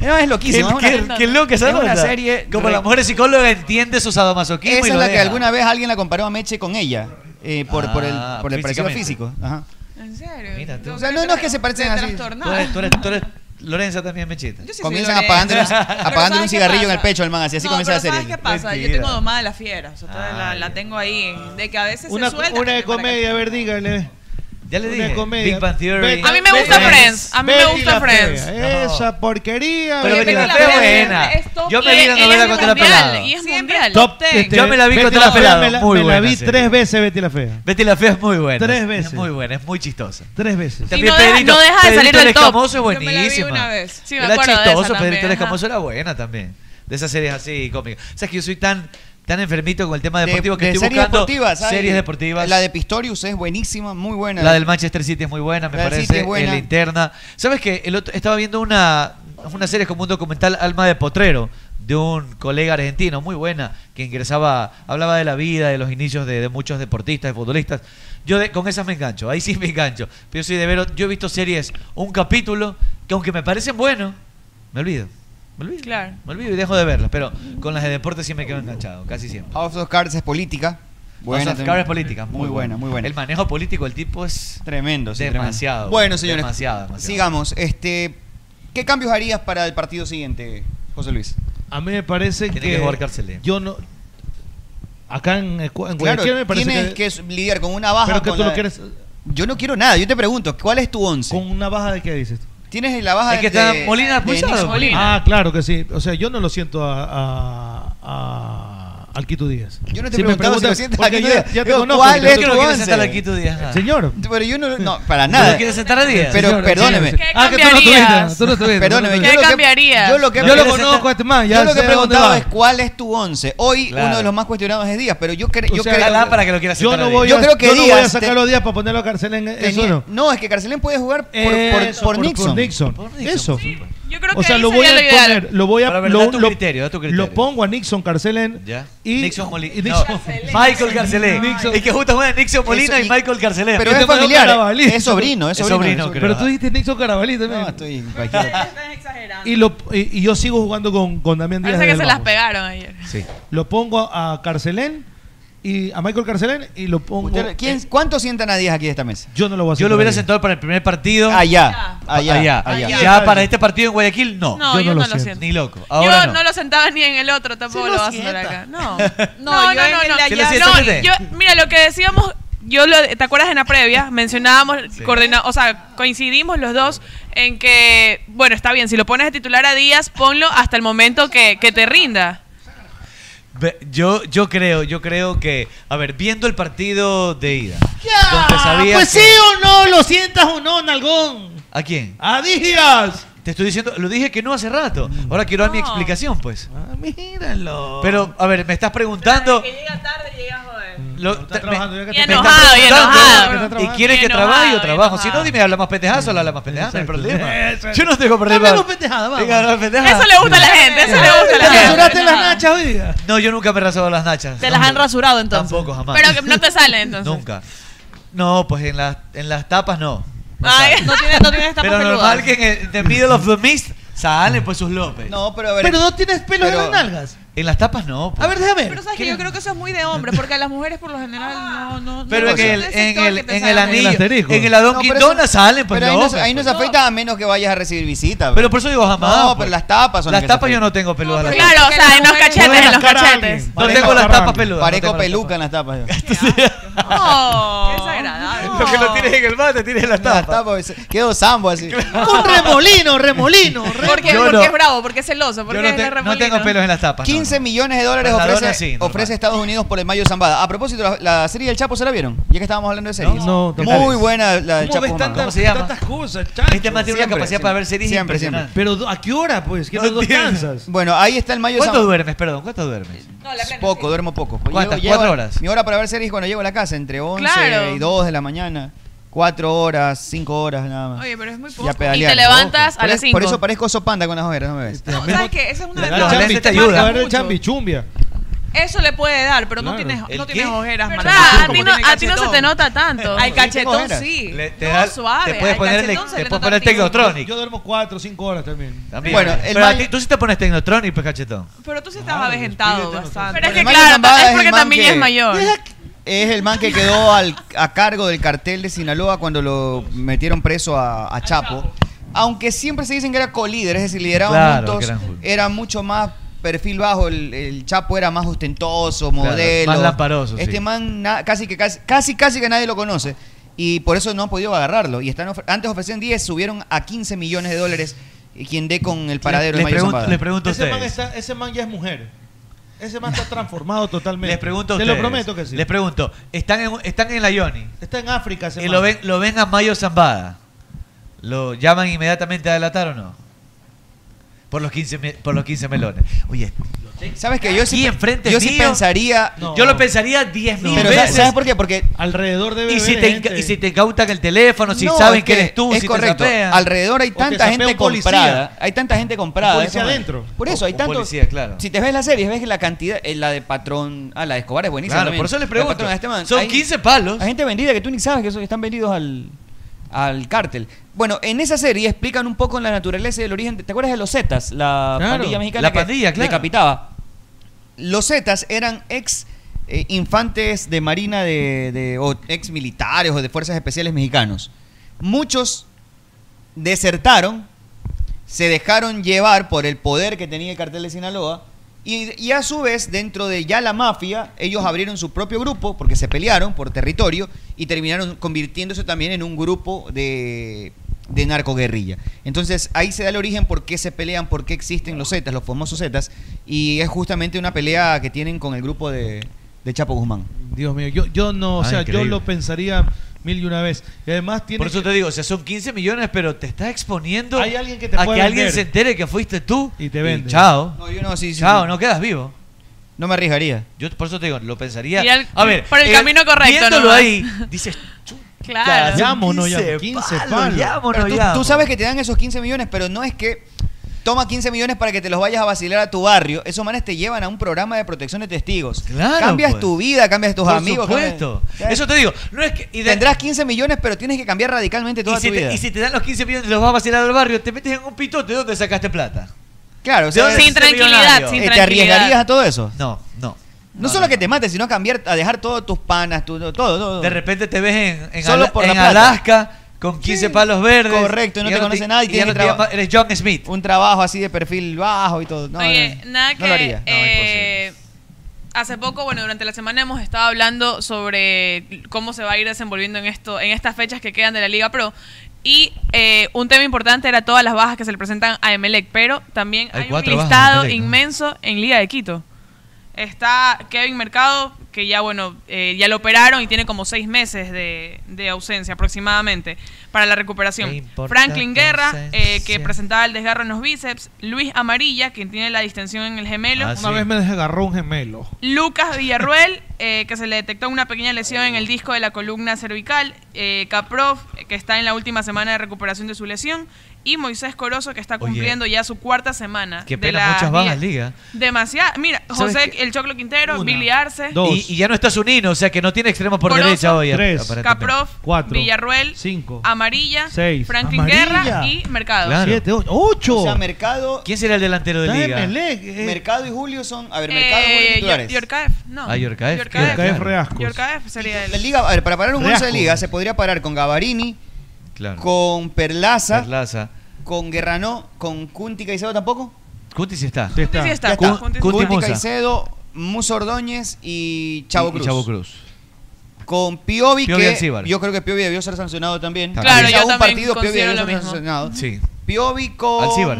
S8: No, es loquísimo.
S16: Qué,
S8: es una-
S16: qué- qué loca esa
S8: es una
S16: onda.
S8: serie.
S16: Como
S8: re-
S16: la mujer psicóloga entiende su sadomasoquismo
S8: Esa
S16: y
S8: es
S16: lo
S8: la que
S16: deja.
S8: alguna vez alguien la comparó a Meche con ella. eh, por, por el,
S16: Ah,
S8: por el parecido físico.
S16: físicamente.
S8: Ajá.
S9: ¿En serio?
S16: Mira, tú.
S8: O sea, no, no es que se parecen así.
S16: Tú eres, tú eres- tú eres- Lorenza también mechita.
S9: sí soy
S8: Comienzan
S9: Lorenza.
S8: apagándole, un-
S9: Pero
S8: apagándole un
S9: ¿sabes qué
S8: cigarrillo en
S9: pasa?
S8: el pecho al man, así, así
S9: No,
S8: comienza
S9: pero
S8: la serie.
S9: ¿sabes qué pasa? Yo
S8: Mentira.
S9: tengo domada la fiera. O sea, todavía la, la tengo ahí. De que a veces
S10: Una,
S9: se suelta.
S10: una de comedia, a ver, dígale.
S16: Ya le
S10: Una
S16: dije.
S10: comedia.
S16: Big Bang Theory.
S10: Betty-
S12: A mí me gusta
S10: Betty-
S12: Friends, a mí me
S10: Betty
S12: gusta
S10: la
S12: Friends.
S10: Fea,
S16: No.
S10: Esa porquería.
S16: Pero
S10: Betty
S16: Betty la
S10: la
S16: Fea es
S10: Fea.
S16: buena. Yo me vi la novela cuando era pelada.
S12: Y es mundial.
S10: Top,
S12: Ten.
S10: este,
S16: Yo me la vi
S10: Betty
S16: cuando era pelado.
S10: Me la,
S16: Muy
S10: me la
S16: buena
S10: vi
S16: serie.
S10: tres veces Betty la Fea.
S16: Betty la Fea es muy buena.
S10: Tres veces.
S16: Es muy buena, es muy chistosa.
S10: Tres veces.
S16: También
S12: no deja-
S16: Pedrito,
S12: no deja de
S16: Pedrito
S12: salir del
S16: el
S12: top.
S16: Escamoso es
S12: Yo me la vi
S16: buenísima.
S12: una vez. Sí, me
S16: era
S12: acuerdo de esa
S16: chistoso,
S12: también,
S16: Pedrito el
S12: ajá.
S16: Escamoso era buena también. De esas series así cómicas. O sea, es que yo soy tan, tan enfermito con el tema Ah, deportivo que
S8: de
S16: estoy
S8: series
S16: buscando
S8: deportivas, hay-
S16: series deportivas.
S8: La de Pistorius es buenísima, muy buena.
S16: La del Manchester City es muy buena, me
S8: La del
S16: parece.
S8: City es buena.
S16: En la interna. ¿Sabes qué? El otro, estaba viendo una, una serie como un documental Alma de Potrero de un colega argentino muy buena que ingresaba, hablaba de la vida, de los inicios de, de muchos deportistas, de futbolistas. Yo de- con esas me engancho, ahí sí me engancho. Pero yo soy de ver, yo he visto series, un capítulo que aunque me parecen buenos, me olvido. Me olvido.
S12: Claro.
S16: Me olvido y dejo de verlas, pero con las de deporte sí me quedo enganchado, casi siempre.
S8: House of Cards es política. Buena
S16: House of
S8: también.
S16: Cards es política, muy,
S8: Muy buena, muy buena.
S16: El manejo político del tipo es
S8: Tremendo, sí, tremendo.
S16: demasiado.
S8: Bueno, señores,
S16: Demasiado, demasiado.
S8: sigamos. Este, ¿Qué cambios harías para el partido siguiente, José Luis?
S10: A mí me parece
S16: Tiene
S10: que.
S16: que jugar Carcelén.
S10: Yo no. Acá en, eh, en
S8: Claro,
S10: cualquier me parece
S8: tienes que, lidiar con una baja.
S10: Pero que
S8: con
S10: tú
S8: la-
S10: lo quieres.
S8: Yo no quiero nada, yo te pregunto, ¿cuál es tu once?
S10: ¿Con una baja de qué dices tú?
S8: Tienes la baja
S16: Es que
S8: de-
S16: está
S8: de-
S16: Molina
S8: de
S16: expulsado.
S8: Nixon.
S10: Ah, claro que sí. O sea, yo no lo siento a, a, a- al Quito Díaz.
S8: Yo no te
S10: Si
S8: he preguntado si lo
S10: me preguntas-
S8: sientes
S10: porque
S8: aquí.
S10: ya- ya te
S8: Digo,
S10: conozco,
S8: ¿Cuál
S10: te
S8: es
S16: Yo
S8: tu
S16: no quiero sentar
S8: once?
S16: aquí tu día.
S10: Señor.
S8: Pero yo no, no, para nada.
S16: ¿No quieres sentar a Díaz?
S8: Pero
S10: Señor,
S8: perdóneme.
S10: señor. Ah, que tú no
S12: cambiarías?
S10: estuviste, tú no estuviste,
S8: Perdóneme,
S10: tú no
S8: yo lo que-
S12: cambiarías?
S8: Yo lo que
S10: Yo lo conozco a este man, ya
S8: yo lo que
S10: sé
S8: he
S10: a dónde
S8: preguntado
S10: va.
S8: es cuál es tu once. Hoy
S16: Claro.
S8: uno de los más cuestionados es Díaz, pero yo, cre-
S10: O
S8: yo
S10: sea,
S8: creo
S16: Ojalá para que lo quieras
S10: Yo
S16: sentar a
S10: no
S16: Díaz.
S10: voy,
S8: Yo
S10: a,
S8: creo que
S10: yo no voy
S8: Díaz
S10: a sacar
S8: te-
S10: a Díaz para ponerlo a Carcelén. Eso
S8: tenía-
S10: no.
S8: No, es que Carcelén puede jugar por, por-
S10: Eso,
S8: por Nixon.
S10: Por Nixon. Eso.
S12: Yo creo que
S10: O sea,
S12: ahí
S10: lo voy
S12: sería
S10: a
S12: lo ideal.
S10: poner, lo voy a
S16: Pero, a ver,
S10: lo,
S16: da tu
S10: lo-
S16: criterio, da tu criterio.
S10: lo pongo a Nixon Carcelen
S16: ¿Ya?
S10: y
S16: Nixon Molina.
S10: y Nixon-
S16: Michael Carcelén.
S10: Nixon.
S16: Es que justo juegan Nixon Molina
S8: Eso-
S16: y, Michael Carcelén.
S8: Pero
S10: Este
S8: es
S10: man
S8: familiar,
S10: Carabalí.
S8: es sobrino, es
S16: Es
S8: sobrino.
S16: sobrino,
S8: es
S16: creo.
S10: Pero tú dijiste Nixon Carabalí también.
S8: No, estoy en
S16: <laughs>
S8: cualquiera.
S10: y, lo, y, y yo sigo jugando con, con Damián Díaz.
S12: Parece que
S10: desde
S12: se
S10: el
S12: las
S10: vamos.
S12: pegaron ayer.
S16: Sí.
S10: Lo pongo a Carcelén y a Michael Carcelén y lo pongo.
S8: Usted- ¿quién- ¿Cuántos sientan a 10 aquí de esta mesa?
S10: Yo no lo voy a
S16: Yo lo hubiera sentado para el primer partido.
S8: Allá, allá,
S16: allá.
S8: allá.
S16: Ya para este partido en Guayaquil, no.
S12: No, Yo yo no no lo lo siento. siento.
S16: Ni loco.
S12: yo
S16: Ahora
S12: no.
S16: no.
S12: lo sentaba ni en el otro, tampoco
S9: Sí
S12: lo,
S9: lo
S12: va a sentar
S9: sienta.
S12: acá. No.
S9: No,
S12: No, no,
S9: yo en
S12: no,
S9: el
S12: no.
S9: de
S12: no,
S9: allá. ¿Qué le
S12: no,
S9: sientas, Tete?
S12: yo- mira, lo que decíamos, yo lo, ¿te acuerdas en la previa? Mencionábamos, coordina- o sea, coincidimos los dos en que, bueno, está bien, si lo pones de titular a Díaz, ponlo hasta el momento que, que te rinda.
S16: Ve- Yo, yo creo, yo creo que, a ver, viendo el partido de ida, donde sabías
S10: Ah,
S13: pues sí
S16: que-
S13: o no, lo sientas o no, Nalgón.
S16: ¿A quién?
S13: ¡A Díaz!
S16: Te estoy diciendo, lo dije que no hace rato. Ahora quiero dar mi explicación, pues.
S10: míralo.
S16: Pero, a ver, me estás preguntando. Que llega tarde, llega joder.
S10: trabajando,
S16: me,
S10: ya que
S16: me
S10: está-
S16: estás
S10: Y enojado, y
S16: preguntando,
S10: enojado. Que está
S16: Y quieres que
S10: trabajando.
S16: trabaje, yo
S10: Y
S16: trabajo. Si no, dime, habla más pendejazo, habla más pendejazo, no hay problema. Yo no tengo problema.
S13: Hablemos pendejadas, vamos.
S16: Venga, hablamos pendejadas.
S13: Eso le gusta a la gente, eso le gusta a la
S16: ¿Te
S13: gente.
S16: rasuraste
S13: Pendejadas.
S16: nachas hoy
S13: <laughs>
S16: día? No, yo nunca me he rasurado las nachas.
S9: Te las han rasurado entonces.
S16: Tampoco, jamás.
S12: Pero que no te sale entonces.
S16: Nunca. No, pues en las, en las tapas no. No
S12: Ay,
S16: sale.
S12: no tiene- no tiene tapas
S16: Pero
S12: peludas.
S16: normal que en el- The Middle of the Mist salen pues sus López.
S8: No, pero a
S16: ver.
S13: Pero no tienes pelos en las nalgas.
S16: En las tapas no. pues.
S13: A ver, déjame.
S9: Pero sabes que yo creo que eso es muy de hombre, porque a las mujeres por lo general no, no, no
S16: Pero en
S9: sé,
S16: el,
S9: ese
S16: en
S9: toque
S16: el,
S9: te
S16: en
S9: sale.
S16: el anillo,
S8: asterisco.
S16: en el Adón
S8: No, pero
S16: Quintona
S8: eso-
S16: salen pues
S8: pero ahí
S16: los
S8: no-
S16: López,
S8: ahí no se
S16: pues.
S8: afeita a menos que vayas a recibir visitas.
S16: Pero por eso digo jamás.
S8: No,
S16: pues.
S8: pero las tapas son las
S16: Las
S8: que se
S16: tapas yo
S8: afeitan.
S16: no tengo peludas. las
S12: Claro, o sea, en los
S8: No
S12: cachetes,
S8: veas
S12: en los
S8: la cara a
S12: cachetes.
S16: tapas. No tengo las tapas peludas. no
S8: Parezco
S16: tengo las
S8: peluca en las tapas.
S16: <laughs>
S12: Oh,
S16: tapas. Lo que lo tienes en el mate, tienes las tapas.
S8: Quedo sambo así.
S13: Un remolino, remolino.
S12: Porque,
S8: Yo
S12: porque
S8: no.
S12: es bravo, porque es celoso, porque
S8: no
S12: es
S8: te-
S12: de
S8: no
S12: remolino.
S16: tengo pelos en las tapas.
S8: 15 millones de dólares
S16: Maradona
S8: ofrece,
S16: sí, normal.
S8: ofrece Estados Unidos por el Mayo Zambada. A propósito, la, la serie del Chapo, ¿se la vieron? Ya que estábamos hablando de series.
S10: No, no,
S8: Muy
S10: no.
S8: buena la del Chapo.
S10: ¿Cómo ves
S8: Guzmán.
S10: tantas-
S8: ¿Cómo se llama?
S10: tantas cosas, chacho?
S16: Este man tiene una capacidad para ver series
S8: Siempre, siempre.
S16: impresionante.
S10: Pero ¿a qué hora, pues? ¿Qué no, no cansas?
S8: Bueno, ahí está el Mayo
S16: ¿Cuánto
S8: Zambada.
S16: duermes, perdón? ¿Cuánto duermes?
S8: Poco, duermo poco. Pues
S16: ¿Cuántas?
S8: Llego-
S16: ¿Cuatro
S8: llego-
S16: horas?
S8: Mi hora para ver series es cuando llego a la casa, entre 11
S12: Claro.
S8: y 2 de la mañana. 4 horas, 5 horas nada más.
S12: Oye, pero es muy
S8: Y
S12: poco.
S8: a pedalear.
S12: Y te levantas
S8: Por
S12: a
S8: es-
S12: las 5.
S8: Por eso parezco sopanda con las ojeras, ¿no me ves?
S9: ¿Sabes qué? Esa es una
S8: Le
S9: de
S16: Ah,
S8: da
S9: las-
S8: chambi,
S9: Ese
S8: te
S9: te
S8: ayuda.
S9: marca
S8: A ver, el
S9: mucho.
S10: Chambi, chumbia.
S9: Eso le puede dar, pero no
S10: Claro.
S9: tienes,
S10: ¿El
S9: no
S10: qué?
S9: tienes ojeras, Ah,
S12: ¿Verdad?
S9: Manuel.
S12: A ti no- a ti no se te nota tanto.
S9: Al
S12: Yo tengo
S9: cachetón
S12: ojeras.
S9: sí.
S16: Le- te
S9: No,
S16: da-
S9: suave.
S16: te puedes
S9: al
S16: poner, el-
S9: cachetón se
S16: te
S9: le
S16: puedes
S9: nota
S16: poner
S9: activo.
S16: Technotronic.
S10: Yo duermo cuatro o cinco horas también.
S16: También.
S8: Bueno, el
S16: pero a
S8: man-
S16: ti- tú sí te pones Technotronic, pues cachetón.
S9: Pero tú sí estabas avejentado bastante.
S12: Pero es que
S8: Mario
S12: claro,
S8: Zambada
S12: es
S8: el
S12: porque
S8: man
S12: también
S8: que-
S12: es mayor.
S8: Es el man que quedó al- a cargo del cartel de Sinaloa cuando lo metieron preso a, a Chapo. Aunque siempre se dicen que era colíder, es decir, lideraban
S16: Claro, que
S8: juntos,
S16: eran juntos.
S8: era mucho más perfil bajo, el, el Chapo era más ostentoso,
S16: Claro,
S8: modelo.
S16: más lamparoso, sí.
S8: Este man na- casi, que, casi, casi, casi que nadie lo conoce. Y por eso no han podido agarrarlo. Y están ofre- antes ofrecían 10, subieron a 15 millones de dólares. Y quien dé con el
S16: Les
S8: paradero de Mario
S16: pregunto-
S8: Zambada.
S16: les pregunto a
S10: Ese man,
S16: ustedes.
S10: está- ese man ya es mujer. Ese man está
S16: <laughs>
S10: transformado totalmente.
S16: Les pregunto a
S10: Te
S16: ustedes.
S10: lo prometo que sí.
S16: Les pregunto, están en, están en la Yoni
S10: Está en África ese
S16: y
S10: man.
S16: lo ven, lo ven a Mayo Zambada. ¿Lo llaman inmediatamente a delatar o no? Por los 15, me- por los 15 melones. Oye,
S8: ¿Sabes que Yo sí,
S16: aquí enfrente
S8: yo sí
S16: mío,
S8: pensaría.
S16: Yo lo pensaría 10 mil
S8: Pero
S16: veces.
S8: ¿sabes- ¿sabes por qué? Porque
S10: Alrededor de
S16: y si,
S10: ver
S16: te,
S10: gente.
S16: inca- y si te incautan el teléfono, si
S8: No,
S16: saben
S8: es
S16: que eres tú,
S8: es
S16: si
S8: correcto.
S16: te zapean.
S8: Alrededor hay tanta gente comprada. Hay tanta gente comprada.
S16: Un policía
S8: eso no es.
S16: adentro.
S8: Por eso
S16: O-
S8: hay
S16: o
S8: tanto.
S16: policía, claro.
S8: Si te ves la serie, ves la cantidad, eh, la de Patrón, ah, la de Escobar es buenísima.
S16: Claro,
S8: también.
S16: por eso les
S8: La
S16: pregunto.
S8: Patrón, este man,
S16: Son 15 palos.
S8: Hay gente vendida que tú ni sabes que son- están vendidos al al cártel. Bueno, en esa serie explican un poco la naturaleza y el origen. de- ¿Te acuerdas de los Zetas? La
S16: Claro,
S8: pandilla mexicana
S16: la
S8: que
S16: pandilla, claro.
S8: decapitaba. Los Zetas eran ex eh, infantes de marina de, de- o ex militares o de fuerzas especiales mexicanos. Muchos desertaron, se dejaron llevar por el poder que tenía el cartel de Sinaloa y, y a su vez dentro de ya la mafia ellos abrieron su propio grupo porque se pelearon por territorio y terminaron convirtiéndose también en un grupo de, de narcoguerrilla. Entonces ahí se da el origen por qué se pelean, por qué existen los Zetas, los famosos Zetas y es justamente una pelea que tienen con el grupo de, de Chapo Guzmán.
S10: Dios mío, yo, yo no, o
S8: Ah,
S10: sea,
S8: increíble.
S10: yo lo pensaría mil y una vez. Y además tiene.
S16: Por eso te digo, o sea, son 15 millones, pero te estás exponiendo
S10: Hay alguien que te
S16: a
S10: puede
S16: que alguien
S10: vender.
S16: se entere que fuiste tú y te
S10: vende.
S16: chao.
S8: No, yo no, sí, sí,
S16: chao,
S8: sí.
S16: no quedas vivo.
S8: No me arriesgaría.
S16: Yo por eso te digo, lo pensaría.
S12: Y al-
S16: a ver, eh,
S12: por el camino correcto,
S16: Viéndolo
S12: nomás. <laughs>
S16: ahí, dices,
S12: Claro.
S10: Llámonos ya, 15 palos.
S8: Pero tú,
S16: ya,
S8: tú
S16: po.
S8: sabes que te dan esos 15 millones, pero no es que toma 15 millones para que te los vayas a vacilar a tu barrio. Esos manes te llevan a un programa de protección de testigos.
S16: Claro,
S8: cambias
S16: pues.
S8: tu vida, cambias tus
S16: por
S8: amigos.
S16: supuesto.
S8: cambias- ya.
S16: Eso te digo. No es que, y de-
S8: Tendrás 15 millones, pero tienes que cambiar radicalmente
S16: y
S8: toda
S16: si
S8: tu
S16: te-
S8: vida.
S16: y si te dan los 15 millones y los vas a vacilar al barrio, te metes en un pitote. ¿De dónde sacaste plata?
S8: claro, o sea,
S16: ¿De dónde
S8: es-
S16: hiciste millonario?
S8: Eh, ¿Te arriesgarías a todo eso?
S16: No, no.
S8: No, solo que te mates, sino a cambiar, a dejar todos tus panas, tu- todo, todo.
S16: De repente te ves en, en
S8: Solo
S16: Ala-
S8: por la
S16: en
S8: plata.
S16: Alaska con 15 palos verdes.
S8: Correcto, y no te
S16: ya
S8: conoce nadie.
S16: y ya no te llama- eres John Smith.
S8: Un trabajo así de perfil bajo y todo. No,
S12: Oye,
S8: no,
S12: nada
S8: no
S12: que.
S8: lo haría.
S12: eh, hace poco, bueno, durante la semana hemos estado hablando sobre cómo se va a ir desenvolviendo en esto, en estas fechas que quedan de la Liga Pro. Y eh, un tema importante era todas las bajas que se le presentan a Emelec, pero también
S16: Hay
S12: hay, un
S16: cuatro bajas de
S12: listado
S16: Emelec, ¿no?
S12: inmenso en Liga de Quito. Está Kevin Mercado, que ya bueno, eh, ya lo operaron y tiene como seis meses de, de ausencia aproximadamente para la recuperación.
S9: importa
S12: Franklin
S9: tu
S12: Guerra, eh, que
S9: ausencia?
S12: presentaba el desgarro en los bíceps. Luis Amarilla, quien tiene la distensión en el gemelo.
S16: Ah,
S1: Una vez me desgarró un gemelo.
S12: Lucas Villarruel, eh, que se le detectó una pequeña lesión en el disco de la columna cervical. Eh, Caprov, que está en la última semana de recuperación de su lesión. Y Moisés Corozo, que está
S16: Oye.
S12: cumpliendo ya su cuarta semana.
S16: Qué
S12: de
S16: pena,
S12: la
S16: muchas bajas,
S12: liga.
S16: liga.
S12: Demasiada. Mira,
S16: ¿Sabes
S12: José El Choclo Quintero, Billy Arce,
S16: Y, y ya no está Zunino, o sea que no tiene extremo por
S12: Corozo,
S16: derecha hoy.
S12: Tres.
S16: aparentemente.
S12: Caprov, Villarruel, Amarilla,
S16: Seis.
S12: Franklin
S16: Amarilla.
S12: Guerra y Mercado.
S16: Ah, Claro.
S12: Eh,
S16: ocho.
S8: O sea, Mercado.
S16: ¿Quién será el delantero de liga?
S10: eh.
S8: Mercado y Julio son.
S9: Eh,
S8: A ver, Mercado y Julio titulares.
S12: Yor- Yorkaef, no.
S16: Ah, Yorkaef,
S12: Yorkaef.
S16: claro. Yorkaef
S1: Reascos.
S12: Yorkaef sería el.
S8: La liga, a ver, para parar un once de
S16: Reasco.
S8: liga se podría parar con Gavarini,
S16: Claro.
S8: con Perlaza,
S16: Perlaza.
S8: con Guerrano, con Cunti Caicedo tampoco.
S16: Cunti sí está.
S8: Ya está.
S16: Cu- Cunti
S8: Cunti
S16: Musa.
S8: Caicedo, Musa Ordóñez y
S16: Y-
S8: Chavo
S16: y
S8: Cruz.
S16: Chavo Cruz.
S8: Con Piovi,
S16: Piovi
S8: que
S16: Alcíbar.
S8: yo creo que Piovi debió ser sancionado también.
S16: Claro,
S8: Aunque
S16: yo
S8: sea un
S16: también
S8: partido Piovi
S16: considero
S8: debió
S16: lo
S8: ser
S16: mismo.
S8: sancionado.
S16: Sí.
S8: Piovi con
S16: Alcíbar.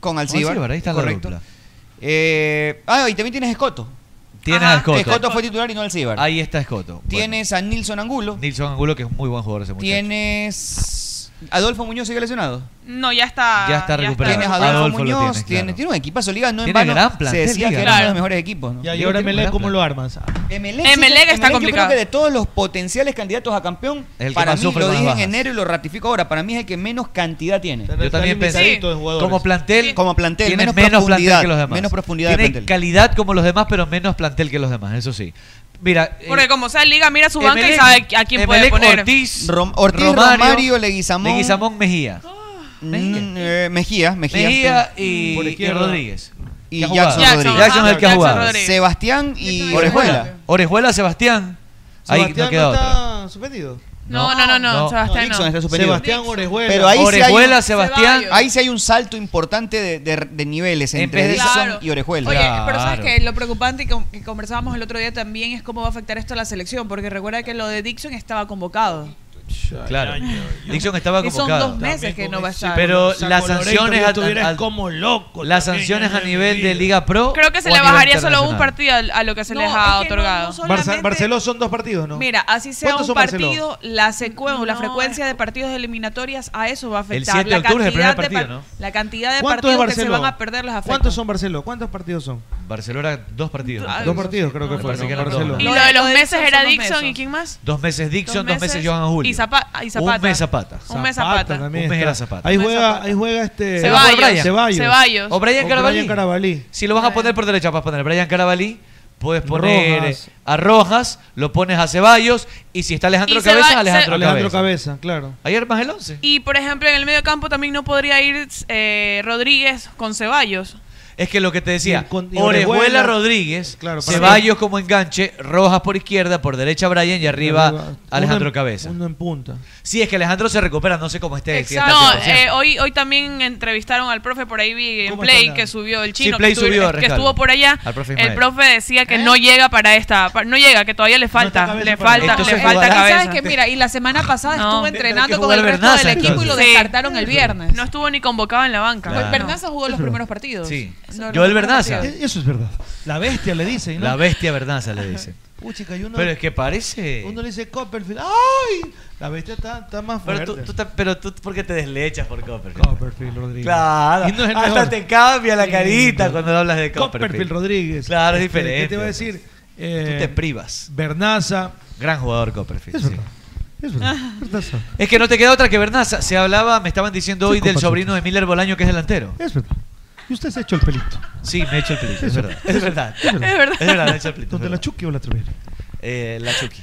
S8: Con Alcíbar.
S16: Alcíbar, ahí está la
S8: correcto.
S16: dupla.
S8: Eh, ah, y también tienes Escoto.
S16: Tienes a Escoto.
S8: Escoto fue titular y no Alcíbar.
S16: Ahí está Escoto. Bueno,
S8: Tienes a Nilson Angulo.
S16: Nilson Angulo, que es un muy buen jugador ese muchacho.
S8: Tienes. Adolfo Muñoz sigue lesionado.
S12: No, ya está.
S16: Ya está recuperado.
S8: Tienes a Adolfo,
S16: Adolfo lo
S8: Muñoz.
S16: tienes,
S8: Tiene,
S16: claro.
S8: tiene un equipazo Liga, no en
S16: Tiene
S8: vano.
S16: gran plantel,
S8: se decía
S16: Liga.
S8: que era uno de
S16: Claro.
S8: los mejores equipos. ¿no?
S1: Ya, y ahora Melec, ¿cómo lo armas?
S8: Emelec,
S12: Emelec
S8: sí,
S12: está
S8: Emelec,
S12: complicado.
S8: Yo creo que de todos los potenciales candidatos a campeón,
S16: Es el que
S8: para
S16: más
S8: mí
S16: sufre
S8: lo
S16: más
S8: dije
S16: bajas.
S8: en enero y lo ratifico ahora. Para mí es el que menos cantidad tiene.
S16: Yo también pensé, como plantel,
S8: como plantel,
S16: tienes
S8: menos,
S16: menos,
S8: profundidad,
S16: plantel que los demás.
S8: menos profundidad de
S16: Tiene
S8: plantel.
S16: calidad como los demás, pero menos plantel que los demás, eso sí. Mira, eh,
S12: Porque como sea liga, mira su banca y
S16: Emelec-
S12: sabe a quién puede
S16: Emelec,
S12: poner.
S16: Ortiz,
S8: Rom- Ortiz,
S16: Romario,
S8: Romario, Leguizamón.
S16: Leguizamón, Mejía.
S8: Mm, eh, Mejía, Mejía.
S16: Mejía y,
S8: Por
S16: y
S8: izquierda.
S16: Rodríguez.
S8: Y
S16: Que ha
S8: Jackson
S16: jugado.
S8: Rodríguez.
S16: Jackson es el que ha
S8: Jackson
S16: jugado.
S8: Rodríguez. Sebastián y Orejuela.
S16: Orejuela, Sebastián. Ahí no queda otra.
S1: está suspendido.
S12: No, no, no, no,
S16: no.
S12: Sebastián no.
S8: Nixon está suspendido.
S1: Sebastián Orejuela.
S8: Pero ahí sí hay
S16: Orejuela,
S8: un,
S16: Sebastián.
S8: Ahí sí hay un salto importante de, de- de niveles entre
S16: vez de-
S8: Dixon
S16: Claro.
S8: y Orejuela.
S16: Oye,
S9: Pero sabes que lo preocupante y con- que conversábamos el otro día también es cómo va a afectar esto a la selección, porque recuerda que lo de Dixon estaba convocado.
S16: Ah, Claro. Dixon estaba
S9: Y son
S16: convocado.
S9: dos meses que no va a estar.
S16: Pero
S9: O sea,
S16: las
S9: con Lorenzo
S16: sanciones
S9: yo
S16: a,
S9: estuviera
S10: como loco.
S16: Las sanciones a nivel de Liga Pro.
S12: Creo que se
S16: o a
S12: le
S16: nivel
S12: bajaría solo un
S16: internacional.
S12: partido al- a lo que se
S9: No,
S12: les
S9: es que
S12: ha
S9: no-
S12: otorgado.
S9: no solo-
S1: Barce-
S9: Solamente-
S1: Barceló son dos partidos, ¿no?
S9: Mira, así sea
S1: ¿Cuántos
S9: un
S1: son, Marcelo?
S9: partido, la secuencia o la frecuencia de partidos de eliminatorias a eso va a afectar.
S1: El 7 de
S9: la
S1: octubre es el
S9: cantidad
S1: primer
S9: de par-
S1: partido, ¿no?
S9: La cantidad de
S1: ¿Cuántos es
S9: partidos que se
S1: Barceló?
S9: van a perder las afecta.
S1: ¿Cuántos son Barceló? ¿Cuántos partidos son?
S16: Barcelona, dos partidos.
S1: Ay, Ah, Dos partidos Ah, creo que fueron,
S16: Parece eran
S1: Barcelona.
S16: dos.
S12: Y lo de los
S9: Lo de
S12: meses
S9: Dixon
S12: era
S9: son dos
S12: Dixon
S9: meses.
S12: y quién más?
S16: Dos meses Dixon, dos meses Johan Julio.
S12: Y, Zapa- ah, y Zapata.
S16: Un mes Zapata.
S12: Un mes Zapata.
S1: también
S16: Un mes
S1: está.
S16: era Zapata.
S1: Ahí juega, ahí juega este.
S16: Se va Brian.
S1: Ceballos.
S16: O Brian Carabalí.
S1: Carabalí.
S16: Si lo vas a poner por derecha, vas a poner a Brian Carabalí. Puedes poner
S1: Rojas.
S16: eh, a Rojas, lo pones a Ceballos. Y si está Alejandro
S12: Y
S16: Cabeza,
S12: Ceba-
S16: Alejandro,
S12: Ce-
S1: Alejandro
S16: Cabeza.
S1: Cabeza, claro.
S16: Ayer más el 11.
S12: Y, por ejemplo, en el medio campo también no podría ir eh, Rodríguez con Ceballos.
S16: Es que lo que te decía,
S1: Y con- y
S16: Orejuela,
S1: Orejuela,
S16: Rodríguez,
S1: claro, para-
S16: Ceballos como enganche, Rojas por izquierda, por derecha Brian y arriba Alejandro
S1: Uno en-
S16: Cabeza.
S1: Uno en punta.
S16: Sí, es que Alejandro se recupera, no sé cómo esté. si está al
S12: No,
S16: 100%.
S12: eh, hoy, hoy también entrevistaron al profe por ahí vi en
S16: ¿Cómo
S12: Play
S16: está la-
S12: que subió el
S16: Sí,
S12: chino
S16: Play
S12: que, estuvi-
S16: subió,
S12: que
S16: Rescalvo.
S12: estuvo por allá.
S16: Al profe Ismael.
S12: el profe decía
S9: ¿Eh?
S12: que no llega para esta, pa- no llega, que todavía le falta, le
S16: para-
S12: falta,
S16: Entonces
S12: le falta
S16: jugará-
S12: cabeza.
S9: Sabes que mira, y la semana pasada
S12: No.
S9: estuvo
S12: Tendrá que
S9: entrenando con
S16: jugar
S9: el resto
S16: Bernaza,
S9: del equipo y lo
S16: entonces.
S9: descartaron el viernes.
S12: No estuvo ni convocado en la banca.
S16: Claro.
S9: Bernaza jugó los primeros partidos.
S16: Sí.
S9: No, los
S16: Joel
S9: primeros
S16: Vernaza.
S9: partidos.
S1: E, Eso es verdad. La bestia le dicen, ¿no?
S16: Ah. La bestia Vernaza le dicen.
S1: Uy, chica, y uno,
S16: Pero es que parece...
S1: uno le dice Copperfield. ¡Ay! La bestia está, está más fuerte.
S16: Pero tú, tú, te- pero tú, ¿por qué te deslechas por Copperfield?
S1: Copperfield Rodríguez.
S16: Claro.
S1: Y no es el
S16: Hasta
S1: mejor.
S16: te cambia la
S1: Sí,
S16: carita
S1: no.
S16: cuando hablas de Copperfield.
S1: Eh, Copperfield Rodríguez.
S16: Claro, es
S1: Este,
S16: diferente.
S1: ¿Qué te voy a decir? eh,
S16: Tú te privas.
S1: Bernaza.
S16: Gran jugador Copperfield. sí.
S1: Es verdad.
S9: Ah.
S1: Bernaza.
S16: Es que no te queda otra que Bernaza. Se hablaba, me estaban diciendo hoy del
S1: Copachito.
S16: sobrino de Miller Bolaño que es delantero.
S1: Es verdad. Y usted se ha hecho el pelito.
S16: Sí, me he hecho el pelito. Es
S1: Eso.
S16: verdad. Es verdad.
S1: Es verdad.
S16: Es verdad, me Ah, he hecho el pelito. es
S1: ¿Donde la
S16: verdad.
S1: Chucky o la Treveri?
S16: Eh, la Chucky.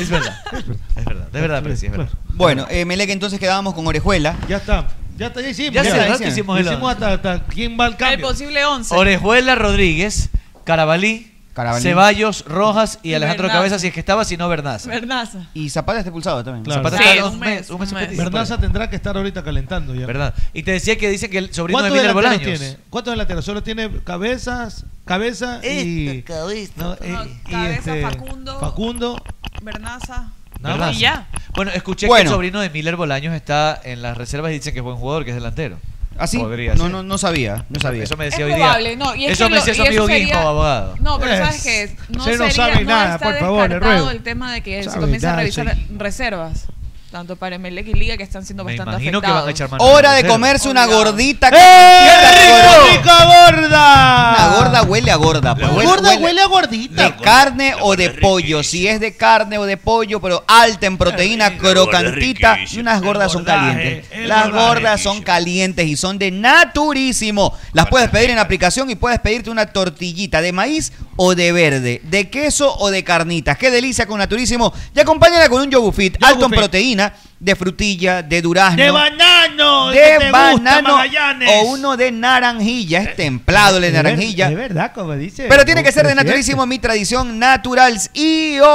S16: Es verdad. Es verdad. Es verdad. De verdad, pero sí, es verdad.
S8: Bueno, eh, Melec entonces quedábamos con Orejuela.
S1: Ya está. Ya está, ya hicimos.
S16: Ya hace
S1: está,
S16: rato hicimos el
S9: Eh, pues
S1: hasta, hasta quién va al cambio.
S9: El posible 11.
S16: Orejuela Rodríguez, Carabalí,
S8: Carabalí.
S16: Ceballos, Rojas y Alejandro
S9: Verdaza.
S16: Cabeza, si es que estaba, si no Vernaza.
S9: Verdaza.
S8: Y Zapata está expulsado también.
S16: Zapata
S9: Sí,
S16: está
S9: un mes, un mes.
S10: Vernaza tendrá que estar ahorita calentando ya.
S16: ¿Verdad? Y te decía que dicen que el sobrino de
S10: ¿Cuántos
S16: Miller
S10: delanteros
S16: Bolaños.
S10: tiene? ¿Cuántos delanteros? Solo tiene cabezas, cabeza y. No, eh, y
S9: Este, Cabeza,
S10: este,
S9: Facundo.
S10: Facundo.
S9: Vernaza.
S16: Nada
S9: ¿Verdad?
S16: más.
S9: Y ya.
S16: Bueno, escuché que
S8: Bueno.
S16: el sobrino de Miller Bolaños está en las reservas y dicen que es buen jugador, que es delantero.
S8: ¿Así?
S16: Podría
S8: ¿Ah, no,
S16: ser.
S8: no, no sabía, no sabía.
S16: Eso me
S9: Es
S16: decía hoy
S9: probable,
S16: día.
S9: no. Y es
S16: eso
S9: que
S16: me
S9: lo-
S16: decía su
S9: y eso
S16: amigo
S9: sería-
S16: Guinjo, abogado.
S9: No, pero
S16: Es-
S9: ¿sabes qué? No,
S16: usted no
S9: sería,
S16: sabe
S9: no
S16: nada,
S9: está
S16: por favor, le
S9: descartado
S16: ruego.
S9: el tema de que se
S16: Sabe
S9: comiencen a
S16: nada,
S9: revisar
S16: sí.
S9: reservas. Tanto para Emelec y Liga que están siendo bastante
S16: imagino que
S9: afectados.
S16: van a echar mano
S8: Hora de
S16: Cero.
S8: comerse una gordita.
S10: ¡Eh,
S8: rico,
S10: gorda!
S8: Una gorda huele a gorda. pues, huele-
S13: gorda
S8: huele-
S13: huele a gordita.
S8: de carne o de pollo. Si es de carne o de pollo, pero alta en proteína, crocantita. Y unas gordas son calientes. Las gordas son calientes y son de naturísimo. Las puedes pedir en aplicación y puedes pedirte una tortillita de maíz o de verde, de queso o de carnitas. Qué delicia con naturísimo. Y acompáñala con un yogur fit alto en proteína, de frutilla, de durazno.
S20: De banano. ¿qué te
S8: De
S20: gusta,
S8: banano
S20: Magallanes?
S8: o uno de naranjilla, es templado el de
S20: Es ver-
S8: naranjilla.
S20: es verdad, como dice.
S8: Pero tiene que ser de
S20: presidente.
S8: Naturísimo, mi tradición, Naturals,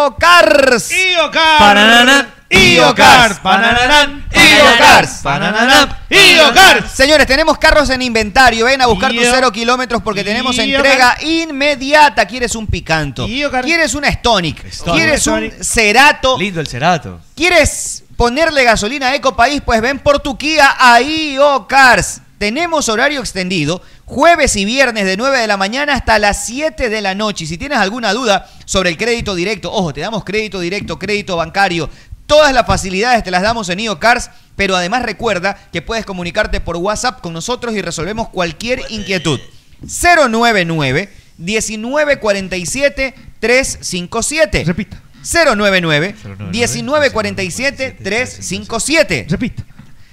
S8: IOCARS.
S10: IOCARS.
S8: Pananana. IOCARS.
S20: Pananana.
S8: IOCARS.
S20: Pananana.
S8: IOCARS. Señores, tenemos carros en inventario. Ven a buscar tus
S20: Io-
S8: cero kilómetros porque tenemos
S20: Io-
S8: entrega inmediata. ¿Quieres un picanto? ¿Quieres un Stonic? ¿Quieres un Cerato?
S16: Lindo el Cerato.
S8: ¿Quieres ponerle gasolina a Ecopaís? Pues ven por tu Kia a IO Cars. Tenemos horario extendido, jueves y viernes de 9 de la mañana hasta las 7 de la noche. Y si tienes alguna duda sobre el crédito directo, ojo, te damos crédito directo, crédito bancario. Todas las facilidades te las damos en IO Cars, pero además recuerda que puedes comunicarte por WhatsApp con nosotros y resolvemos cualquier inquietud. 099 1947 357. Repita. 099 1947 357.
S10: Repita.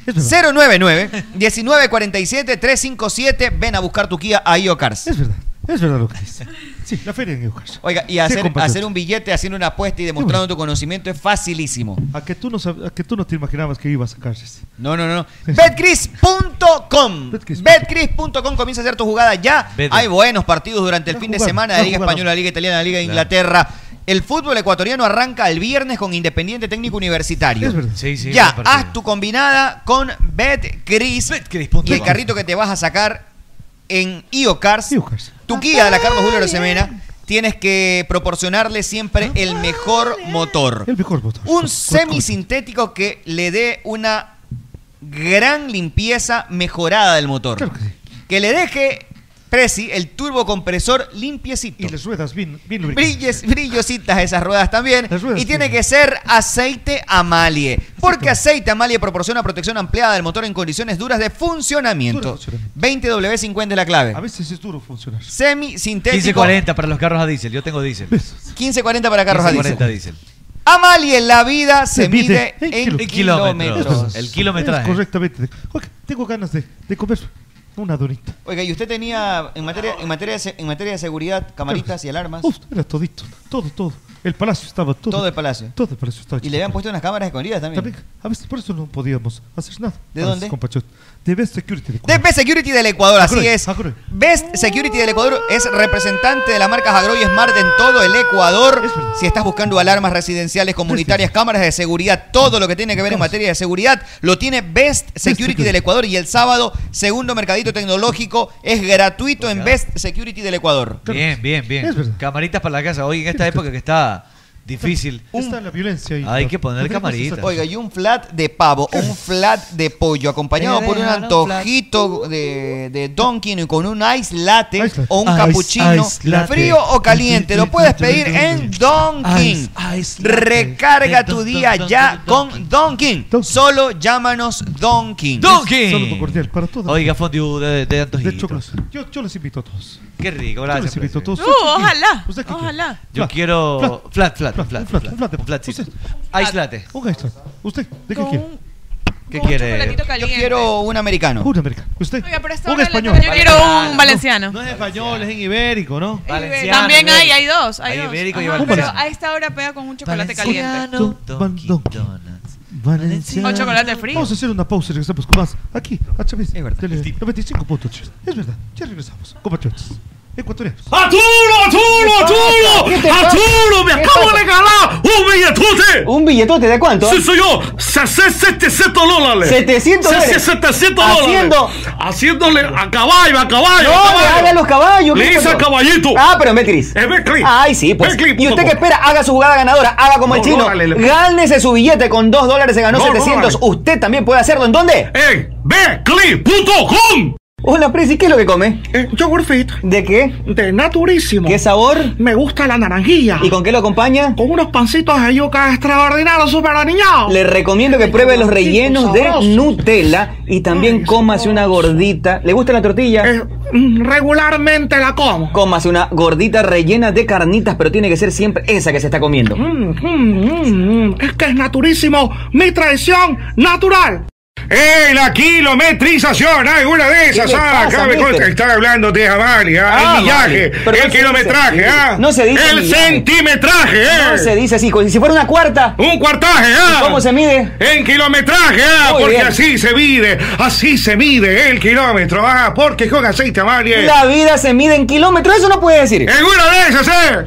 S8: 099 1947 357. Ven a buscar tu Kia a IOCARS.
S10: Es verdad, es verdad lo que dice. Sí, la feria en Eucas.
S8: Oiga, y
S10: Sí,
S8: hacer,
S10: compatriota.
S8: hacer un billete haciendo una apuesta y demostrando tu conocimiento es facilísimo.
S10: A que tú no, sab- a que tú no te imaginabas que iba a sacarse. este.
S8: No, no, no. Betcris.com. Betcris.com comienza a hacer tu jugada ya.
S10: Vete.
S8: Hay buenos partidos durante el fin de
S10: jugada,
S8: semana
S10: la
S8: de Liga
S10: jugada.
S8: Española, Liga Italiana, Liga de Inglaterra. El fútbol ecuatoriano arranca el viernes con Independiente Técnico Universitario.
S16: Es verdad. Sí, sí,
S8: ya,
S16: buen partido.
S8: haz tu combinada con Betcris. Y el carrito que te vas a sacar en IOCARS. Tu Kia de la Carlos Julio Rosemena. Tienes que proporcionarle siempre el mejor Ah, motor.
S10: El mejor voto.
S8: Un semisintético que le dé una gran limpieza mejorada del motor. que le deje, Preci, el turbocompresor limpiecito. Y las
S10: ruedas bien,
S8: Brilles, brillositas esas ruedas también. y tiene que ser aceite Amalie. Porque aceite Amalie proporciona protección ampliada del motor en condiciones duras de funcionamiento. 20W50 es la clave.
S10: A veces es duro funcionar.
S8: Semisintético.
S16: 1540 para los carros a diésel. Yo tengo diésel.
S8: 1540 para carros a diésel.
S16: 1540 diésel.
S8: Amalie, la vida se, mide, en
S16: En kilómetros. El kilometraje.
S10: Es correctamente. Oiga, tengo ganas de, de comer una donita.
S8: Oiga, ¿y usted tenía en materia, en materia, de, se- en materia de seguridad camaritas y alarmas?
S10: Uf, era todito. Todo, todo. El palacio estaba todo.
S8: Todo el palacio.
S10: Todo el palacio estaba
S8: Y le habían puesto unas cámaras escondidas también.
S10: También, a veces por eso no podíamos hacer nada.
S8: ¿De
S10: Gracias,
S8: dónde?
S10: compachot. De Best Security. de
S8: De Best Security del Ecuador, así
S10: Hagroy,
S8: es. Best Security del Ecuador es representante de la marca Agro y Smart en todo el Ecuador. Si estás buscando alarmas residenciales, comunitarias, cámaras de seguridad, todo lo que tiene que ver en materia de seguridad, lo tiene Best Security del Ecuador. Y el sábado, segundo mercadito tecnológico, es gratuito en Best Security del Ecuador.
S16: Bien, bien, bien. Camaritas para la casa. Hoy en esta
S10: <laughs>
S16: época que está difícil.
S10: Está la violencia ahí.
S16: Hay que poner camaritas.
S8: Oiga, y un flat de pavo, un flat de pollo, acompañado
S16: Me
S8: por un
S16: dejaron
S8: antojito de, de Dunkin' y con un ice latte o un
S16: Ice-
S8: cappuccino,
S16: ice latte.
S8: frío o caliente. Lo puedes pedir en Dunkin'.
S16: ah,
S8: Recarga tu día ya con Dunkin'. Solo llámanos Dunkin'.
S10: Solo tu cordial para todos.
S16: Oiga, fondue de, de antojitos.
S10: Yo, yo les invito a todos.
S16: Qué rico,
S10: Yo
S16: gracias.
S10: les invito a todos.
S9: Uh, ojalá. Ojalá.
S16: Yo quiero flat, flat, flat, flat, flat, un flatcito. Ice latte.
S10: Un ice latte. ¿Usted? ¿De qué quiere?
S16: ¿Qué
S9: con chocolatito
S16: quiere?
S8: Yo
S9: caliente.
S8: quiero un americano.
S10: Un americano. ¿Usted?
S9: Oiga, pero esta
S10: Un
S9: hora de la
S10: español.
S9: tarde Yo quiero un valenciano.
S10: No es español, es en ibérico, ¿no?
S9: Valenciano, También hay, hay dos, hay,
S10: Hay
S9: dos.
S10: ibérico y
S9: Ajá, pero
S10: valenciano.
S9: a esta hora pega con un chocolate
S10: Valenciano,
S9: caliente.
S10: Dunkin' Donuts. Valenciano.
S9: O chocolate frío.
S10: Vamos a hacer una pausa y regresamos con más. Aquí, a Chávez. Es verdad. 95.8. Es verdad. Ya regresamos. Compatriotas.
S6: ecuatorianos.
S21: ¡Arturo, Arturo,
S6: ¿Qué
S21: Arturo!
S6: te pasa?
S21: ¡Arturo, me
S6: ¿Qué
S21: acabo
S6: pasa?
S21: de ganar un billetote!
S22: ¿Un billetote de cuánto?
S21: Sí, señor. Se- se- 700 dólares.
S22: 700
S21: Se- se-
S22: dólares.
S21: 700 dólares.
S22: Haciendo-
S21: Haciéndole a caballo, a caballo.
S22: No,
S21: a caballo.
S22: haga los caballos.
S21: Le
S22: ¿qué
S21: hice
S22: pasó?
S21: a caballito.
S22: Ah, pero en Betcris.
S21: En Betcris.
S22: Ay, sí, pues.
S21: Betcris,
S22: y usted
S21: poco.
S22: que espera, haga su jugada ganadora, haga como el
S21: No,
S22: chino.
S21: no, dale, le-
S22: Gánese su billete con 2 dólares, se ganó
S21: No, no,
S22: 700. usted también puede hacerlo. ¿En dónde?
S21: En Betcris.com.
S22: Hola, Prezi, ¿qué es lo que come?
S6: yogurt fit.
S22: ¿De qué?
S6: ¿eh? De naturísimo.
S22: ¿Qué sabor?
S6: Me gusta la naranjilla.
S22: ¿Y con qué lo acompaña?
S6: Con unos pancitos de yuca extraordinarios, super aniñados.
S22: Le recomiendo que pruebe los rellenos de Nutella y también cómase una gordita. ¿Le gusta la tortilla?
S6: Eh, mm, Regularmente la como.
S22: Cómase una gordita rellena de carnitas, pero tiene que ser siempre esa que se está comiendo.
S6: Mm, mm, mm, Es que es naturísimo. Mi tradición natural.
S23: ¡Eh, la kilometrización! ¡Hay una de esas!
S22: ¿Qué le
S23: ¡Ah!
S22: pasa,
S23: Acá me
S22: mister?
S23: consta- Están hablando de Amalia,
S22: Ah,
S23: el millaje,
S22: vale. Pero no
S23: el
S22: se
S23: kilometraje,
S22: dice así.
S23: ¿ah?
S22: No se dice
S23: ¡El
S22: millaje.
S23: centimetraje, eh!
S22: No se dice así, como si fuera una cuarta.
S23: ¡Un cuartaje, ah!
S22: ¿Y ¿Cómo se mide?
S23: En kilometraje, ah,
S22: Muy
S23: porque
S22: bien.
S23: así se mide, así se mide el kilómetro, ah, porque con aceite Amalia.
S22: La vida se mide en kilómetros, eso no puede decir.
S23: ¡En una de esas, eh!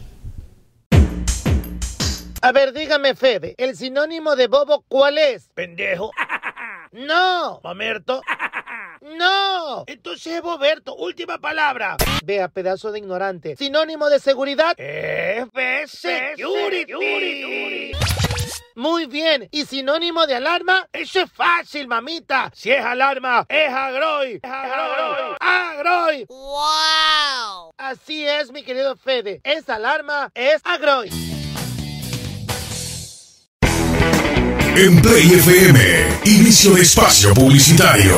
S24: A ver, dígame, Fede, ¿el sinónimo de bobo cuál es? Pendejo. No. Mamerto. No. Entonces es boberto. Última palabra. Vea, pedazo de ignorante. Sinónimo de seguridad. Security. Muy bien. ¿Y sinónimo de alarma? Eso es fácil, mamita. Si es alarma, es agroy. Es agroy. Agroy. ¡Wow! Así es, mi querido Fede. Es alarma, es agroy.
S25: En Play FM, inicio de espacio publicitario.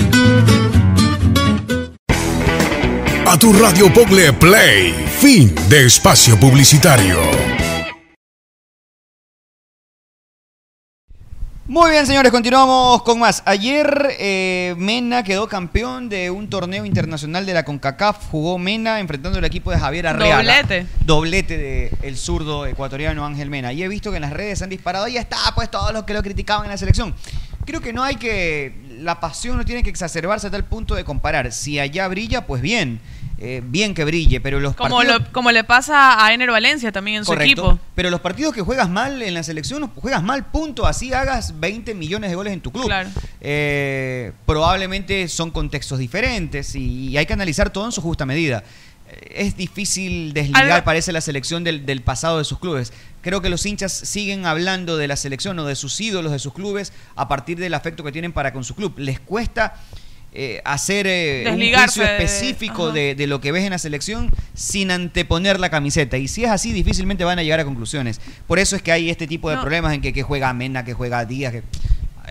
S25: A tu radio Pogle Play, fin de espacio publicitario.
S8: Muy bien, señores, continuamos con más. Ayer eh, Mena quedó campeón de un torneo internacional de la CONCACAF. Jugó Mena enfrentando al equipo de Javier Arreaga.
S9: Doblete.
S8: Doblete del zurdo ecuatoriano Ángel Mena. Y he visto que en las redes se han disparado. Y está, pues, todos los que lo criticaban en la selección. Creo que no hay que... La pasión no tiene que exacerbarse a tal punto de comparar. Si allá brilla, pues bien. Eh, bien que brille, pero los
S26: Como,
S8: partidos...
S26: lo- como le pasa a Ener Valencia también en
S8: Correcto.
S26: su equipo.
S8: Pero los partidos que juegas mal en la selección, juegas mal, punto. Así hagas 20 millones de goles en tu club. Eh, probablemente son contextos diferentes y, y hay que analizar todo en su justa medida. Eh, Es difícil desligar,
S9: Algo-
S8: parece, la selección del, del pasado de sus clubes. Creo que los hinchas siguen hablando de la selección o de sus ídolos de sus clubes a partir del afecto que tienen para con su club. Les cuesta eh, hacer eh, un
S26: Desligarse
S8: juicio
S26: de-
S8: específico de, de lo que ves en la selección sin anteponer la camiseta. Y si es así, difícilmente van a llegar a conclusiones. Por eso es que hay este tipo de problemas en que, que juega Mena, que juega Díaz. Que...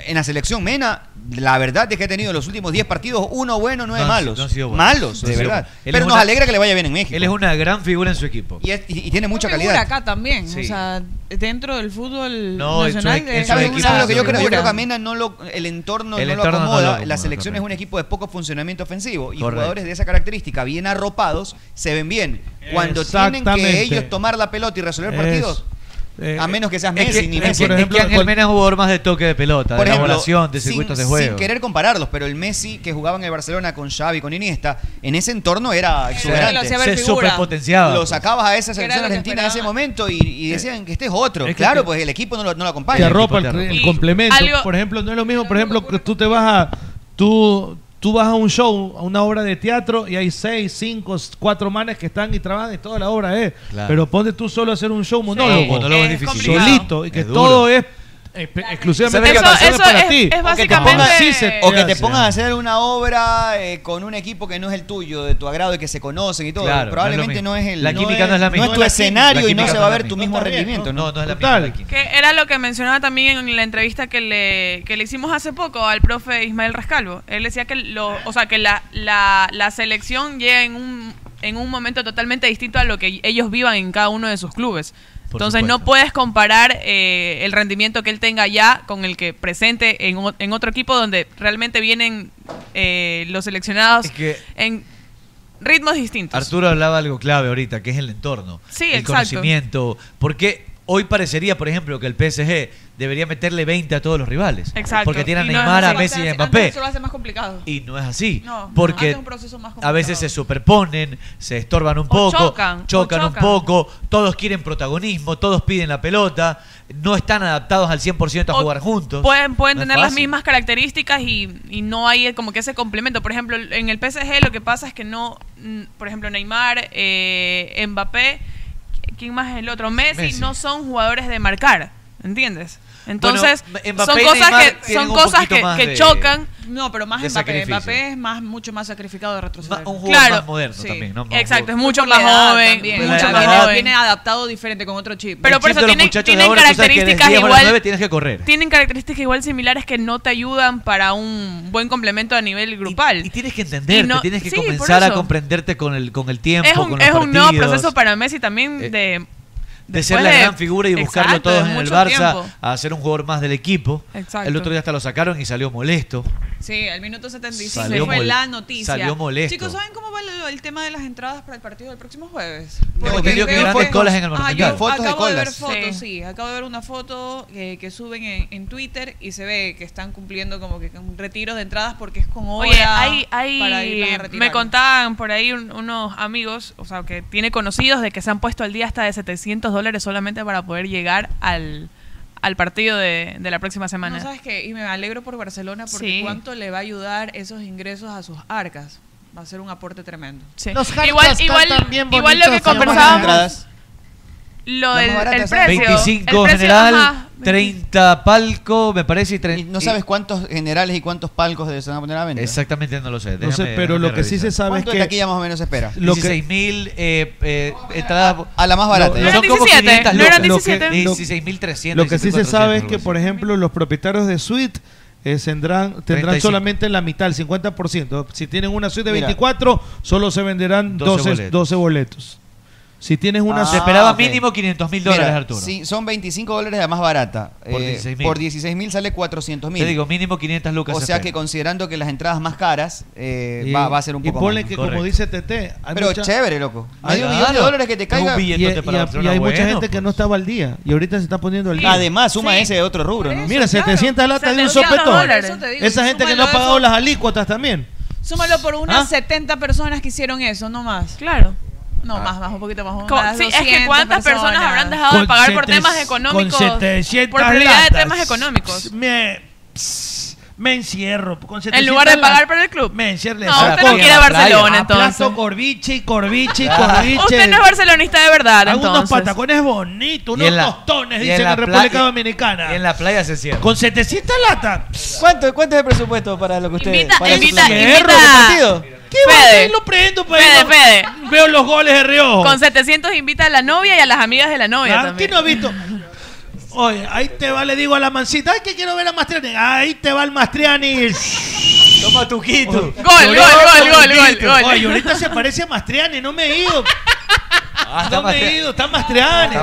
S8: En la selección Mena, la verdad es que ha tenido los últimos 10 partidos uno bueno, nueve
S16: No han-
S8: malos.
S16: no han sido buenos.
S8: Malos,
S16: No
S8: de
S16: han sido
S8: verdad.
S16: buenos. Él
S8: Pero
S16: es
S8: nos
S16: una-
S8: alegra que le vaya bien en México.
S16: Él es una gran figura en su equipo.
S8: Y, es- y- y tiene mucha
S9: Figura
S8: calidad.
S9: acá también.
S16: Sí.
S9: O sea, dentro del fútbol
S16: No, en su-
S9: nacional.
S16: en
S9: es
S16: su
S9: una
S16: equipo.
S8: ¿Sabes lo que yo creo? Yo
S9: figura.
S8: creo que a Mena no lo, el entorno
S16: El
S8: no
S16: entorno
S8: lo
S16: no lo
S8: acomoda.
S16: acomoda,
S8: la selección es un equipo de poco funcionamiento ofensivo y
S16: Correcto.
S8: jugadores de esa característica, bien arropados, se ven bien. Cuando tienen que
S16: Exactamente.
S8: ellos tomar la pelota y resolver
S16: Es- eh,
S8: partidos, a menos que seas
S16: Es
S8: Messi
S16: que,
S8: ni
S16: es
S8: Messi.
S16: que- es que Ángel Mena es un jugador más de toque de pelota, de elaboración, de
S8: sin-
S16: circuitos de juego.
S8: Sin querer compararlos, pero el Messi que jugaba en el Barcelona con Xavi, con Iniesta, en ese entorno era
S16: Lo
S8: exuberante.
S16: hacía ver Se figura. superpotenciaba,
S8: Lo
S16: pues.
S8: sacabas a esa
S16: Que era
S8: selección
S16: lo que
S8: argentina en ese momento y,
S16: Eh,
S8: y decían que este es otro.
S27: Es que-
S8: claro, pues el equipo no lo, no lo acompaña.
S27: Te arropa el, el complemento.
S26: algo-
S27: Por ejemplo, no es lo mismo, por ejemplo, que tú te vas a. Tú,
S10: Tú vas a un show, a una obra de teatro y hay seis, cinco, cuatro manes que están y trabajan y toda la obra es.
S16: Claro.
S10: Pero ponte tú solo a hacer un show
S12: eh,
S10: monólogo.
S16: Un monólogo es difícil.
S10: Solito y que
S16: Es duro.
S10: todo es eh, exclusivamente
S8: Eso-
S10: canciones
S8: eso
S10: para
S8: es-
S10: ti.
S8: es
S10: O que te
S8: básicamente-
S10: pongas- sí se
S8: O que te
S10: hace.
S8: pongas a hacer una obra eh, con un equipo que no es el tuyo, de tu agrado y que se conocen y todo.
S16: Claro, no es lo
S8: Probablemente
S16: mismo.
S8: no es, el.
S16: La química no es la misma.
S8: No es
S16: No
S8: tu
S16: es la química,
S8: escenario
S16: la
S8: y no
S16: química
S8: se
S16: no
S8: va a
S16: es la
S8: ver tu
S16: misma.
S8: mismo
S16: No está bien,
S8: rendimiento.
S16: no, no es la misma la
S12: Que era lo que mencionaba también en la entrevista que le, que le hicimos hace poco al profe Ismael Rascalvo. Él decía que lo, o sea que la, la, la selección llega en un, en un momento totalmente distinto a lo que ellos vivan en cada uno de sus clubes.
S16: Por
S12: Entonces no
S16: supuesto.
S12: puedes comparar eh, el rendimiento que él tenga allá con el que presente en, o- en otro equipo donde realmente vienen eh, los seleccionados
S16: que-
S12: en ritmos distintos.
S16: Arturo hablaba algo clave ahorita, que es el entorno.
S12: Sí,
S16: el
S12: exacto.
S16: conocimiento. Porque hoy parecería, por ejemplo, que el PSG debería meterle 20 a todos los rivales.
S12: Exacto.
S16: Porque tiene a
S12: Y no es
S16: Neymar,
S12: así.
S16: a Messi y a
S12: Antes-
S16: Mbappé.
S12: antes Eso lo hace más complicado.
S16: Y no es así.
S12: No,
S16: porque
S12: antes es un proceso más
S16: a veces se superponen, se estorban un
S12: O
S16: poco,
S12: chocan, o
S16: un
S12: chocan.
S16: poco, todos quieren protagonismo, todos piden la pelota, no están adaptados al 100% a
S12: O
S16: jugar juntos.
S12: Pueden, pueden
S16: No es
S12: tener las
S16: fácil.
S12: mismas características y, y no hay como que ese complemento. Por ejemplo, en el PSG lo que pasa es que no, mm, por ejemplo, Neymar, eh, Mbappé, ¿quién más es el otro? Messi,
S16: Messi.
S12: no son jugadores de marcar, ¿entiendes? Entonces,
S16: Bueno, Mbappé
S12: son
S16: y
S12: cosas
S16: Neymar
S12: que,
S16: tienen
S12: son
S16: un
S12: cosas
S16: poquito
S12: que,
S16: más
S12: que
S16: de-
S12: chocan. No, pero
S16: de
S12: más
S16: Mbappé. sacrificio. Mbappé
S12: es más, mucho más sacrificado de retroceder.
S16: un jugador más moderno también, ¿no? Más
S12: Exacto, es
S16: jugador-
S12: mucho
S9: Por la
S12: más
S9: edad
S12: joven.
S9: también.
S12: mucho
S16: Por la
S12: más
S16: edad.
S12: joven.
S9: Viene adaptado diferente con otro chip.
S12: Pero por
S16: El chip de
S12: eso
S16: los
S12: tienen-
S16: muchachos de
S12: tienen
S16: ahora, tú sabes que desde
S12: características
S16: 10 a las
S12: igual-
S16: 9 tienes que correr.
S12: tienen características igual similares que no te ayudan para un buen complemento a nivel grupal. Y,
S16: tienes que entenderte,
S12: no-
S16: tienes que
S12: sí, por
S16: comenzar a
S12: eso.
S16: comprenderte con el, con el tiempo,
S12: es un,
S16: con los
S12: es un nuevo
S16: partidos, Eh,
S12: proceso para Messi también de,
S16: de ser
S12: después
S16: la
S12: de-
S16: gran figura y buscarlo
S12: Exacto,
S16: todos
S12: de
S16: en el
S12: mucho
S16: Barça,
S12: tiempo.
S16: a ser un jugador más del equipo.
S9: Exacto.
S16: El otro día hasta lo sacaron y salió molesto.
S9: Sí, al minuto 75
S16: Salió
S9: fue
S16: mol-
S9: la noticia.
S16: salió molesto.
S9: Chicos, ¿saben cómo va lo- el tema de las entradas para el partido del próximo jueves?
S16: Tengo
S9: Porque
S16: entendido que
S9: veo
S16: grandes
S9: fotos-
S16: colas en el
S9: Ah,
S16: Monumental.
S9: yo
S16: Fotos de
S9: acabo de, ver
S16: colas.
S9: fotos, sí.
S16: Sí.
S9: Acabo de ver una foto eh, que suben en, en Twitter y se ve que están cumpliendo como que un retiro de entradas porque es con hora
S12: Oye, hay,
S9: para irlas a
S12: hay
S9: retirar.
S12: me contaban por ahí un- unos amigos, o sea, que tiene conocidos de que se han puesto al día hasta de 700 dólares solamente para poder llegar al, al partido de, de la próxima semana.
S9: No sabes qué, y me alegro por Barcelona porque
S12: Sí.
S9: cuánto le va a ayudar esos ingresos a sus arcas. Va a ser un aporte tremendo.
S12: Sí. igual, igual, igual lo que
S16: entradas?
S12: conversábamos, lo
S9: Las
S12: del
S9: más baratas
S12: el
S9: son-
S12: precio.
S16: 25
S12: el precio,
S16: general,
S12: ajá,
S16: 30 palco, me parece. Y, tre-
S8: eh, No
S16: y-
S8: sabes cuántos generales y cuántos palcos de- se van a poner a la venta.
S16: Exactamente, no lo sé.
S10: No sé, pero lo que sí se sabe es
S8: ¿Cuánto de
S10: que-
S8: taquilla más o menos se espera?
S10: Lo que-
S16: 16.000 eh, eh, entradas.
S8: A la Ah, más barata, ya.
S16: Son
S8: No eran
S16: como
S8: 17,
S16: 500
S8: no eran
S16: lucas.
S8: 17.
S16: Lo que- 16.300.
S10: Lo que sí se
S16: 16.400,
S10: sabe es
S16: algo
S10: que,
S16: así.
S10: por ejemplo, los propietarios de suite eh, tendrán, tendrán
S16: 35.
S10: solamente la mitad, el 50%. Si tienen una suite de
S16: Mira.
S10: 24, solo se venderán
S16: 12
S10: 12, 12 boletos.
S16: boletos.
S10: Si tienes una...
S8: Se esperaba
S16: Ah, mínimo 500 mil dólares, Arturo.
S8: Sí, son 25 dólares la más barata.
S16: Por
S8: Eh,
S16: 16.000.
S8: por 16 mil sale 400 mil.
S16: Te digo, mínimo 500 lucas.
S8: O
S16: se
S8: sea
S16: espera.
S8: que considerando que las entradas más caras eh,
S16: Y-
S8: va, va a ser un
S16: y
S8: poco
S16: ponle
S8: más.
S16: que
S10: Como dice TT. hay
S8: Pero
S10: mucha-
S8: chévere, loco.
S10: Hay-
S8: Medio millón de
S10: Claro.
S8: dólares que te caiga.
S10: y, y- y hay mucha gente
S8: pues.
S10: que
S16: <laughs>
S10: no estaba al día y ahorita se está poniendo al día.
S8: Además, suma ese de otro rubro, ¿no?
S10: Mira, 700 latas de un
S9: 700
S10: sopetón.
S9: dólares. Eso te digo,
S10: Esa gente que
S9: súmalo
S10: no ha
S9: eso.
S10: pagado las alícuotas también.
S9: Súmalo por unas
S10: ¿Ah?
S9: 70 personas que hicieron eso, no más.
S12: Claro.
S9: No,
S16: Ah.
S9: más, más, un poquito más.
S12: Como-
S9: unas
S12: sí, es que
S9: 200
S12: cuántas personas habrán dejado de
S9: Con
S12: pagar por
S9: 700
S12: temas económicos,
S10: Con 700
S12: por prioridad de
S10: latas.
S12: temas económicos.
S10: Me, pss, me encierro. Con 700
S12: En lugar de
S10: latas,
S12: pagar por el club.
S10: Me encierro.
S12: No, usted no quiere Barcelona, entonces.
S10: Aplasto corviche, corviche, corviche.
S12: Usted no es barcelonista de verdad,
S10: Algunos
S12: entonces.
S10: patacones bonitos,
S16: Y
S10: unos
S16: en la-
S10: tostones,
S16: y
S10: dicen en,
S16: la
S10: República
S16: playa-
S10: Dominicana.
S16: y en la playa se cierra.
S10: Con 700 latas.
S8: ¿Cuánto, ¿Cuánto es el presupuesto para lo que usted
S10: Invita-
S8: para su
S10: invita-
S8: plan?
S10: invita-
S8: ¿Para el partido?
S10: ¿Qué va a lo prendo para
S12: Fede, Fede.
S10: Veo los goles de reojo.
S12: Con 700 invita a la novia y a las amigas de la novia
S10: Ah,
S12: también.
S10: ¿Quién no ha visto? Oye, ahí te va, le digo a la mancita, ay, que quiero ver a Mastriani. Ahí te va el Mastriani. Toma tu quito. Gol,
S12: gol, gol, gol, gol, gol.
S10: Oye, ahorita se parece a Mastriani, no me he ido. no me he ido, está Mastriani.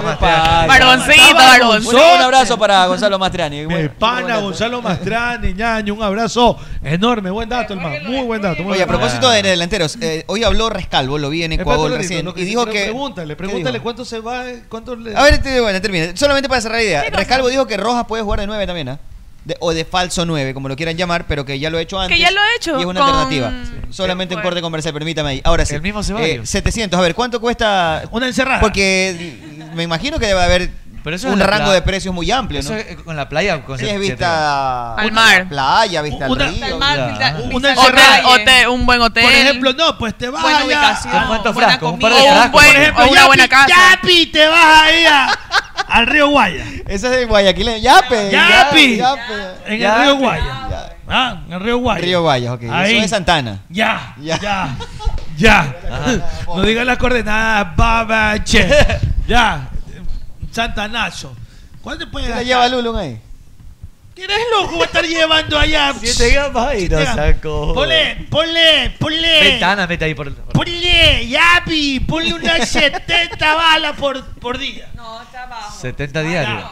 S8: Barboncito,
S10: Barboncito.
S8: Un abrazo para Gonzalo Mastriani.
S10: Mi pana Gonzalo Mastriani, ñaño, un abrazo enorme, buen dato, hermano, muy buen dato. muy
S8: Oye, a
S10: buen dato.
S8: propósito de delanteros, eh, hoy habló Rescalvo, lo vi en
S10: Espérate un
S8: Ecuador
S10: ratito,
S8: recién,
S10: lo que
S8: y
S10: sí,
S8: dijo
S10: pero
S8: que...
S10: Pregúntale,
S8: ¿Qué
S10: pregúntale
S8: dijo?
S10: cuánto se va, eh, cuánto le...
S8: A ver, te- bueno, termina. Solamente para cerrar la idea, Rescalvo dijo que Rojas puede jugar de 9 también, ¿ah? De- o de falso 9, como lo quieran llamar, pero que ya lo he hecho antes.
S12: ya lo ha hecho
S8: Y es una
S12: con-
S8: alternativa. Solamente un corte comercial, permítame ahí. Ahora sí. eh,
S16: El mismo Ceballos.
S8: 700. A ver, ¿cuánto cuesta?
S10: Una encerrada.
S8: Porque me imagino que debe haber
S16: Pero eso es
S8: un
S16: la
S8: rango
S16: pla-
S8: de precios muy amplio,
S16: eso
S8: ¿no?
S16: es, eh, con la playa. Con
S8: Sí, es
S16: se-
S8: vista
S9: Al mar.
S8: playa, vista
S9: Una-
S8: al río.
S9: al mar, vista-
S8: Ya.
S9: vista al hotel, hotel, un buen hotel.
S6: Por ejemplo, no, pues te vas
S9: Buena
S6: allá
S9: ubicación,
S6: a-
S9: ¿Cuántos
S6: buena
S9: frascos? Un
S6: comida.
S9: par de
S6: O
S9: frascos,
S6: buen-
S9: por ejemplo,
S6: o
S9: una
S6: Yapi,
S9: buena casa.
S6: Yapi, te vas ahí
S9: <laughs>
S6: a- al río Guaya.
S8: Ese es de Guayaquil. en Yape.
S6: Yapi.
S8: Yape.
S6: En el
S8: Yape.
S6: río Guaya. Ah, en el río Guaya.
S8: Río Guayas, ok.
S6: Ahí.
S8: Eso es Santana.
S6: Ya, ya, ya. No digas las coordenadas, babache. ya. Santanazo. ¿Cuál te puede
S8: ¿Qué
S6: gastar?
S8: le lleva Lulun ahí?
S6: ¿Quién es loco? Va a estar llevando allá.
S16: Siete gambas y no
S6: Siete gambas.
S16: saco.
S6: Ponle, ponle, ponle.
S16: Ventana, mete ahí por el.
S6: Ponle, Yapi, ponle unas 70 balas por, por día.
S16: 70 diarios.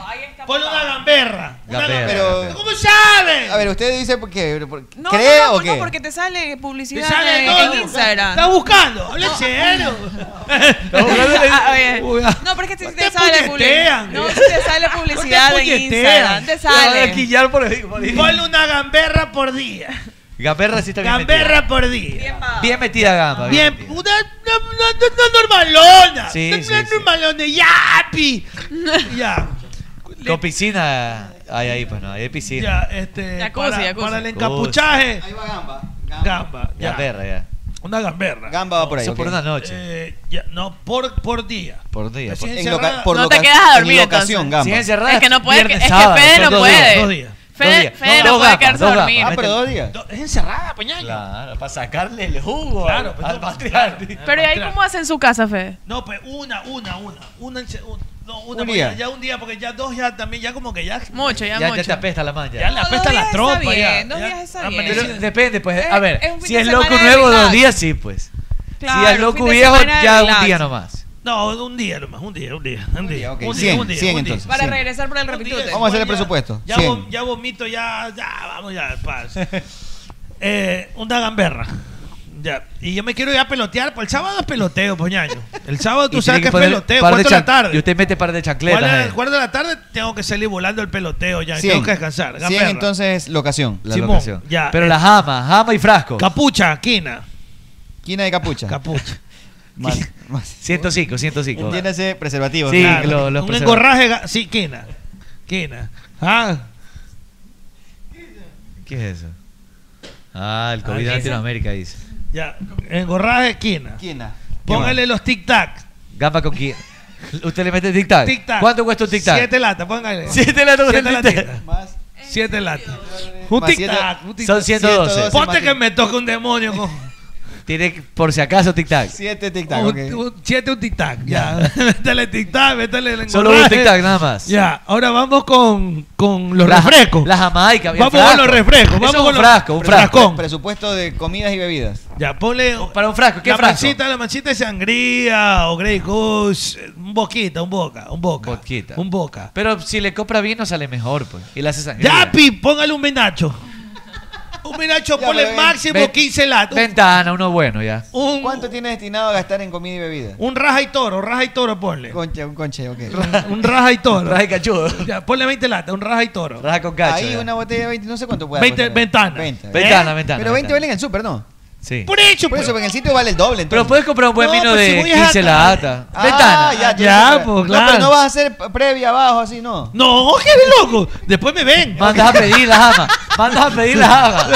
S6: Ponle una gamberra.
S16: Gamberra,
S8: Pero,
S6: ¿Cómo sabes?
S8: a ver, usted dice porque, porque
S12: No,
S8: cree
S12: no, no,
S8: o qué?
S12: no, porque te sale publicidad
S6: Te sale
S12: en,
S6: todo,
S12: en
S6: te-
S12: Instagram.
S6: estás buscando, habla serio.
S12: <laughs>
S16: <laughs>
S12: Ah, oye. No, pero es que si te sale publicidad.
S6: puñetean.
S12: No, si te sale publicidad en Instagram. Te sale.
S16: quillar por ahí. por ahí.
S6: Ponle una gamberra por día.
S16: Gamberra sí está bien
S6: Gamberra por día.
S16: metida. Bien metida gamba.
S6: Bien, una, una, una- una normalona.
S16: Sí,
S6: una
S16: sí,
S6: una
S16: sí.
S6: normalona. Yapi. ya,
S16: Con piscina. Ahí, ahí, pues no. Ahí hay
S6: ya,
S16: piscina.
S6: este.
S9: Jacuzzi,
S6: para,
S9: jacuzzi.
S6: para el encapuchaje.
S8: Ahí va Gamba.
S6: Gamba. ya.
S16: Gamberra, ya.
S6: Una gamberra.
S8: Gamba va por ahí.
S16: Eso por
S8: ok.
S16: una noche.
S6: Eh, ya, no, por, por día.
S16: Por día.
S6: Recién
S16: por-
S8: En
S6: encerrada.
S8: loca- por
S9: No te
S8: loca-
S9: quedas a dormir,
S8: En locación,
S9: entonces.
S8: Gamba.
S16: Si es encerrada.
S9: Es que no puede,
S16: viernes,
S9: es que
S16: sábado,
S9: Fede
S16: son
S9: no
S16: dos días, dos
S9: puede.
S16: días. Dos
S9: Fede
S16: días.
S9: Fede
S16: No,
S9: no
S16: dos
S9: puede
S16: gafas,
S9: quedarse
S16: dos
S9: a
S16: gafas.
S9: dormir.
S8: Ah, pero dos días.
S6: No, Es encerrada, pañaño.
S16: Claro, para sacarle el jugo
S6: Claro,
S16: al,
S12: Ah,
S6: pues,
S16: al
S6: no,
S16: patriarca.
S9: Pero ¿y ahí cómo hace en su casa, Fede?
S6: No, pues una, una, una. Una, ence- un- no, una
S16: Un
S6: porque
S16: día.
S6: Ya, ya un día, porque ya dos ya también, ya como que ya.
S9: Mucho,
S16: Ya,
S9: ya,
S16: ya
S9: mucho.
S16: te apesta la malla.
S6: Ya le apesta la tropa. ya,
S12: bien, dos
S6: ya,
S12: días está
S6: ya
S12: bien.
S16: Pero
S6: amanecido.
S16: depende, pues.
S9: Eh,
S12: Es-
S16: a ver,
S12: es un fin
S16: si
S12: de
S16: es loco
S12: semana de
S16: nuevo, dos
S12: relax.
S16: días sí, pues. si es
S12: Claro,
S16: loco
S12: fin de
S16: viejo,
S12: semana de
S16: ya un
S12: relax.
S16: día nomás.
S6: No, un día nomás, un día, un día. Un día,
S8: ok.
S6: un día,
S8: Cien,
S6: un día,
S8: cien
S6: un día.
S8: entonces.
S12: Para
S8: Sí.
S12: regresar por el
S6: Un día,
S12: repitute.
S8: Vamos a hacer el
S6: después ya-
S8: presupuesto,
S6: Ya,
S8: cien.
S6: vom- ya vomito, ya, ya, vamos ya,
S16: <laughs>
S6: paz. eh, una gamberra. Ya. Y yo me quiero ya pelotear. Pues el sábado es peloteo, poñaño. El sábado tú
S16: Y
S6: sabes
S16: tiene
S6: que es
S16: poner
S6: peloteo,
S16: par de
S6: cuatro de la
S16: chan-
S6: tarde.
S16: Y usted mete par de chancletas. eh.
S6: Cuatro de-
S16: ahí.
S6: cuatro de la tarde tengo que salir volando el peloteo ya.
S8: Cien.
S6: Tengo que descansar.
S8: Cien,
S6: gamberra.
S8: entonces, locación.
S16: La
S6: Simón,
S16: locación.
S6: ya,
S16: Pero
S6: eh.
S16: la jama, jama y frasco.
S6: Capucha, quina.
S8: Quina de
S16: Ah.
S8: capucha.
S6: Capucha.
S8: Más- más-
S16: 105, 105.
S8: Entiéndase, preservativo.
S16: <laughs> Sí,
S8: claro.
S16: lo- los
S6: un
S16: preservativos.
S6: engorraje. ga- Sí, quina. Quina. Ah,
S16: ¿Qué es eso? Ah, el COVID
S6: Ah,
S16: de
S6: ¿qué
S16: Latinoamérica dice.
S6: ya. Engorraje, quina.
S8: Quina.
S6: Póngale los tic-tac.
S16: Gamba con quién. <laughs> Usted le mete tic tac.
S6: Tic-tac.
S16: ¿Cuánto cuesta un tic tac?
S6: Siete latas, póngale.
S16: Siete latas con
S6: Siete
S16: el tic
S6: latitas.
S16: tac.
S8: Más
S6: Siete latas. Un
S8: Más siete-
S6: tic-tac. un tic-tac.
S16: Son 112.
S6: Ponte que me toque un demonio con
S16: Tiene que- por si acaso tic tac.
S8: Siete tic-tac,
S6: un,
S8: ok.
S6: un- siete un tic-tac. Ya. <laughs> métele tic-tac, métele el
S16: Solo
S6: engorraje.
S16: un tic tac nada más.
S6: Ya, ahora vamos con, con eh. los
S16: La-
S6: refrescos.
S16: La jamaica. el
S6: Vamos con
S16: frasco.
S6: los refrescos,
S16: Eso
S6: vamos
S16: es
S6: con
S16: un
S6: los-
S16: frasco, un frasco.
S6: Frascón.
S8: Presupuesto de comidas y bebidas.
S6: Ya, ponle
S16: Para un frasco, ¿qué
S6: la
S16: frasco?
S6: manchita, la manchita de sangría o Grey Goose, eh, un boquita, un boca, un boca.
S16: Boquita.
S6: Un boca.
S16: Pero si le compra vino sale mejor, pues. Y le hace sangría.
S6: Yapi, póngale un menacho. Un menacho,
S8: Ya,
S6: ponle
S8: pero, eh,
S6: máximo
S16: ven-
S6: 15 latas. Un-
S16: Ventana, uno bueno ya.
S6: Un,
S8: ¿Cuánto tiene destinado a gastar en comida y bebida?
S6: un raja y toro, raja y toro ponle.
S8: Conche, un conche, ok.
S6: Un raja y toro.
S16: <laughs> Raja y cachudo.
S6: Ya, ponle 20 latas, un raja y toro.
S16: Raja con cacho.
S8: Ahí
S16: ya.
S8: una botella de 20, no sé cuánto puede
S6: 20
S8: costar.
S6: ventana.
S8: 20.
S16: Ventana,
S6: ¿Eh?
S16: ventana.
S8: Pero 20
S16: ventana.
S8: valen en el súper, ¿no?
S16: Sí.
S6: Por hecho,
S8: Por
S6: pues.
S8: eso, porque en el sitio vale el doble.
S16: Pero
S8: Entonces.
S16: puedes comprar un buen
S6: No,
S16: vino
S6: pues, si
S16: de
S6: voy a
S16: 15 la ata. Ventana.
S8: Ah, ya,
S6: Ya,
S8: sé.
S6: pues,
S8: No,
S6: claro.
S8: pero no vas a hacer previa abajo así, no.
S6: No, qué loco. Después me ven.
S16: Mandas a
S8: <laughs>
S16: pedir la jama. Mandas a pedir la jama.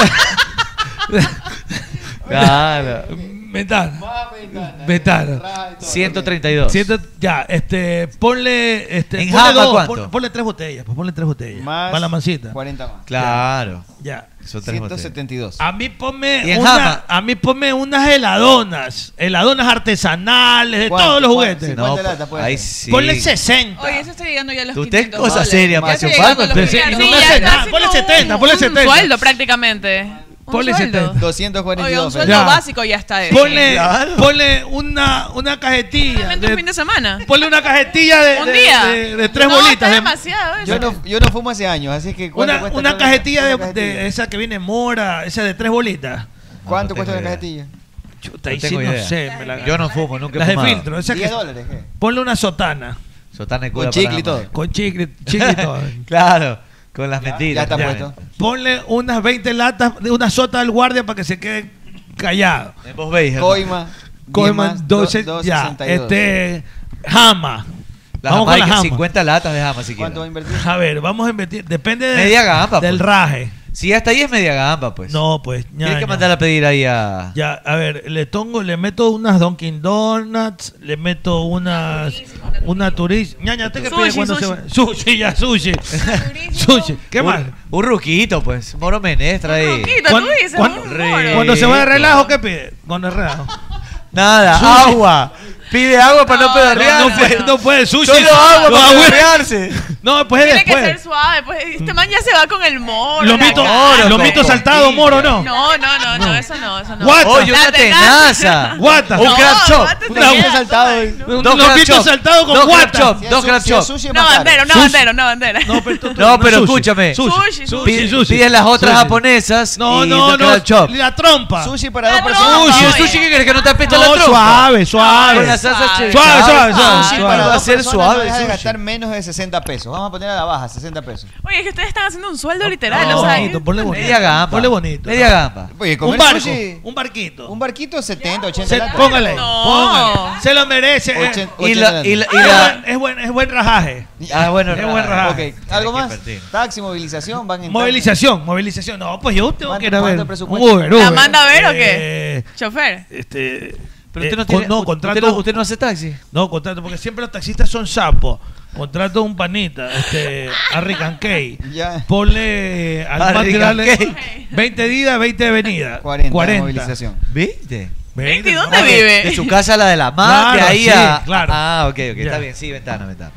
S16: <laughs> claro.
S6: Ventana.
S8: Ah, ventana.
S6: Ventana.
S8: Raja y todo,
S16: 132.
S6: Siento, ya, este, ponle, este,
S16: ¿En
S6: ponle
S16: Java
S6: dos,
S16: cuánto?
S6: pon- ponle tres botellas, pues ponle tres botellas.
S8: ok.
S6: Más
S8: Más.
S6: la mancita.
S8: 40 más.
S16: Claro.
S6: Ya.
S16: Son tres botellas.
S8: 172.
S6: A mí
S16: ¿Y
S6: ponme
S16: en
S6: una,
S16: Java?
S6: a mí ponme unas heladonas, heladonas artesanales de
S8: ¿Cuánto?
S6: todos los juguetes.
S8: ¿Cuántas
S16: No,
S8: latas
S16: pues,
S8: puede
S16: ahí
S8: ser?
S16: sí.
S6: Ponle 60.
S12: Oye, eso está llegando ya a los
S16: Tú te
S12: 500
S16: cosa
S12: dólares.
S16: seria, pues, macho.
S12: Ya está llegando a los
S6: Pero sí,
S12: 500
S6: no me
S12: dólares.
S6: hace
S12: Ya
S6: nada.
S12: casi
S6: Ponle
S12: no
S6: 70,
S12: hubo.
S6: ponle
S9: Un
S6: 70.
S9: sueldo prácticamente. Un
S6: Ponle
S9: sueldo.
S6: 70.
S12: Oye, un
S8: 242.
S12: sueldo
S6: Ya.
S12: básico ya está eh. de
S6: Ponle,
S16: Claro.
S6: ponle una, una cajetilla.
S9: Solamente un fin
S6: de-
S9: de semana.
S6: ponle una cajetilla de,
S9: Un
S6: de-
S9: día.
S6: de- de tres
S9: no,
S6: bolitas.
S9: Está
S6: de-
S9: demasiado
S12: eh.
S9: eso.
S8: Yo no, yo no fumo hace años, así que ¿cuánto
S6: una
S8: cuesta
S6: una
S8: todo?
S6: cajetilla de,
S8: Una
S6: de
S8: cajetilla.
S6: esa que viene mora, esa de tres bolitas.
S8: ¿Cuánto
S16: No
S8: cuesta
S16: tengo idea.
S8: la cajetilla?
S6: Chuta,
S16: No
S6: ahí sí
S16: tengo
S6: no
S16: idea.
S6: sé. me la-
S16: Yo no fumo, nunca he
S6: las de
S16: fumado.
S6: filtro. esa
S8: 10
S6: que-
S8: dólares, ¿qué?
S6: ponle una sotana.
S16: Sotana y
S8: Con
S16: cura
S8: chicle y
S16: Panamá.
S8: todo.
S6: Con chicle, chicle y
S16: <laughs>
S6: todo.
S16: Claro. Con las mentiras.
S8: ya está
S16: obviamente.
S8: puesto.
S6: Ponle unas 20 latas, de una sota al guardia para que se quede callado.
S16: Eh, Vos veis. ¿no?
S8: Coima. 10
S6: Coleman
S8: más,
S6: 12,
S8: do-
S10: Eh,
S6: ya,
S8: 262.
S6: este, Jama,
S16: La
S10: Vamos con
S16: jamaica,
S10: la jama.
S16: 50 latas de jama si quieres.
S10: va a ver, vamos a invertir. Depende de-
S16: Media gamba.
S10: del
S16: pues.
S10: raje.
S16: Si hasta ahí es media gamba, pues.
S10: No, pues.
S16: Tienes
S10: ñaño.
S16: que mandar a pedir ahí a.
S10: Ya, a ver, le pongo, le meto unas Dunkin' Donuts, le meto unas, una turis, ñaña, ¿usted qué pide
S16: Sushi,
S10: cuando se
S16: sushi.
S10: va? Sushi, ya,
S12: <laughs>
S10: sushi, sushi, ¿qué
S16: Un-
S10: más?
S16: Un ruquito, pues. Moro menestra ahí.
S10: ruquito, tú dices, Cuando- un moro. Eh, cuando se va
S16: eh,
S10: de relajo, ¿qué pide? Cuando
S16: <laughs>
S10: es relajo.
S16: Nada,
S10: Sushi.
S16: agua. Pide agua para no, pedorrearse.
S10: No, no puede, no puede, sushi.
S16: Solo agua
S10: No,
S16: para
S10: agua.
S16: pedorrearse.
S10: No, pues
S12: Tiene que ser
S10: después.
S12: suave, pues este man ya se va con el moro.
S10: Lo
S12: la
S10: mito,
S12: gana.
S10: lo mito saltado, moro, no.
S12: No, no, no, no, eso no, eso no.
S10: Guata.
S12: La tenaza.
S10: Guata.
S12: No, guata
S10: Una
S12: tenía.
S10: guata. Un
S16: Dos crab
S10: lomito
S16: chop.
S10: saltado con
S16: Dos crab
S10: guata.
S16: chop, dos crab chop.
S12: No bandero, no
S16: Sushi.
S12: bandero, no bandero. No,
S16: No, pero
S10: sushi.
S16: escúchame.
S10: Sushi, sushi,
S16: Pide-
S10: sushi.
S16: Pides las otras
S10: Sushi.
S16: japonesas.
S10: No,
S16: y
S10: no,
S16: dos
S10: no,
S16: crab chop.
S10: la trompa.
S8: Sushi para dos
S16: personas. Sushi, sushi que quieres que no te apesta
S10: No,
S16: la trompa.
S10: suave, suave.
S16: Con la salsa
S10: Suave,
S16: chimichurri.
S10: suave, suave,
S8: Ah,
S10: suave.
S8: para
S16: Va a
S8: dos
S16: ser
S8: personas
S16: suave
S8: No dejas de
S16: sushi.
S8: gastar menos de 60 pesos. Vamos a poner a la baja, 60 pesos.
S12: Oye, es que ustedes están haciendo un sueldo literal,
S8: no,
S12: o sea,
S8: bonito, ponle bonito.
S16: Media gamba.
S8: Ponle bonito.
S16: Media gamba.
S8: Oye,
S16: Un
S8: comer
S16: barco,
S8: sushi-
S10: Un barquito.
S8: Un barquito 70, 80
S10: Se-
S8: latas.
S10: póngale, póngale. Se lo merece. eh.
S8: Ochen- Y la- ochenta y la- y
S10: Es
S8: la-
S10: buen- es, buen, es buen rajaje.
S16: Ah, bueno,
S10: es buen rajaje.
S8: Ok, ¿algo más? Taxi, movilización, van en
S10: Movilización, movilización. No, pues yo tengo que ir a
S8: cuánto
S10: ver. Un
S8: presupuesto?
S10: Uber,
S12: ¿La
S10: Uber.
S12: manda a ver o qué? ¿Chofer?
S10: Eh, Este,
S16: Pero
S10: eh,
S16: usted no
S10: con-
S16: tiene-
S10: no,
S16: usted
S10: contrato,
S16: no- usted no hace taxi.
S10: No, contrato, porque siempre los taxistas son sapos. Contrato un panita, este, a Rick
S8: <laughs>
S10: and Kay.
S8: Ya.
S10: Ponle al
S8: A
S10: más
S8: Rick
S10: tirarle
S8: and Kay.
S10: 20 días, 20 de venida.
S8: 40 de
S10: 40.
S8: movilización.
S16: ¿Viste?
S10: ¿Veinte?
S12: dónde
S6: Eh,
S12: vive?
S16: De su casa a la de la madre,
S10: Claro,
S16: ahí
S10: sí,
S16: a.
S10: claro.
S16: Ah, ok, ok.
S10: Ya.
S16: Está bien, sí, ventana, ventana.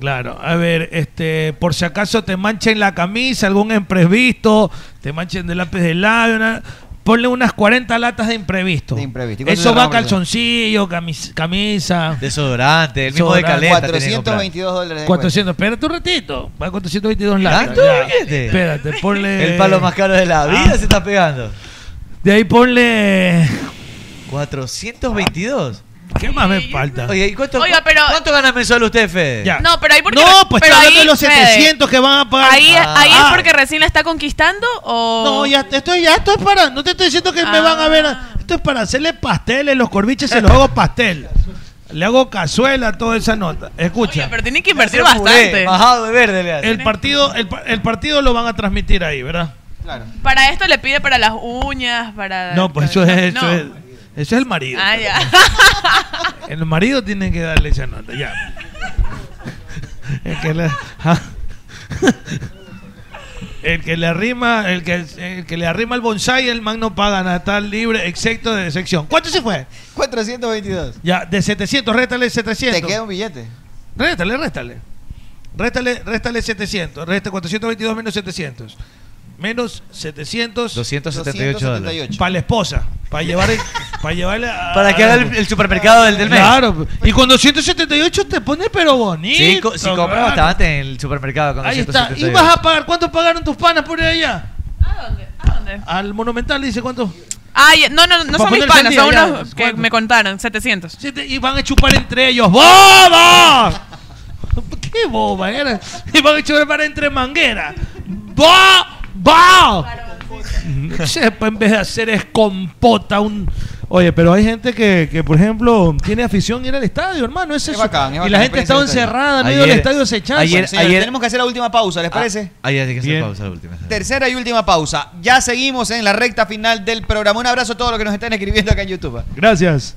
S10: Claro, a ver, este, por si acaso te manchen la camisa, algún imprevisto, te manchen de lápiz de labio, una- ponle unas 40 latas de imprevisto.
S8: De imprevisto. ¿Y cuánto te
S10: Eso va
S8: vamos a poner?
S10: calzoncillo, camis- camisa.
S16: Desodorante, el mismo de
S10: Desodorante.
S16: caleta. tenés que comprar.
S8: 422 dólares. de
S10: 400, espérate un ratito, va a 422 latas.
S16: ¿Tanto?
S10: ya.
S16: Fíjate.
S10: Espérate, ponle...
S16: El palo más caro de la vida se está pegando.
S10: De ahí ponle...
S16: 422.
S10: ¿Qué más me falta?
S16: Oye, ¿y cuánto,
S12: Oiga, pero-
S16: cuánto gana mensual usted, Fede?
S10: Ah. Ya.
S12: No, pero ahí porque
S10: No, pues
S12: pero
S10: está hablando
S12: ahí,
S10: de los
S12: Fede,
S10: 700 que van a pagar.
S12: Ahí, ahí
S10: Ah.
S12: es porque recién la está conquistando o
S10: No, ya estoy, ya esto es para. No te estoy diciendo que me van a ver.
S12: Ah.
S10: a- esto es para hacerle pasteles, los corviches se los hago pastel. Le hago cazuela a toda esa nota. Escucha.
S12: pero tiene que invertir
S10: Hacer puré,
S12: bastante.
S10: bajado
S16: de verde le
S10: El partido, el, pa- el partido lo van a transmitir ahí, ¿verdad?
S12: Para esto le pide para las uñas, para
S10: No, pues eso es, eso
S12: No.
S10: es, eso es el marido.
S12: Ah,
S10: <laughs>
S12: ya.
S10: El marido tiene que darle esa nota, ya. El que le, ah. el que le arrima, el que, el que le arrima el bonsai, el man no paga nada, está libre, excepto de sección. ¿Cuánto se fue?
S8: 422.
S10: Ya, de 700, rétale 700.
S8: Te queda un billete.
S10: Réstale, réstale. Réstale, réstale 700. Resta 422 menos 700. Menos 700.
S16: 278 dólares.
S10: Para la esposa. Para llevar el- para llevarle a-
S16: Para que haga el, el supermercado del, del mes.
S10: Claro. Y con 278 te pones pero bonito.
S16: Sí, co- sí compra
S10: claro.
S16: bastante en el supermercado con
S10: Ahí está. ¿Y
S16: 278.
S10: vas a pagar? ¿Cuánto pagaron tus panas por ir allá?
S12: ¿A dónde?
S10: Al Monumental dice cuánto.
S12: Ah, ya- no, no, no
S10: Para
S12: son mis
S10: poner
S12: panas,
S10: sandía,
S12: son
S10: ya,
S12: unos que me contaron, 700.
S10: Siete- Y van a chupar entre ellos. ¡Boba! <laughs> ¡Qué boba! Era? Y van a chupar entre mangueras. ¡Boba! Sepa, en vez de hacer es compota un... Oye, pero hay gente que, que, por ejemplo, tiene afición ir al estadio, hermano. Es eso.
S8: bacán, es
S10: y
S8: bacán,
S10: la gente
S8: experiencia
S10: estaba
S8: del estadio.
S10: encerrada, en medio del
S16: Ayer-
S10: estadio se echaba.
S16: ayer-
S8: Señores,
S16: ayer- Ah.
S8: tenemos que hacer la última pausa, ¿les parece?
S16: Ahí hay que hacer
S8: Bien.
S16: pausa la última.
S8: Tercera y última pausa. Ya seguimos en la recta final del programa. Un abrazo a todos los que nos están escribiendo acá en YouTube.
S10: Gracias.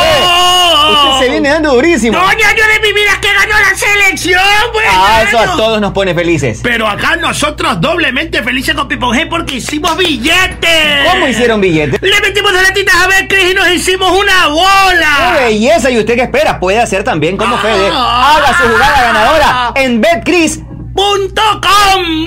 S3: Fe? Usted se viene dando
S14: dando durísimo.
S6: ¡Doña, yo de mi vida que ganó la selección, güey!
S14: Ah, eso a todos nos pone felices.
S6: Pero acá nosotros doblemente felices con Pipo G porque hicimos billetes.
S14: ¿Cómo hicieron billetes?
S6: Le metimos las latitas a ver, Cris, y nos hicimos una bola.
S14: ¡Qué belleza! ¿Y usted qué espera? Puede hacer también como
S6: Ah.
S14: Fede. Haga su jugada ganadora en betcris.com.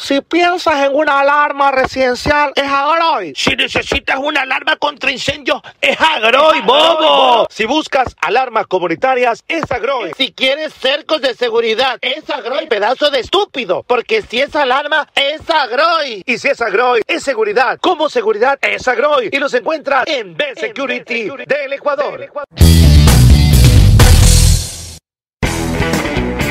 S28: Si piensas en una alarma residencial, es Agroy. Si necesitas una alarma contra incendios, es Agroy, bobo. Si buscas alarmas comunitarias, es Agroy. Si quieres cercos de seguridad, es Agroy, pedazo de estúpido. Porque si es alarma, es Agroy. Y si es Agroy, es seguridad. Como seguridad, es Agroy. Y los encuentras en B-Security del Ecuador.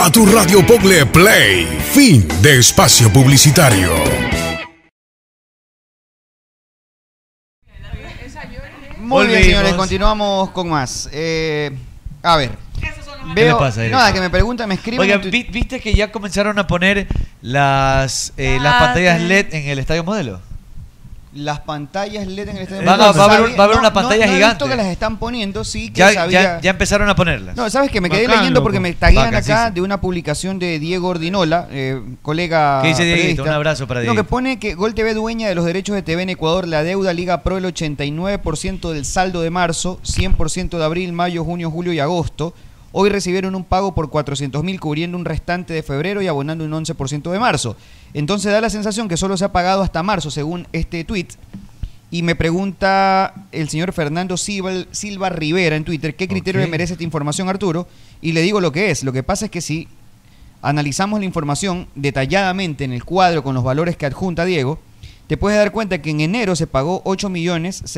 S29: A tu radio Pogle Play, fin de espacio publicitario.
S8: Muy bien,
S16: Volvimos.
S8: señores, continuamos con más. Eh, a ver.
S16: ¿Qué le
S8: Veo,
S16: pasa, Erickson?
S8: nada, que me preguntan, me escriben.
S16: Oiga,
S8: en tu-
S16: vi- ¿viste que ya comenzaron a poner las, eh, las
S8: Ah,
S16: pantallas
S8: sí.
S16: LED en el estadio modelo?
S8: las pantallas LED en el estadio.
S16: Van a-
S8: Bueno,
S16: va a haber un-
S8: sabía-
S16: va a haber
S8: no,
S16: una
S8: no,
S16: pantalla
S8: no he
S16: gigante.
S8: visto que las están poniendo, sí, que
S16: Ya,
S8: sabía.
S16: ya, ya empezaron a ponerlas.
S8: No, sabes que me quedé
S16: Bacán,
S8: leyendo porque
S16: loco.
S8: me taguean
S16: Bacán, sí,
S8: acá
S16: sí.
S8: de una publicación de Diego Ordinola, eh, colega.
S16: ¿Qué dice Dieguito?
S8: periodista.
S16: Un abrazo para
S8: No,
S16: Dieguito.
S8: que pone que Gol TV dueña de los derechos de TV en Ecuador, la deuda Liga Pro el 89% del saldo de marzo, 100% de abril, mayo, junio, julio y agosto. Hoy recibieron un pago por 400 mil cubriendo un restante de febrero y abonando un 11% de marzo. Entonces da la sensación que solo se ha pagado hasta marzo, según este tweet. Y me pregunta el señor Fernando Silva, Silva Rivera en Twitter, ¿qué criterio
S16: Ok.
S8: le merece esta información, Arturo? Y le digo lo que es. Lo que pasa es que si analizamos la información detalladamente en el cuadro con los valores que adjunta Diego, te puedes dar cuenta que en enero se pagó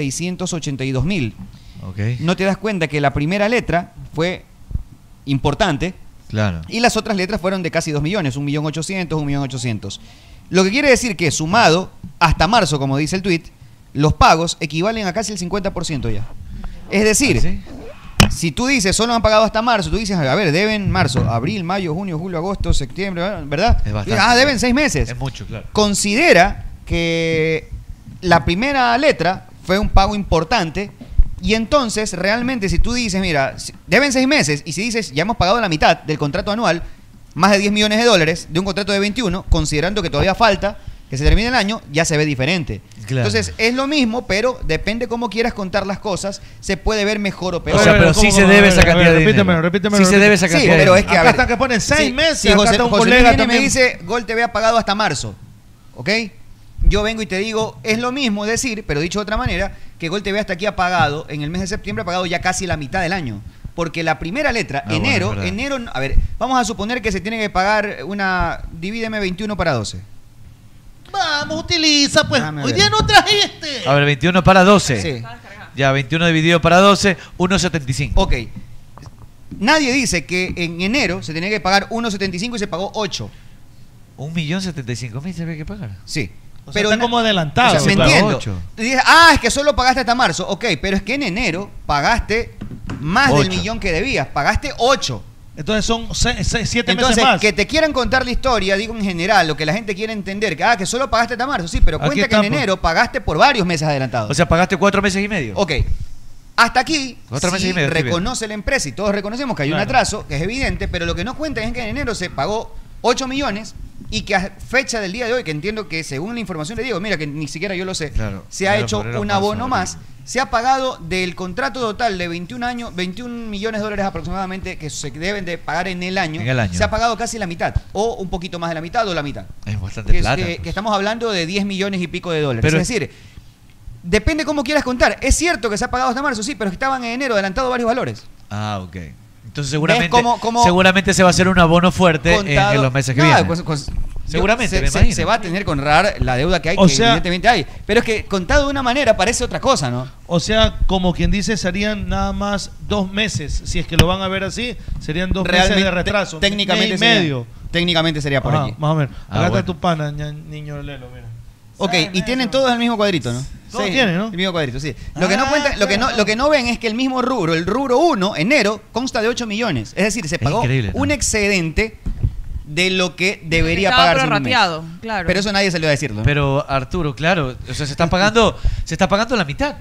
S8: 8.682.000. No te das cuenta que la primera letra fue importante
S16: Claro.
S8: y las otras letras fueron de casi 2 millones, 1.800.000, 1.800.000. Lo que quiere decir que sumado hasta marzo, como dice el tweet, los pagos equivalen a casi el 50% ya. Es
S16: Ah,
S8: decir, si tú dices solo han pagado hasta marzo, tú dices, a ver, deben marzo, abril, mayo, junio, julio, agosto, septiembre, ¿verdad?
S16: Es bastante.
S8: ah, deben seis meses.
S16: Es mucho, claro.
S8: Considera que la primera letra fue un pago importante y entonces realmente si tú dices, mira, si- deben seis meses y si dices, ya hemos pagado la mitad del contrato anual, más de 10 millones de dólares de un contrato de 21, considerando que todavía falta que se termine el año, ya se ve diferente.
S16: Claro.
S8: Entonces es lo mismo, pero depende cómo quieras contar las cosas, se puede ver mejor o peor.
S16: O sea, pero sí se debe esa cantidad de
S10: repítemelo,
S16: dinero.
S10: repítemelo,
S16: Sí se debe esa
S8: Sí,
S16: cantidad de
S8: pero es
S16: dinero.
S8: que a
S10: Acá
S8: ver,
S10: están que ponen seis meses,
S8: sí,
S10: acá
S8: José,
S10: está un
S8: José
S10: colega
S8: Luis viene y
S10: también.
S8: me dice, Gol TV ha pagado hasta marzo, ¿ok? Yo vengo y te digo, es lo mismo decir, pero dicho de otra manera, que Gol TV hasta aquí ha pagado, en el mes de septiembre ha pagado ya casi la mitad del año. Porque la primera letra,
S16: Ah, bueno,
S8: enero,
S16: es verdad.
S8: enero, a ver, vamos a suponer que se tiene que pagar una, divídeme 21 para 12.
S17: Vamos, utiliza, pues.
S8: Déjame
S17: Hoy
S8: ver.
S17: día no traje este.
S16: A ver, 21 para 12.
S8: Sí.
S16: Ya, 21 dividido para 12, 1.75.
S8: Ok. Nadie dice que en enero se tenía que pagar 1.75 y se pagó 8.
S16: 1.075.000 se había que pagar.
S8: Sí.
S16: O sea,
S8: pero
S16: está
S8: na-
S16: como adelantado.
S8: o sea,
S16: Se
S8: me
S16: pagó
S8: entiendo.
S16: ocho.
S8: Te dices, ah, es que solo pagaste hasta marzo. Ok, pero es que en enero pagaste más del
S10: Ocho.
S8: millón que debías. Pagaste 8.
S10: Entonces son se- se- siete
S8: Entonces,
S10: meses más.
S8: que te quieran contar la historia, digo en general, lo que la gente quiere entender, que, ah, que solo pagaste hasta marzo, sí, pero
S16: Aquí
S8: cuenta que en
S16: estamos.
S8: enero pagaste por varios meses adelantados.
S16: O sea, pagaste 4 meses y medio.
S8: Ok. Hasta aquí
S16: Cuatro
S8: sí
S16: meses y medio, estoy bien.
S8: reconoce la empresa y todos reconocemos que hay un
S16: Claro.
S8: atraso, que es evidente, pero lo que no cuentan es que en enero se pagó 8 millones y que a fecha del día de hoy, que entiendo que según la información le digo, mira que ni siquiera yo lo sé, se ha
S16: Claro,
S8: hecho
S16: febrero,
S8: un
S16: marzo,
S8: abono
S16: abril.
S8: más se ha pagado del contrato total de 21 años, 21 millones de dólares aproximadamente que se deben de pagar en el año.
S16: En el año.
S8: Se ha pagado casi la mitad, o un poquito más de la mitad, o la mitad.
S16: Es bastante
S8: Que, es- eh,
S16: plata. pues.
S8: que- que estamos hablando de 10 millones y pico de dólares.
S16: Pero-
S8: es decir, depende cómo quieras contar. Es cierto que se ha pagado hasta marzo, sí, pero estaban en enero adelantado varios valores.
S16: Ah, ok. Entonces seguramente,
S8: cómo- cómo-
S16: seguramente se va a hacer un abono fuerte eh, en,
S8: Contado-
S16: en los meses que
S8: Nada,
S16: vienen.
S8: pues- pues-
S16: Seguramente,
S8: se,
S16: me
S8: se-
S16: imagino.
S8: se va a tener que honrar la deuda que hay,
S10: O
S8: que
S10: sea-
S8: evidentemente hay. Pero es que contado de una manera parece otra cosa, ¿no?
S10: O sea, como quien dice, serían nada más dos meses. Si es que lo van a ver así, serían dos meses de retraso.
S8: Técnicamente
S10: Mes y
S8: sería,
S10: medio.
S8: Técnicamente seña sería por
S10: Ajá,
S8: allí.
S10: Más o menos.
S8: Ah,
S10: Acá
S8: bueno.
S10: está tu pana, ña- niño Lelo, mira.
S8: Ok, y tienen todos el mismo cuadrito, ¿no?
S10: Todos tienen,
S8: ¿no? El mismo cuadrito, sí. Lo que, no cuenta, lo, que
S16: Ah,
S8: no, lo que no ven es que el mismo rubro, el rubro 1, enero, consta de 8 millones. Es decir, se pagó
S16: increíble, ¿no?
S8: un excedente de lo que debería
S9: Estaba
S8: pagarse. en un mes.
S9: prorrateado, claro.
S8: Pero eso nadie salió a decirlo.
S16: Pero Arturo, claro, o sea, se está pagando, se está pagando la mitad.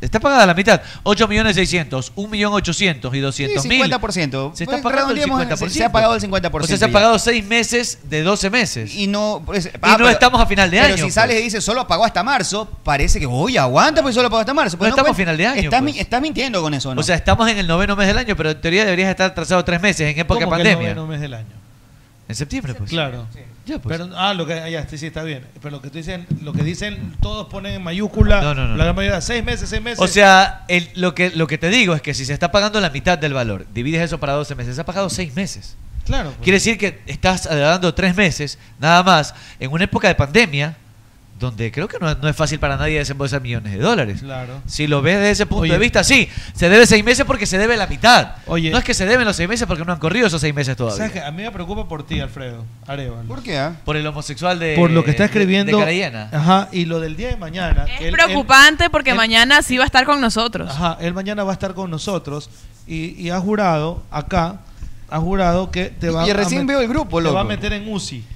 S16: Está pagada la mitad. 8 millones 600, 1 millón 800 y 200 mil.
S8: 50%.
S16: Se está
S8: Pues,
S16: pagando el
S8: redondeemos,
S16: 50%.
S8: se- se ha pagado el 50%
S16: O sea, se ha
S8: ya.
S16: pagado 6 meses de 12 meses.
S8: Y no, pues,
S16: Y no estamos a final de
S8: pero
S16: año,
S8: si sales
S16: pues.
S8: y dices solo pagó hasta marzo, parece que, oye, aguanta, pues solo pagó hasta marzo. Pues
S16: No estamos a
S8: cuenta.
S16: final de año,
S8: Estás,
S16: pues.
S8: mi- estás mintiendo con eso, ¿no?
S16: O sea, estamos en el noveno mes del año, pero en teoría deberías estar atrasado 3 meses en época de
S10: ¿Cómo que
S16: pandemia.
S10: el noveno mes del año.
S16: En septiembre, pues.
S10: Claro.
S16: Ya, pues.
S10: Pero, ah, lo que, ah, ya, sí, sí, está bien. Pero lo que, tú dicen, lo que dicen, todos ponen en mayúscula.
S16: No, no, no.
S10: La gran mayoría, seis meses, seis meses.
S16: O sea, el- lo, que, lo que te digo es que si se está pagando la mitad del valor, divides eso para 12 meses, se ha pagado 6 meses.
S10: Claro. pues.
S16: Quiere decir que estás dando 3 meses, nada más, en una época de pandemia, donde creo que no, no es fácil para nadie desembolsar millones de dólares.
S10: Claro.
S16: Si lo ves desde ese punto
S10: Oye.
S16: de vista, sí, se debe 6 meses porque se debe la mitad.
S10: Oye.
S16: No es que se deben los 6 meses porque no han corrido esos 6 meses todavía.
S10: ¿Sabes qué? A mí me preocupa por ti, Alfredo Arevalo. ¿Por
S8: qué? ah?
S16: Por el homosexual de.
S10: Por lo que está
S16: Eh, de-
S10: escribiendo.
S16: De Carayena.
S10: ajá, y lo del día de mañana. que
S12: Es
S10: él-
S12: preocupante porque
S10: él-
S12: mañana sí va a estar con nosotros.
S10: Ajá, él mañana va a estar con nosotros y, y ha jurado acá, ha jurado que te va
S8: Y
S10: a
S8: recién
S10: met-
S8: veo el grupo,
S10: Te
S8: loco.
S10: va a meter en UCI.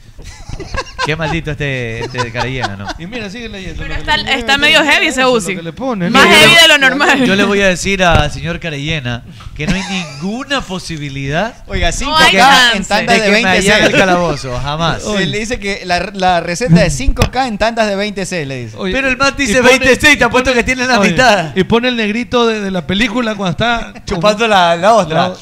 S16: Qué maldito este, este de Carayena, ¿no?
S10: Y mira, sigue leyendo.
S12: Pero está, está medio heavy ese Uzi. Más
S16: Yo le-
S12: heavy de lo normal.
S16: <laughs> Yo le voy a decir al señor Carellena que no hay ninguna posibilidad.
S8: Oiga, cinco
S16: de que-
S8: K en tandas de,
S16: que me
S8: <laughs> 20
S16: hallen el
S8: C.
S16: calabozo, jamás.
S10: <laughs>
S8: Se le dice que la, la receta
S12: <laughs>
S8: de 5K en tandas de 20 C, le dice.
S16: Pero el Matt
S10: y
S16: dice
S10: pone-
S16: 26, te apuesto que tiene la
S10: Oye,
S16: mitad.
S10: Y pone el negrito de, de la película cuando está
S8: <laughs>
S16: Chupando la, la ostra.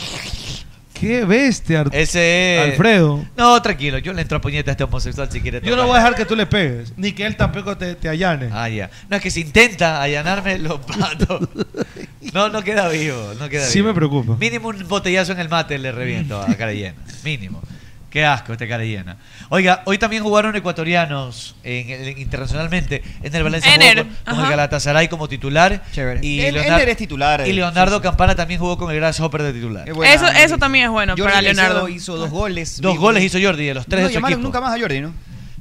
S10: Qué bestia, Arturo.
S16: Ese es-
S10: Alfredo.
S16: No, tranquilo, yo le entro a puñeta a este homosexual si quiere.
S10: Yo no
S16: tocar.
S10: voy a dejar que tú le pegues, ni que él tampoco te, te allane.
S16: Ah, ya. No, es que si intenta allanarme los platos. No, no queda vivo, no queda
S10: Sí
S16: vivo.
S10: me preocupa.
S16: Mínimo un botellazo en el mate le reviento a cara llena. Mínimo. Qué asco este cara llena. Oiga, hoy también jugaron ecuatorianos en el- internacionalmente en el Valencia jugó
S8: Ener,
S16: con, con el
S8: ajá.
S16: Galatasaray como titular. Y
S8: El-
S16: Leonardo-
S8: Ener es titular,
S16: Y
S8: el-
S16: Leonardo
S8: sí, sí.
S16: Campana también jugó con el Grasshopper de titular.
S12: eso, eso también es bueno
S8: Jordi
S12: para
S8: Caicedo
S12: Leonardo.
S8: hizo dos goles.
S16: Dos goles hizo Jordi de los tres
S8: No
S16: de su
S8: llamaron
S16: equipo.
S8: nunca más a Jordi, ¿no?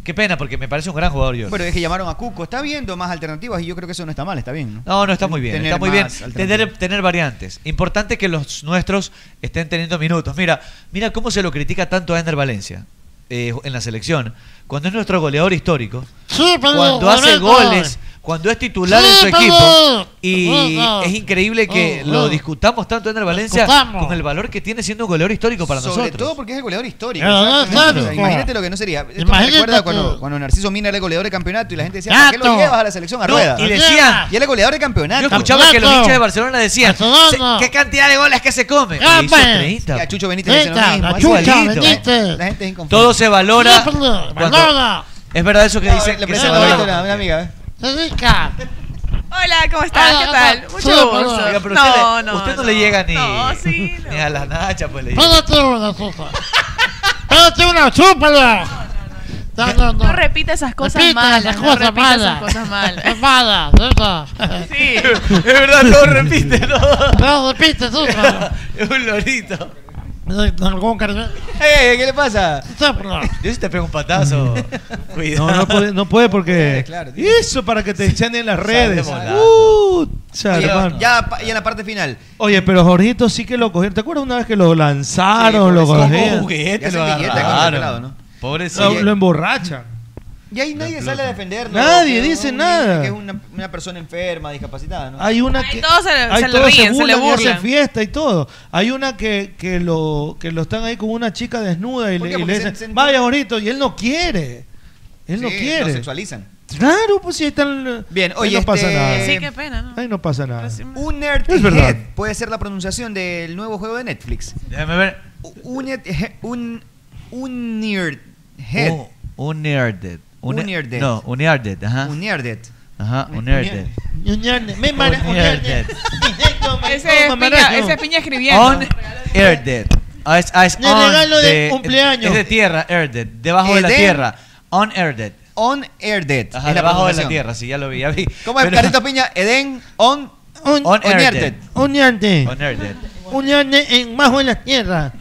S16: Qué pena porque me parece un gran jugador Jordi.
S8: Pero es que llamaron a Cuco. Está viendo más alternativas y yo creo que eso no está mal, está bien. ¿no?
S16: No, no está muy bien.
S8: Tener
S16: Está muy
S8: más
S16: bien
S8: alternativas.
S16: tener, tener variantes. Importante que los nuestros estén teniendo minutos. Mira, mira cómo se lo critica tanto a Ender Valencia eh, en la selección. Cuando es nuestro goleador histórico,
S17: Sí, pero-
S16: cuando hace
S17: correcto.
S16: goles, cuando es titular
S17: Sí,
S16: en su
S17: pero-
S16: equipo. Y
S17: Correcto.
S16: es increíble que
S17: Mm,
S16: lo
S17: mm.
S16: discutamos tanto a Ender Valencia
S8: discutamos.
S16: con el valor que tiene siendo un goleador histórico para
S8: Sobre
S16: nosotros.
S8: todo porque es el goleador histórico.
S16: Ah,
S8: exactamente.
S16: claro.
S8: imagínate lo que no sería. Esto me
S16: Imagínate
S8: recuerda
S16: tú.
S8: cuando, cuando Narciso Mina era el goleador de campeonato y la gente decía, ¿por qué lo
S16: Gato.
S8: llevas a la selección a
S16: No,
S8: rueda?
S16: y decían-
S8: Y era el goleador de campeonato.
S16: Yo escuchaba que los hinchas de Barcelona decían, "Se- ¿qué cantidad de goles que se come?
S8: Ah,
S16: Y hizo
S8: pues.
S16: 30.
S8: Y a Chucho Benítez le hicieron lo mismo.
S16: A
S8: Así
S16: Chucho
S8: igualito. ¿eh?"
S16: Benítez.
S8: La gente es inconforme.
S16: Todo se valora.
S8: Sí, perdón,
S16: cuando-
S8: valora.
S16: Es verdad eso que
S8: No,
S16: dicen
S8: le
S16: que se
S8: presento a
S16: valora.
S8: una, una amiga. ¿eh?
S12: Hola, ¿cómo están? ¿Qué tal? Mucho
S16: Solo
S12: gusto.
S16: palabras. Oiga, pero usted
S12: No,
S16: le-
S12: no.
S16: usted no le llega ni-
S12: No, sí.
S16: <laughs> Ni a las nachas pues le dicen.
S17: Pégate una, chupa. Pégate una, chúpala. No, no, no.
S12: No repite esas cosas
S17: Repite
S12: malas.
S17: esas
S12: no
S17: cosas
S12: repite
S17: malas.
S12: esas cosas malas.
S17: Es mala, chupa.
S12: Sí.
S16: <laughs> Es verdad, todo repite, ¿no?
S17: No, repite, chúpala.
S16: <laughs> Es un lorito.
S8: Eh, ¿Qué le pasa?
S16: Yo si te pego un
S8: <laughs>
S16: patazo. Cuidado.
S10: No, no puede, no puede porque.
S8: Eh, Claro, tío.
S10: Eso para que te echen en las redes.
S8: volando.
S10: Uh, cha,
S8: Oye,
S10: hermano.
S8: ya, pa- y en la parte final.
S10: Oye, pero Jorgito sí que lo cogieron. ¿Te acuerdas una vez que lo lanzaron? lo
S8: pobrecito.
S10: cogieron.
S8: Como juguete lo agarraron. pelado, ¿no?
S16: Pobrecito.
S8: eh.
S10: Lo, lo emborrachan.
S8: Y ahí nadie sale a defenderlo.
S10: Nadie
S8: que-
S10: dice
S8: que-
S10: nada.
S8: Que es una, una persona enferma, discapacitada, ¿no?
S10: Hay una que.
S12: todos se-
S10: hay
S12: se le
S10: todos
S12: ríen, se le
S10: burlan y hacen
S12: burlan.
S10: fiesta y todo. Hay una que, que, lo, que lo están ahí con una chica desnuda y
S8: ¿Por
S10: le,
S8: qué?
S10: y
S8: Porque
S10: le
S8: se-
S10: dicen,
S8: se-
S10: vaya Jorgito, y él no quiere. Él no
S8: Sí,
S10: quiere.
S8: Lo sexualizan.
S10: Claro, pues si están.
S8: Bien,
S10: ahí
S8: oye,
S10: no pasa
S8: este-
S10: nada.
S8: Sí, qué pena, ¿no?
S10: Ahí no pasa nada.
S8: Unerthead
S10: Es verdad.
S8: puede ser la pronunciación del nuevo juego de Netflix.
S16: Déjame ver.
S8: Unet- un Unerthead.
S16: Un- Un nerd. Un
S8: Unierdet.
S16: No, un nerd. Ajá.
S8: Un nerd.
S16: Ajá, un nerd.
S13: Me mara-
S12: Ese es piña, ese es piña escribiendo.
S16: On Earth. Ah, es, ah, es
S12: De
S16: on
S12: regalo de cumpleaños.
S16: Es de tierra, Earth. Debajo de la
S8: Eden.
S16: tierra. On Earth.
S8: On Earth.
S16: Ajá, debajo de la tierra, sí, ya lo vi, ya vi.
S8: ¿Cómo es,
S16: Pero- <laughs>
S8: Carlito Piña? Eden on,
S13: on,
S16: Unerted.
S13: Unerted.
S16: Unerted.
S13: Unerted en bajo en la tierra.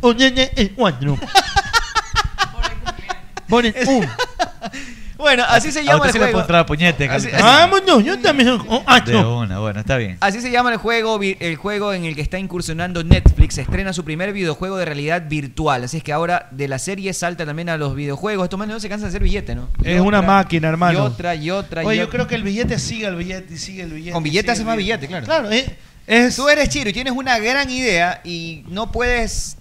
S13: Unerted en cuatro. Por el U.
S8: Bueno, así se
S16: A
S8: llama
S16: usted
S8: el
S16: sí le
S8: juego.
S16: puedo entrar a puñete,
S8: Así-
S16: Carlito. Ah,
S8: así-
S10: Ah,
S13: Vámonos, yo también. oh, ah,
S16: De
S13: no.
S16: una, bueno, está bien.
S8: Así se llama el juego, vi- el juego en el que está incursionando Netflix. Estrena su primer videojuego de realidad virtual. Así es que ahora de la serie salta también a los videojuegos. Estos manes no se cansan de hacer billete, ¿no?
S10: Es una máquina,
S8: Y
S10: hermano.
S8: otra, y otra, y
S10: Oye, yo
S8: otra.
S10: creo que el billete sigue el billete y sigue el billete.
S8: Con billete haces más billete, claro.
S10: Claro, es,
S8: Tú eres chiro y tienes una gran idea y no puedes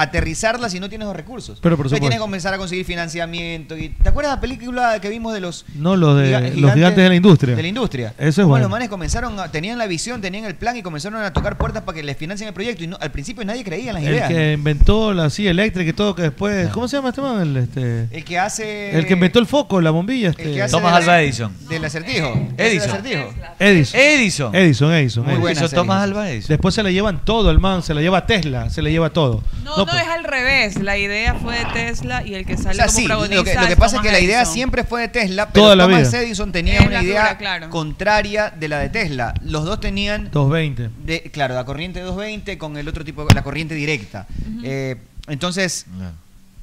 S8: aterrizarla si no tienes los recursos.
S10: Pero por
S8: Entonces tienes que
S10: supuesto.
S8: comenzar a conseguir financiamiento. Y, ¿Te acuerdas de la película que vimos de los
S10: No, los de-
S8: giga-
S10: los gigantes de la industria.
S8: De la industria.
S10: Eso es
S8: Cómo
S10: bueno.
S8: Los manes comenzaron, a- tenían la visión, tenían el plan y comenzaron a tocar puertas para que les financien el proyecto. Y no- al principio nadie creía en las
S10: el
S8: ideas.
S10: que inventó la silla eléctrica y todo, que después. ¿Cómo se llama este man? El, este,
S8: El que hace.
S10: el que inventó el foco, la bombilla. Este,
S8: el que hace
S16: Thomas
S8: del-
S16: Alva Edison.
S8: Del acertijo.
S9: Eh,
S16: Edison.
S8: Del acertijo.
S10: Edison.
S16: Edison.
S10: Edison, Edison.
S16: Muy
S10: Edison.
S16: buena Hizo serie. Thomas Alva Edison.
S10: Después se le llevan todo el man, se le lleva Tesla, se le lleva todo.
S9: No,
S10: No,
S9: no,
S10: pues.
S9: es al revés. La idea fue de Tesla y el que
S8: O
S9: sale
S8: sea,
S9: como
S8: sí,
S9: protagonista
S8: lo que, lo que
S9: es
S8: pasa es que la
S9: Thomas
S8: idea
S9: Edison.
S8: siempre fue de Tesla, pero
S10: Toda la
S8: Thomas
S10: vida.
S8: Edison tenía
S9: Es
S8: una
S9: la
S8: idea
S9: dura, claro.
S8: contraria de la de Tesla. Los dos tenían,
S10: 220.
S8: de, claro, la corriente 220 con el otro tipo, la corriente directa. Eh, entonces,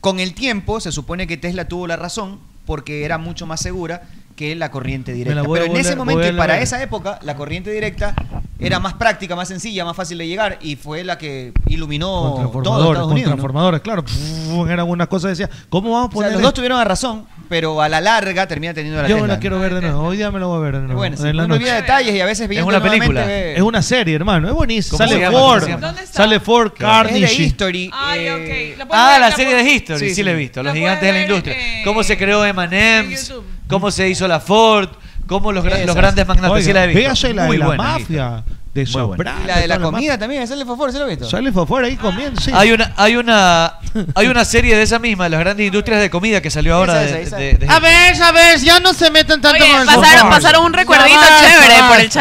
S8: con el tiempo se supone que Tesla tuvo la razón porque era mucho más segura que la corriente directa.
S10: voy a
S8: Pero en ese
S10: volver-
S8: momento
S10: voy a
S8: y para
S10: leer.
S8: esa época, la corriente directa era más práctica, más sencilla, más fácil de llegar y fue la que iluminó todo
S10: Transformadores,
S8: Estados
S10: con
S8: Unidos. ¿no?
S10: transformadores, claro. pff, eran unas cosas, decía, ¿cómo vamos
S8: O sea,
S10: a poner
S8: los dos tuvieron la razón, pero a la larga termina teniendo la
S10: Yo
S8: Tesla.
S10: la quiero ver de nuevo. Hoy día me la voy a ver de nuevo.
S8: Bueno,
S10: en
S8: sí,
S10: la
S8: uno
S10: noche.
S8: olvida detalles y a veces
S10: Es
S8: viendo
S10: una
S8: nuevamente
S10: película.
S8: ve-
S10: Es una serie, hermano. Es buenísimo.
S8: ¿Cómo se
S10: Sale
S8: llama?
S10: Ford.
S8: ¿Cómo se llama? ¿Dónde
S10: Sale Ford
S8: Es de
S10: Carnage.
S8: History. eh,
S16: Ah, la serie de History, sí,
S8: Sí, sí.
S16: la he visto. Los gigantes de la industria. Cómo se creó M&M's, cómo se hizo la Ford, cómo los, gran- los
S10: Esas.
S16: grandes magnates.
S10: Oiga,
S16: Sí, la he visto.
S10: véase la
S16: Muy
S10: de la
S16: buena,
S10: mafia, de
S16: Muy buena.
S10: Soprano.
S8: y la de la
S10: toda
S8: comida
S10: mafia.
S8: también, sale Fofor, ¿se lo ha visto?
S10: Sale Fofor
S8: Ah,
S10: ahí comiendo, sí.
S16: Hay una, hay una, hay una serie de esa misma, de las grandes industrias de comida que salió ahora
S13: Esa,
S16: de-
S13: esa,
S16: de- de-
S13: A ver, a ver, ya no se metan tanto
S12: Oye,
S13: con el
S12: pasaron,
S13: fútbol.
S12: pasaron un recuerdito
S13: Ya basta,
S12: chévere por el
S13: basta.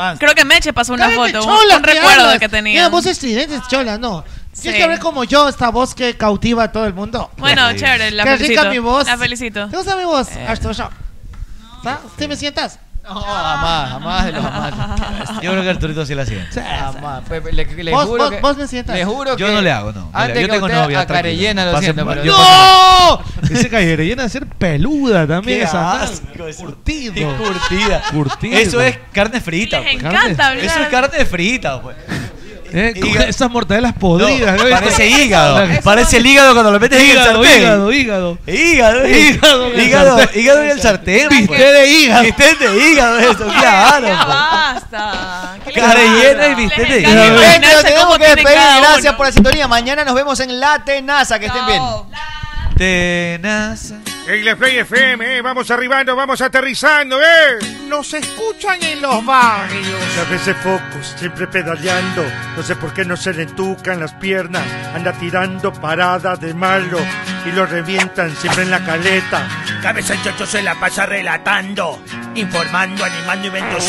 S12: chat. Creo que Meche pasó una
S13: Cállate,
S12: foto, un-
S13: chola,
S12: un
S13: ¿qué
S12: recuerdo
S13: hablas?
S12: que
S13: Mira,
S12: tenía.
S13: vos
S8: Ah.
S13: estridente, chola, no.
S12: Sí.
S13: Tienes que hablar como yo, esta voz que cautiva a todo el mundo.
S12: Bueno, chévere, la
S13: Qué
S12: felicito.
S13: rica mi voz.
S12: La felicito.
S13: ¿Te gusta mi voz?
S8: Eh.
S13: Hasta yo. ¿Está? ¿Te me sientas?
S8: jamás, jamás de
S13: <laughs>
S8: los jamás.
S16: Yo creo que Arturito sí la sigue.
S8: Jamás. Pues, le, le
S13: Vos-
S8: juro
S13: vos-
S8: que,
S13: vos me sientas.
S8: Le juro que
S16: Yo no le hago, no. no le hago.
S8: Antes
S16: yo
S8: que
S16: tengo
S8: usted
S16: novia.
S8: a Carellena, lo
S16: Pase-
S8: siento, pero yo-
S10: ¡No! Ese callejero llena de ser peluda también.
S8: <laughs>
S16: Qué
S10: esa
S16: asco, eso.
S10: Curtido.
S16: Qué curtida.
S10: Curtido.
S16: Eso es carne frita. pues.
S10: encanta hablar.
S16: Eso es carne frita, pues.
S10: Eh, con esas mortadelas podridas.
S16: No,
S10: ¿no? <laughs>
S16: parece hígado.
S10: Eso
S16: Parece el hígado cuando lo metes en el
S10: Hígado,
S16: sartén.
S10: hígado, hígado.
S16: Hígado,
S10: Hígado
S16: hígado,
S10: en el
S16: hígado,
S10: sartén.
S16: hígado en el sartén.
S10: Bistec
S16: pues.
S10: de hígado.
S16: Bistec de hígado, eso, claro.
S12: Ya
S16: pues.
S12: basta. ¿Qué le
S16: Cara
S12: pasa?
S16: llena y bistec de
S12: encanta
S16: hígado.
S12: imaginarse
S8: Gente, nos tenemos
S12: cómo
S8: que
S12: tiene
S8: despedir.
S12: cada uno.
S8: Gracias por la sintonía. Mañana nos vemos en La Tenaza. Que estén bien.
S16: Tenaza.
S7: Hey, Play FM, eh, vamos arribando, vamos aterrizando, eh.
S1: Nos escuchan en los barrios.
S6: Muchas veces focos, siempre pedaleando. No sé por qué no se le entucan las piernas. Anda tirando parada de malo y lo revientan siempre en la caleta.
S7: Cabeza el chocho se la pasa relatando, informando, animando y vendiendo.